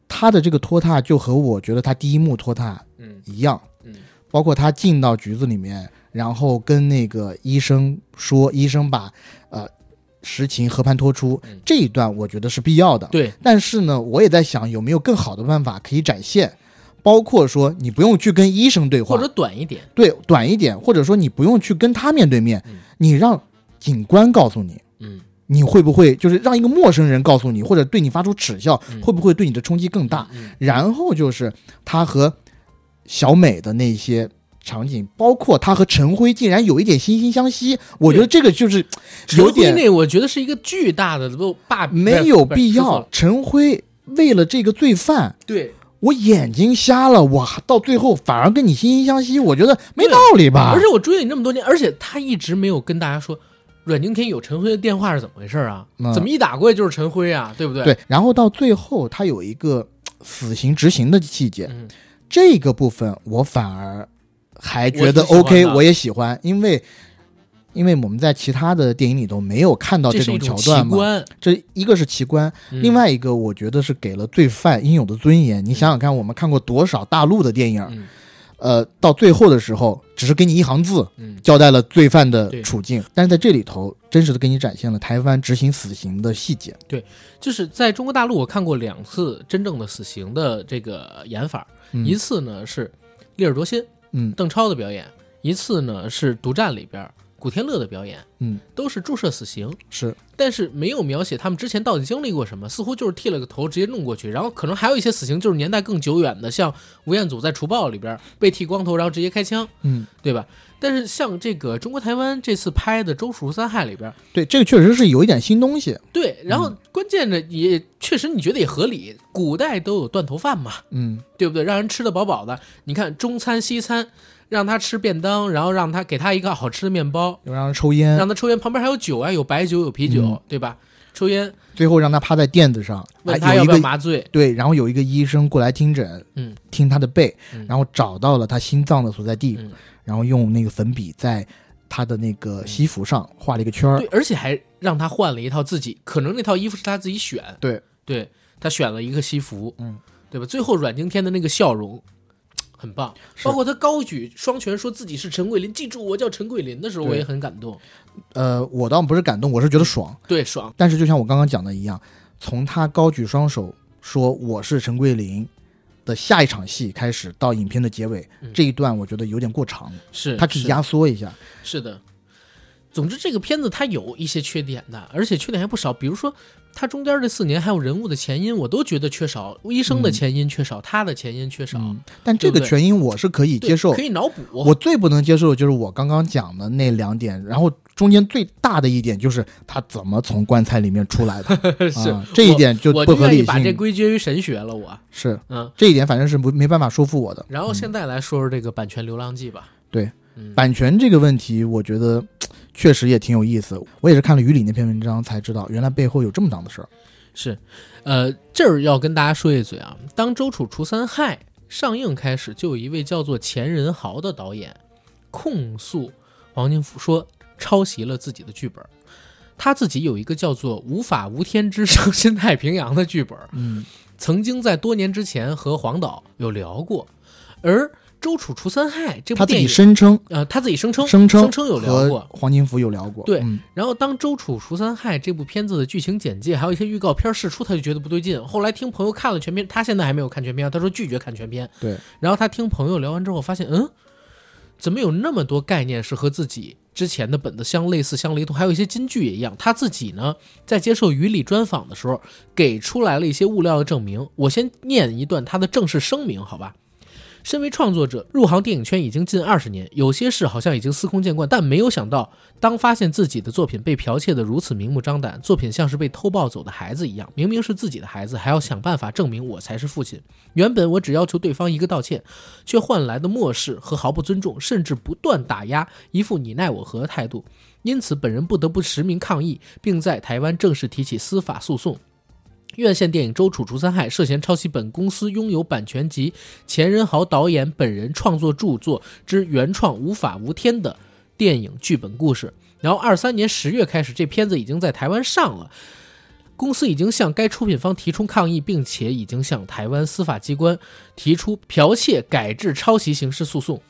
[SPEAKER 2] 他的这个拖沓就和我觉得他第一幕拖沓
[SPEAKER 1] 嗯
[SPEAKER 2] 一样，
[SPEAKER 1] 嗯
[SPEAKER 2] 包括他进到局子里面，然后跟那个医生说，医生把呃实情和盘托出
[SPEAKER 1] 嗯
[SPEAKER 2] 这一段，我觉得是必要的。
[SPEAKER 1] 对，
[SPEAKER 2] 但是呢，我也在想有没有更好的办法可以展现，包括说你不用去跟医生对话，
[SPEAKER 1] 或者短一点，
[SPEAKER 2] 对，短一点，或者说你不用去跟他面对面，
[SPEAKER 1] 嗯
[SPEAKER 2] 你让警官告诉你，
[SPEAKER 1] 嗯
[SPEAKER 2] 你会不会就是让一个陌生人告诉你，或者对你发出耻笑，
[SPEAKER 1] 嗯
[SPEAKER 2] 会不会对你的冲击更大？
[SPEAKER 1] 嗯
[SPEAKER 2] 然后就是他和小美的那些场景，包括他和陈辉竟然有一点惺惺相惜，我觉得这个就是
[SPEAKER 1] 陈
[SPEAKER 2] 有
[SPEAKER 1] 辉
[SPEAKER 2] 点
[SPEAKER 1] 那我觉得是一个巨大的不霸，
[SPEAKER 2] 没有必
[SPEAKER 1] 不是说错
[SPEAKER 2] 要
[SPEAKER 1] 了。
[SPEAKER 2] 陈辉为了这个罪犯。
[SPEAKER 1] 对，
[SPEAKER 2] 我眼睛瞎了，我到最后反而跟你惺惺相惜，我觉得没
[SPEAKER 1] 对
[SPEAKER 2] 道理吧？
[SPEAKER 1] 而且我追了你那么多年，而且他一直没有跟大家说。阮经天有陈辉的电话是怎么回事啊？
[SPEAKER 2] 嗯
[SPEAKER 1] 怎么一打过去就是陈辉啊？对不对？，
[SPEAKER 2] 对，然后到最后他有一个嘖死刑执行的细节，
[SPEAKER 1] 嗯，
[SPEAKER 2] 这个部分我反而还觉得
[SPEAKER 1] 我挺喜欢
[SPEAKER 2] OK，
[SPEAKER 1] 的
[SPEAKER 2] 我也喜欢，因为因为我们在其他的电影里头没有看到
[SPEAKER 1] 这是
[SPEAKER 2] 种
[SPEAKER 1] 一
[SPEAKER 2] 桥
[SPEAKER 1] 奇
[SPEAKER 2] 段嘛。
[SPEAKER 1] 观。
[SPEAKER 2] 这一个是奇观，
[SPEAKER 1] 嗯
[SPEAKER 2] 另，外一个我觉得是给了罪犯应有的尊严。你想想看，我们看过多少大陆的电影，
[SPEAKER 1] 嗯
[SPEAKER 2] 呃，到最后的时候只是给你一行字，
[SPEAKER 1] 嗯，
[SPEAKER 2] 交代了罪犯的
[SPEAKER 1] 对
[SPEAKER 2] 处境，但是在这里头真实的给你展现了台湾执行死刑的细节。
[SPEAKER 1] 就是在中国大陆，我看过两次真正的死刑的这个演法，
[SPEAKER 2] 嗯
[SPEAKER 1] 一次呢是烈尔卓心
[SPEAKER 2] 嗯
[SPEAKER 1] 邓超的表演，一次呢是《独占》里边古天乐的表演，
[SPEAKER 2] 嗯，
[SPEAKER 1] 都是注射死刑，
[SPEAKER 2] 是
[SPEAKER 1] 但是没有描写他们之前到底经历过什么，似乎就是剃了个头直接弄过去，然后可能还有一些死刑就是年代更久远的，像吴彦祖在《除暴》里边被剃光头，然后直接开枪，
[SPEAKER 2] 嗯。
[SPEAKER 1] 对吧？但是像这个中国台湾这次拍的《周楚三害》里边，
[SPEAKER 2] 对，这个确实是有一点新东西。
[SPEAKER 1] 对，然后关键的也确实你觉得也合理，古代都有断头饭嘛，
[SPEAKER 2] 嗯，
[SPEAKER 1] 对不对？让人吃的饱饱的。你看中餐西餐，让他吃便当，然后让他给他一个好吃的面包，
[SPEAKER 2] 又让人抽烟，
[SPEAKER 1] 让他抽烟，旁边还有酒啊，有白酒，有啤酒，
[SPEAKER 2] 嗯
[SPEAKER 1] 对吧？抽烟，
[SPEAKER 2] 最后让他趴在垫子上，
[SPEAKER 1] 问
[SPEAKER 2] 还
[SPEAKER 1] 他
[SPEAKER 2] 有
[SPEAKER 1] 要
[SPEAKER 2] 一
[SPEAKER 1] 不要
[SPEAKER 2] 个
[SPEAKER 1] 麻醉，
[SPEAKER 2] 对，然后有一个医生过来听诊，
[SPEAKER 1] 嗯，
[SPEAKER 2] 听他的背，
[SPEAKER 1] 嗯
[SPEAKER 2] 然后找到了他心脏的所在地，
[SPEAKER 1] 嗯
[SPEAKER 2] 然后用那个粉笔在他的那个西服上画了一个圈儿
[SPEAKER 1] 对，，而且还让他换了一套自己，可能那套衣服是他自己选，
[SPEAKER 2] 对，
[SPEAKER 1] 对他选了一个西服，
[SPEAKER 2] 嗯，
[SPEAKER 1] 对吧？最后阮经天的那个笑容。很棒，
[SPEAKER 2] 是
[SPEAKER 1] 包括他高举双拳说自己是陈桂林，记住我叫陈桂林的时候，
[SPEAKER 2] 对
[SPEAKER 1] 我也很感动。
[SPEAKER 2] 呃，我倒不是感动，我是觉得爽。
[SPEAKER 1] 对，爽，
[SPEAKER 2] 但是就像我刚刚讲的一样，从他高举双手说我是陈桂林的下一场戏开始到影片的结尾，
[SPEAKER 1] 嗯
[SPEAKER 2] 这一段我觉得有点过长，
[SPEAKER 1] 是
[SPEAKER 2] 他可以
[SPEAKER 1] 是
[SPEAKER 2] 压缩一下。
[SPEAKER 1] 是的，总之这个片子它有一些缺点的，而且缺点还不少。比如说，它中间这四年还有人物的前因，我都觉得缺少，医生的前因缺少，他的前因缺少，
[SPEAKER 2] 嗯，但这
[SPEAKER 1] 对
[SPEAKER 2] 个
[SPEAKER 1] 不对
[SPEAKER 2] 全因我是可以
[SPEAKER 1] 对
[SPEAKER 2] 接受
[SPEAKER 1] 可，以脑补。
[SPEAKER 2] 我最不能接受的就是我刚刚讲的那两点，然后中间最大的一点就是他怎么从棺材里面出来的，
[SPEAKER 1] 是
[SPEAKER 2] 啊、这一点就
[SPEAKER 1] 我
[SPEAKER 2] 不合
[SPEAKER 1] 愿意
[SPEAKER 2] 理
[SPEAKER 1] 把这
[SPEAKER 2] 性，
[SPEAKER 1] 归结于神学了，我
[SPEAKER 2] 是
[SPEAKER 1] 嗯。
[SPEAKER 2] 这一点反正是不没办法说服我的。
[SPEAKER 1] 然后现在来说说这个版权《流浪记》吧。
[SPEAKER 2] 对
[SPEAKER 1] 嗯，
[SPEAKER 2] 版权这个问题，我觉得嘖确实也挺有意思。我也是看了于理那篇文章才知道，原来背后有这么档子事儿。
[SPEAKER 1] 是，呃，这儿要跟大家说一嘴啊，当《周楚除三害》上映开始，就有一位叫做钱仁豪的导演控诉王金福说抄袭了自己的剧本。他自己有一个叫做《无法无天之伤心太平洋》的剧本，
[SPEAKER 2] 嗯，
[SPEAKER 1] 曾经在多年之前和黄导有聊过，而《周楚除三害》这部
[SPEAKER 2] 他自
[SPEAKER 1] 电
[SPEAKER 2] 己
[SPEAKER 1] 影，
[SPEAKER 2] 声称
[SPEAKER 1] 呃，他自己声称
[SPEAKER 2] 声称
[SPEAKER 1] 声称有聊
[SPEAKER 2] 和
[SPEAKER 1] 过。
[SPEAKER 2] 黄金福有聊过，
[SPEAKER 1] 对
[SPEAKER 2] 嗯
[SPEAKER 1] 然后当《周楚除三害》这部片子的剧情简介还有一些预告片释出，他就觉得不对劲。后来听朋友看了全片，他现在还没有看全片啊，他说拒绝看全片。
[SPEAKER 2] 对，
[SPEAKER 1] 然后他听朋友聊完之后，发现嗯，怎么有那么多概念是和自己之前的本子相类似、相雷同，还有一些金句也一样。他自己呢，在接受于理专访的时候，给出来了一些物料的证明。我先念一段他的正式声明，好吧？身为创作者，入行电影圈已经近二十年，有些事好像已经司空见惯，但没有想到，当发现自己的作品被剽窃的如此明目张胆，作品像是被偷抱走的孩子一样，明明是自己的孩子，还要想办法证明我才是父亲。原本我只要求对方一个道歉，却换来的漠视和毫不尊重，甚至不断打压，一副你奈我何的态度。因此，本人不得不实名抗议，并在台湾正式提起司法诉讼。院线电影《周楚除三害》涉嫌抄袭本公司拥有版权及钱仁豪导演本人创作著作之原创《无法无天》的电影剧本故事。然后，二三年十月开始，这片子已经在台湾上了。公司已经向该出品方提出抗议，并且已经向台湾司法机关提出剽窃、改制、抄袭刑事诉讼。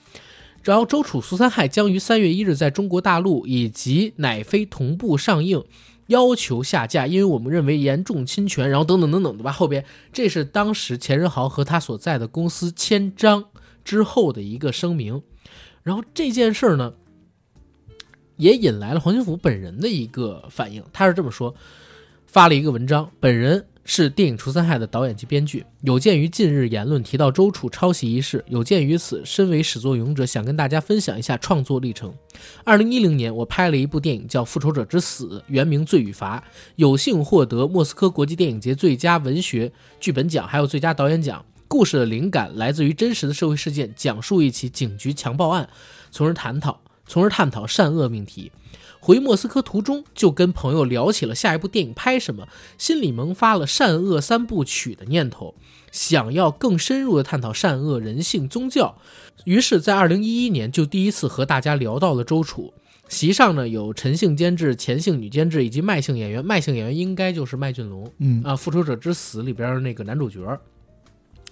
[SPEAKER 1] 然后，《周楚除三害》将于三月一日在中国大陆以及乃非同步上映，要求下架，因为我们认为严重侵权，然后等等等等的吧。后边这是当时钱仁豪和他所在的公司签章之后的一个声明。然后这件事儿呢，也引来了黄金福本人的一个反应，他是这么说：发了一个文章，本人是电影《除三害》的导演及编剧。有鉴于近日言论提到周楚抄袭一事，有鉴于此，身为始作俑者，想跟大家分享一下创作历程。二零一零年，我拍了一部电影叫《复仇者之死》，原名《罪与罚》，有幸获得莫斯科国际电影节最佳文学剧本奖，还有最佳导演奖。故事的灵感来自于真实的社会事件，讲述一起警局强暴案，从而探讨，从而探讨善恶命题。回莫斯科途中，就跟朋友聊起了下一部电影拍什么，心里萌发了善恶三部曲的念头，想要更深入的探讨善恶、人性、宗教。于是，在二零一一年就第一次和大家聊到了周楚。席上呢有陈姓监制、钱姓女监制以及麦姓演员，麦姓演员应该就是麦浚龙。
[SPEAKER 2] 嗯
[SPEAKER 1] 啊，《复仇者之死》里边儿那个男主角儿。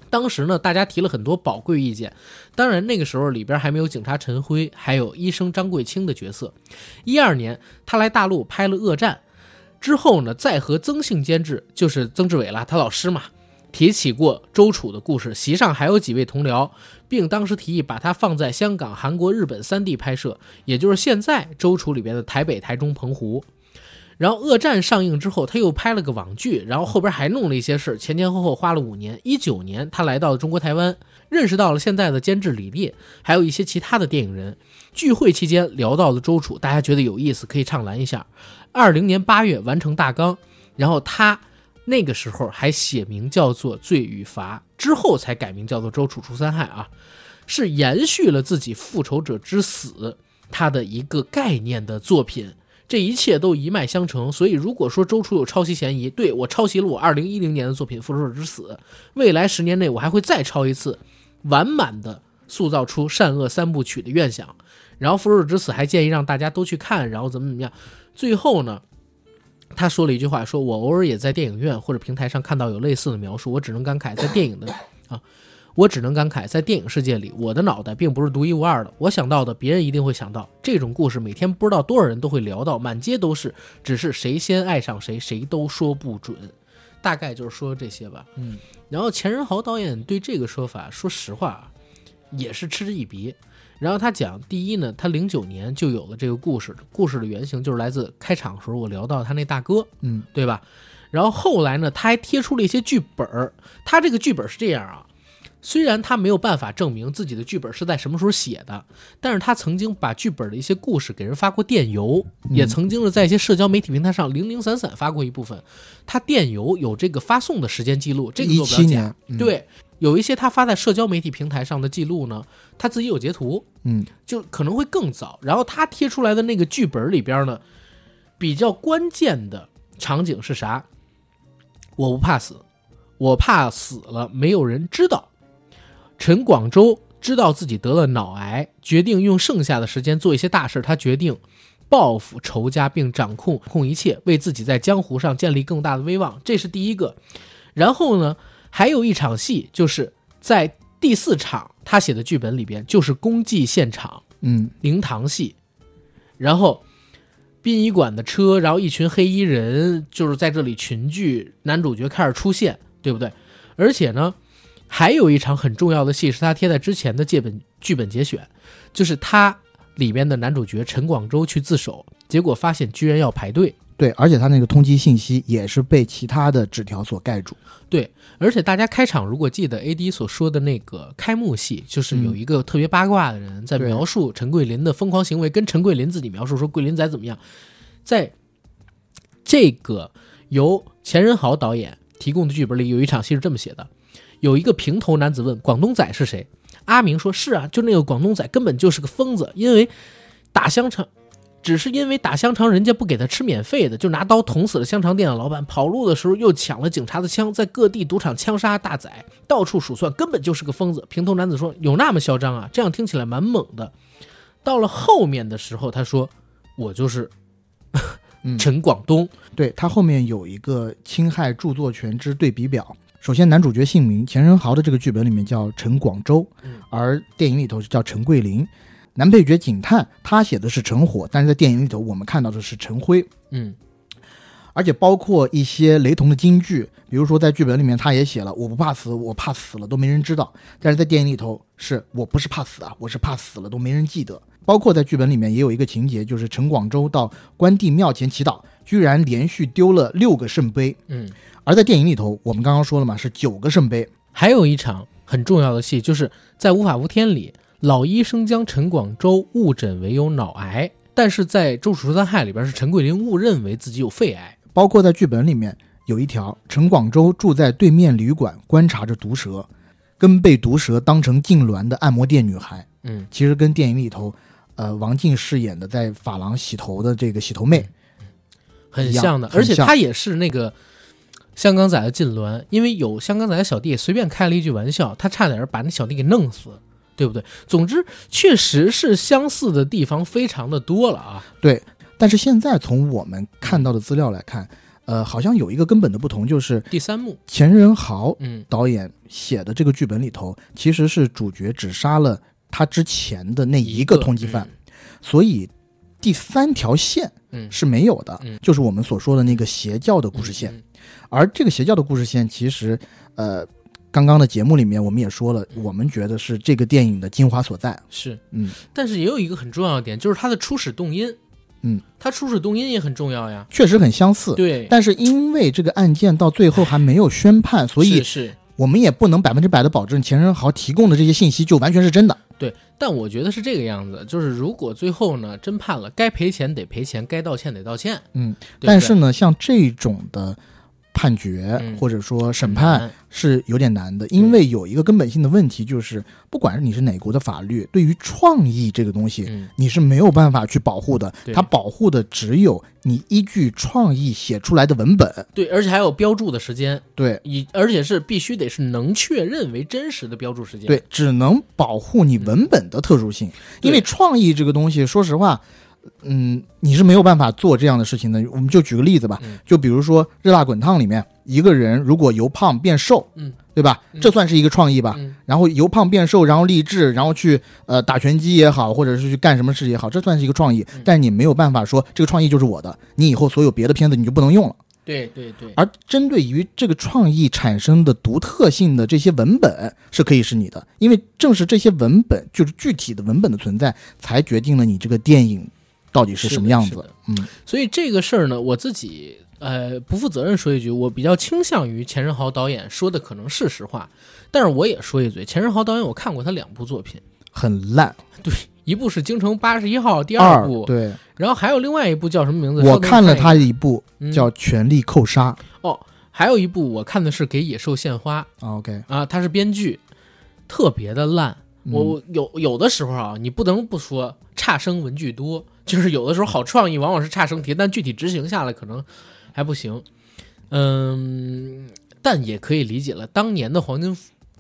[SPEAKER 1] 当时呢，大家提了很多宝贵意见，当然那个时候里边儿还没有警察陈辉，还有医生张桂清的角色。一二年，他来大陆拍了《恶战》，之后呢，再和曾姓监制，就是曾志伟啦，他老师嘛，提起过周楚的故事。席上还有几位同僚，并当时提议把它放在香港、韩国、日本三地拍摄，也就是现在周楚里边的台北、台中、澎湖。然后《恶战》上映之后，他又拍了个网剧，然后后边还弄了一些事儿，前前后后花了五年。一九年，他来到了中国台湾，认识到了现在的监制李烈，还有一些其他的电影人。聚会期间聊到了周楚，大家觉得有意思，可以畅谈一下。二零年八月完成大纲，然后他那个时候还写名叫做《罪与罚》，之后才改名叫做《周楚除三害》啊，是延续了自己《复仇者之死》他的一个概念的作品。这一切都一脉相承。所以，如果说周楚有抄袭嫌疑，对我抄袭了我二零一零年的作品《复仇者之死》，未来十年内我还会再抄一次，完满的塑造出善恶三部曲的愿想。然后《复仇者之死》还建议让大家都去看，然后怎么怎么样。最后呢，他说了一句话，说我偶尔也在电影院或者平台上看到有类似的描述，我只能感慨，在电影的啊，我只能感慨，在电影世界里，我的脑袋并不是独一无二的，我想到的，别人一定会想到。这种故事每天不知道多少人都会聊到，满街都是，只是谁先爱上谁，谁都说不准。大概就是说这些吧。
[SPEAKER 2] 嗯，
[SPEAKER 1] 然后钱仁豪导演对这个说法，说实话啊，也是嗤之以鼻。然后他讲，第一呢，他零九年就有了这个故事，故事的原型就是来自开场的时候我聊到他那大哥，
[SPEAKER 2] 嗯，
[SPEAKER 1] 对吧？然后后来呢，他还贴出了一些剧本儿，他这个剧本是这样啊，虽然他没有办法证明自己的剧本是在什么时候写的，但是他曾经把剧本的一些故事给人发过电邮，
[SPEAKER 2] 嗯
[SPEAKER 1] 也曾经是在一些社交媒体平台上零零散散发过一部分。他电邮有这个发送的时间记录，这个
[SPEAKER 2] 一
[SPEAKER 1] 做不了啊
[SPEAKER 2] 七
[SPEAKER 1] 假。
[SPEAKER 2] 年，嗯，
[SPEAKER 1] 对，有一些他发在社交媒体平台上的记录呢，他自己有截图，
[SPEAKER 2] 嗯，
[SPEAKER 1] 就可能会更早。然后他贴出来的那个剧本里边呢，比较关键的场景是啥？我不怕死，我怕死了没有人知道。陈广州知道自己得了脑癌，决定用剩下的时间做一些大事。他决定报复仇家并掌控控一切，为自己在江湖上建立更大的威望，这是第一个。然后呢，还有一场戏，就是在第四场他写的剧本里边，就是公祭现场
[SPEAKER 2] 嗯
[SPEAKER 1] 灵堂戏，然后殡仪馆的车，然后一群黑衣人就是在这里群聚，男主角开始出现，对不对？而且呢，还有一场很重要的戏是他贴在之前的剧本剧本节选，就是他里面的男主角陈广州去自首，结果发现居然要排队，
[SPEAKER 2] 对，而且他那个通缉信息也是被其他的纸条所盖住。
[SPEAKER 1] 而且大家开场如果记得 AD 所说的那个开幕戏，就是有一个特别八卦的人在
[SPEAKER 2] 对
[SPEAKER 1] 描述陈桂林的疯狂行为，跟陈桂林自己描述说桂林仔怎么样，在这个由钱仁豪导演提供的剧本里有一场戏是这么写的：有一个平头男子问广东仔是谁，阿明说是啊，就那个广东仔根本就是个疯子，因为打香肠。只是因为打香肠，人家不给他吃免费的，就拿刀捅死了香肠店的老板。跑路的时候又抢了警察的枪，在各地赌场枪杀大仔，到处数算，根本就是个疯子。平头男子说：“有那么嚣张啊？这样听起来蛮猛的。”到了后面的时候，他说：“我就是
[SPEAKER 2] 嗯
[SPEAKER 1] 陈广东。
[SPEAKER 2] 对他后面有一个侵害著作权之对比表。首先，男主角姓名钱仁豪的这个剧本里面叫陈广州
[SPEAKER 1] 嗯，
[SPEAKER 2] 而电影里头是叫陈桂林。男配角警探他写的是陈火，但是在电影里头我们看到的是陈辉，
[SPEAKER 1] 嗯
[SPEAKER 2] 而且包括一些雷同的金句，比如说在剧本里面他也写了“我不怕死，我怕死了都没人知道”，但是在电影里头是我不是怕死啊，我是怕死了都没人记得。包括在剧本里面也有一个情节，就是陈广州到关帝庙前祈祷，居然连续丢了六个圣杯，
[SPEAKER 1] 嗯。
[SPEAKER 2] 而在电影里头，我们刚刚说了嘛，是九个圣杯。
[SPEAKER 1] 还有一场很重要的戏，就是在《无法无天》里，老医生将陈广州误诊为有脑癌，但是在《周楚除三害》里边是陈桂林误认为自己有肺癌。
[SPEAKER 2] 包括在剧本里面有一条，陈广州住在对面旅馆，观察着毒蛇，跟被毒蛇当成痉挛的按摩店女孩，
[SPEAKER 1] 嗯
[SPEAKER 2] 其实跟电影里头，呃，王静饰演的在发廊洗头的这个洗头妹，
[SPEAKER 1] 嗯很
[SPEAKER 2] 一样
[SPEAKER 1] 像的，
[SPEAKER 2] 很
[SPEAKER 1] 而且
[SPEAKER 2] 像
[SPEAKER 1] 他也是那个香港仔的近邻，因为有香港仔的小弟随便开了一句玩笑，他差点儿把那小弟给弄死，对不对？总之，确实是相似的地方非常的多了啊。
[SPEAKER 2] 对。但是现在从我们看到的资料来看，呃，好像有一个根本的不同，就是
[SPEAKER 1] 第三幕，
[SPEAKER 2] 钱仁豪
[SPEAKER 1] 嗯
[SPEAKER 2] 导演写的这个剧本里头，其实是主角只杀了他之前的那一
[SPEAKER 1] 嗯
[SPEAKER 2] 个通缉犯，，所以第三条线
[SPEAKER 1] 嗯嗯，
[SPEAKER 2] 是没有的，
[SPEAKER 1] 嗯
[SPEAKER 2] 就是我们所说的那个邪教的故事线。
[SPEAKER 1] 嗯，
[SPEAKER 2] 而这个邪教的故事线，其实，呃，刚刚的节目里面我们也说了，
[SPEAKER 1] 嗯
[SPEAKER 2] 我们觉得是这个电影的精华所在。
[SPEAKER 1] 是，
[SPEAKER 2] 嗯，
[SPEAKER 1] 但是也有一个很重要的点，就是它的初始动因，
[SPEAKER 2] 嗯，
[SPEAKER 1] 它初始动因也很重要呀。
[SPEAKER 2] 确实很相似。
[SPEAKER 1] 对，
[SPEAKER 2] 但是因为这个案件到最后还没有宣判，所以
[SPEAKER 1] 是是
[SPEAKER 2] 我们也不能百分之百的保证钱仁豪提供的这些信息就完全是真的。
[SPEAKER 1] 对，但我觉得是这个样子，就是如果最后呢真判了，该赔钱得赔钱，该道歉得道歉，
[SPEAKER 2] 嗯，
[SPEAKER 1] 对不
[SPEAKER 2] 但
[SPEAKER 1] 对
[SPEAKER 2] 是呢，像这种的判决、
[SPEAKER 1] 嗯
[SPEAKER 2] 或者说审判
[SPEAKER 1] 嗯
[SPEAKER 2] 是有点难的，因为有一个根本性的问题，就是不管是你是哪国的法律，对于创意这个东西，
[SPEAKER 1] 嗯，
[SPEAKER 2] 你是没有办法去保护的
[SPEAKER 1] 对，
[SPEAKER 2] 它保护的只有你依据创意写出来的文本。
[SPEAKER 1] 对，而且还有标注的时间，
[SPEAKER 2] 对
[SPEAKER 1] 以而且是必须得是能确认为真实的标注时间。
[SPEAKER 2] 对，只能保护你文本的特殊性，
[SPEAKER 1] 嗯对
[SPEAKER 2] 因为创意这个东西，说实话。嗯，你是没有办法做这样的事情的。我们就举个例子吧，
[SPEAKER 1] 嗯
[SPEAKER 2] 就比如说《热辣滚烫》里面，一个人如果由胖变瘦，
[SPEAKER 1] 嗯，
[SPEAKER 2] 对吧？
[SPEAKER 1] 嗯
[SPEAKER 2] 这算是一个创意吧？
[SPEAKER 1] 嗯，
[SPEAKER 2] 然后由胖变瘦，然后励志，然后去呃打拳击也好，或者是去干什么事也好，这算是一个创意
[SPEAKER 1] 嗯。
[SPEAKER 2] 但你没有办法说这个创意就是我的，你以后所有别的片子你就不能用了。
[SPEAKER 1] 对对对，
[SPEAKER 2] 而针对于这个创意产生的独特性的这些文本是可以是你的，因为正是这些文本，就是具体的文本的存在，才决定了你这个电影到底是
[SPEAKER 1] 是
[SPEAKER 2] 什么样
[SPEAKER 1] 的
[SPEAKER 2] 子。嗯，
[SPEAKER 1] 所以这个事儿呢，我自己呃不负责任说一句，我比较倾向于钱仁豪导演说的可能是实话，但是我也说一嘴，钱仁豪导演我看过他两部作品，
[SPEAKER 2] 很烂。
[SPEAKER 1] 一部是《京城八十一号》第
[SPEAKER 2] 二
[SPEAKER 1] 部，
[SPEAKER 2] 对
[SPEAKER 1] 然后还有另外一部叫什么名字？
[SPEAKER 2] 我
[SPEAKER 1] 稍等
[SPEAKER 2] 看了
[SPEAKER 1] 一
[SPEAKER 2] 他一部
[SPEAKER 1] 嗯
[SPEAKER 2] 叫《权力扣杀》
[SPEAKER 1] 哦，还有一部我看的是《给野兽献花
[SPEAKER 2] 啊 OK，》
[SPEAKER 1] 啊，他是编剧，特别的烂。
[SPEAKER 2] 嗯
[SPEAKER 1] 我我有有的时候啊，你不能不说差生文具多，就是有的时候好创意往往是差生提，但具体执行下来可能还不行。嗯，但也可以理解了，当年的黄金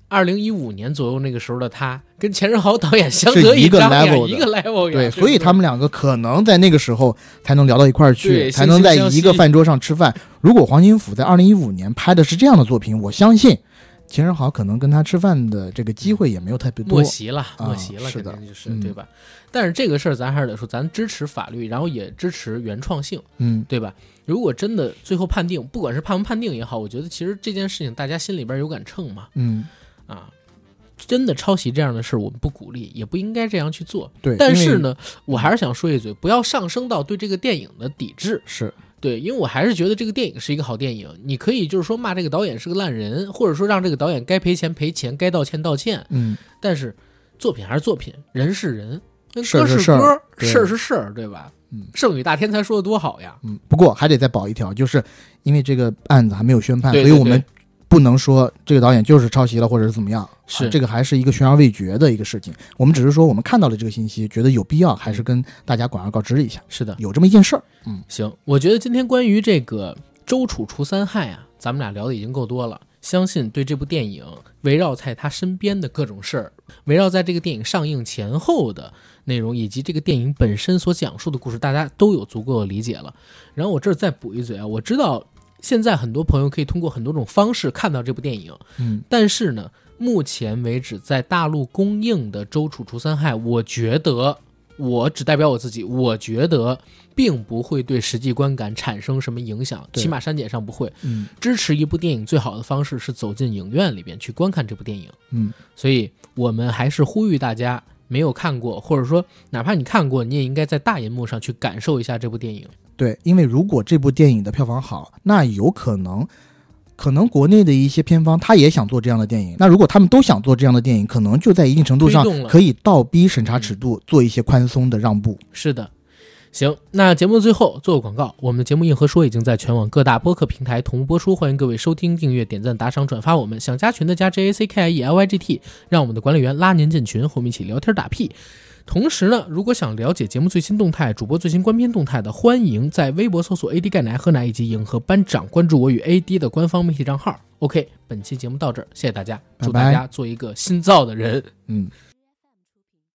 [SPEAKER 1] 二零一五年左右那个时候的他，跟钱仁豪导演相得
[SPEAKER 2] 是一个
[SPEAKER 1] 张呀，
[SPEAKER 2] level 的
[SPEAKER 1] 一个 level 呀对
[SPEAKER 2] 对，
[SPEAKER 1] 不
[SPEAKER 2] 所以他们两个可能在那个时候才能聊到一块儿去，
[SPEAKER 1] 对
[SPEAKER 2] 才能在
[SPEAKER 1] 惺惺相惜
[SPEAKER 2] 一个饭桌上吃饭。如果黄金甫在二零一五年拍的是这样的作品，我相信秦仁豪可能跟他吃饭的这个机会也没有特别多啊
[SPEAKER 1] 默。席了，默席了，
[SPEAKER 2] 是的
[SPEAKER 1] 肯定就是
[SPEAKER 2] 嗯
[SPEAKER 1] 对吧？但是这个事儿咱还是得说，咱支持法律，然后也支持原创性，
[SPEAKER 2] 嗯，
[SPEAKER 1] 对吧？如果真的最后判定，不管是判不判定也好，我觉得其实这件事情大家心里边有杆秤嘛，
[SPEAKER 2] 嗯，
[SPEAKER 1] 啊，真的抄袭这样的事儿我们不鼓励，也不应该这样去做。
[SPEAKER 2] 对。
[SPEAKER 1] 但是
[SPEAKER 2] 因为，
[SPEAKER 1] 呢，我还是想说一嘴，不要上升到对这个电影的抵制。
[SPEAKER 2] 是
[SPEAKER 1] 对，因为我还是觉得这个电影是一个好电影，你可以就是说骂这个导演是个烂人，或者说让这个导演该赔钱赔钱，该道歉道歉，
[SPEAKER 2] 嗯，
[SPEAKER 1] 但是作品还是作品，人是人，那
[SPEAKER 2] 事
[SPEAKER 1] 歌
[SPEAKER 2] 儿是事
[SPEAKER 1] 是
[SPEAKER 2] 儿
[SPEAKER 1] 歌，
[SPEAKER 2] 对
[SPEAKER 1] 事儿是事儿，对吧？
[SPEAKER 2] 嗯
[SPEAKER 1] 圣女大天才说的多好呀！
[SPEAKER 2] 嗯，不过还得再保一条，就是因为这个案子还没有宣判，
[SPEAKER 1] 对
[SPEAKER 2] 所
[SPEAKER 1] 对
[SPEAKER 2] 以我们
[SPEAKER 1] 对
[SPEAKER 2] 不能说这个导演就是抄袭了或者是怎么样。
[SPEAKER 1] 是
[SPEAKER 2] 啊这个还是一个悬而未决的一个事情。我们只是说我们看到了这个信息，觉得有必要，还是跟大家广而告之一下，
[SPEAKER 1] 是的，
[SPEAKER 2] 有这么一件事儿。
[SPEAKER 1] 行，我觉得今天关于这个周楚除三害啊，咱们俩聊的已经够多了。相信对这部电影围绕在他身边的各种事儿，围绕在这个电影上映前后的内容，以及这个电影本身所讲述的故事，大家都有足够的理解了。然后我这儿再补一嘴啊，我知道现在很多朋友可以通过很多种方式看到这部电影，
[SPEAKER 2] 嗯
[SPEAKER 1] 但是呢，目前为止在大陆公映的《周楚除三害》，我觉得，我只代表我自己，我觉得并不会对实际观感产生什么影响，
[SPEAKER 2] 对
[SPEAKER 1] 起码删减上不会。
[SPEAKER 2] 嗯
[SPEAKER 1] 支持一部电影最好的方式是走进影院里边去观看这部电影，
[SPEAKER 2] 嗯，
[SPEAKER 1] 所以我们还是呼吁大家。没有看过，或者说哪怕你看过，你也应该在大银幕上去感受一下这部电影。
[SPEAKER 2] 对，因为如果这部电影的票房好，那有可能，可能国内的一些片方他也想做这样的电影。那如果他们都想做这样的电影，可能就在一定程度上
[SPEAKER 1] 推动了
[SPEAKER 2] 可以倒逼审查尺度，做一些宽松的让步。
[SPEAKER 1] 是的，行，那节目的最后做个广告，我们的节目《硬核说》已经在全网各大播客平台同步播出，欢迎各位收听、订阅、点赞、打赏、转发我们。想加群的加 J A C K I E L Y G T，让我们的管理员拉您进群，和我们一起聊天打屁。同时呢，如果想了解节目最新动态、主播最新观片动态的，欢迎在微博搜索 AD 钙奶喝奶以及影和班长，关注我与 AD 的官方媒体账号。OK，本期节目到这儿，谢谢大家，祝
[SPEAKER 2] 拜拜
[SPEAKER 1] 大家做一个新造的人。
[SPEAKER 2] 嗯，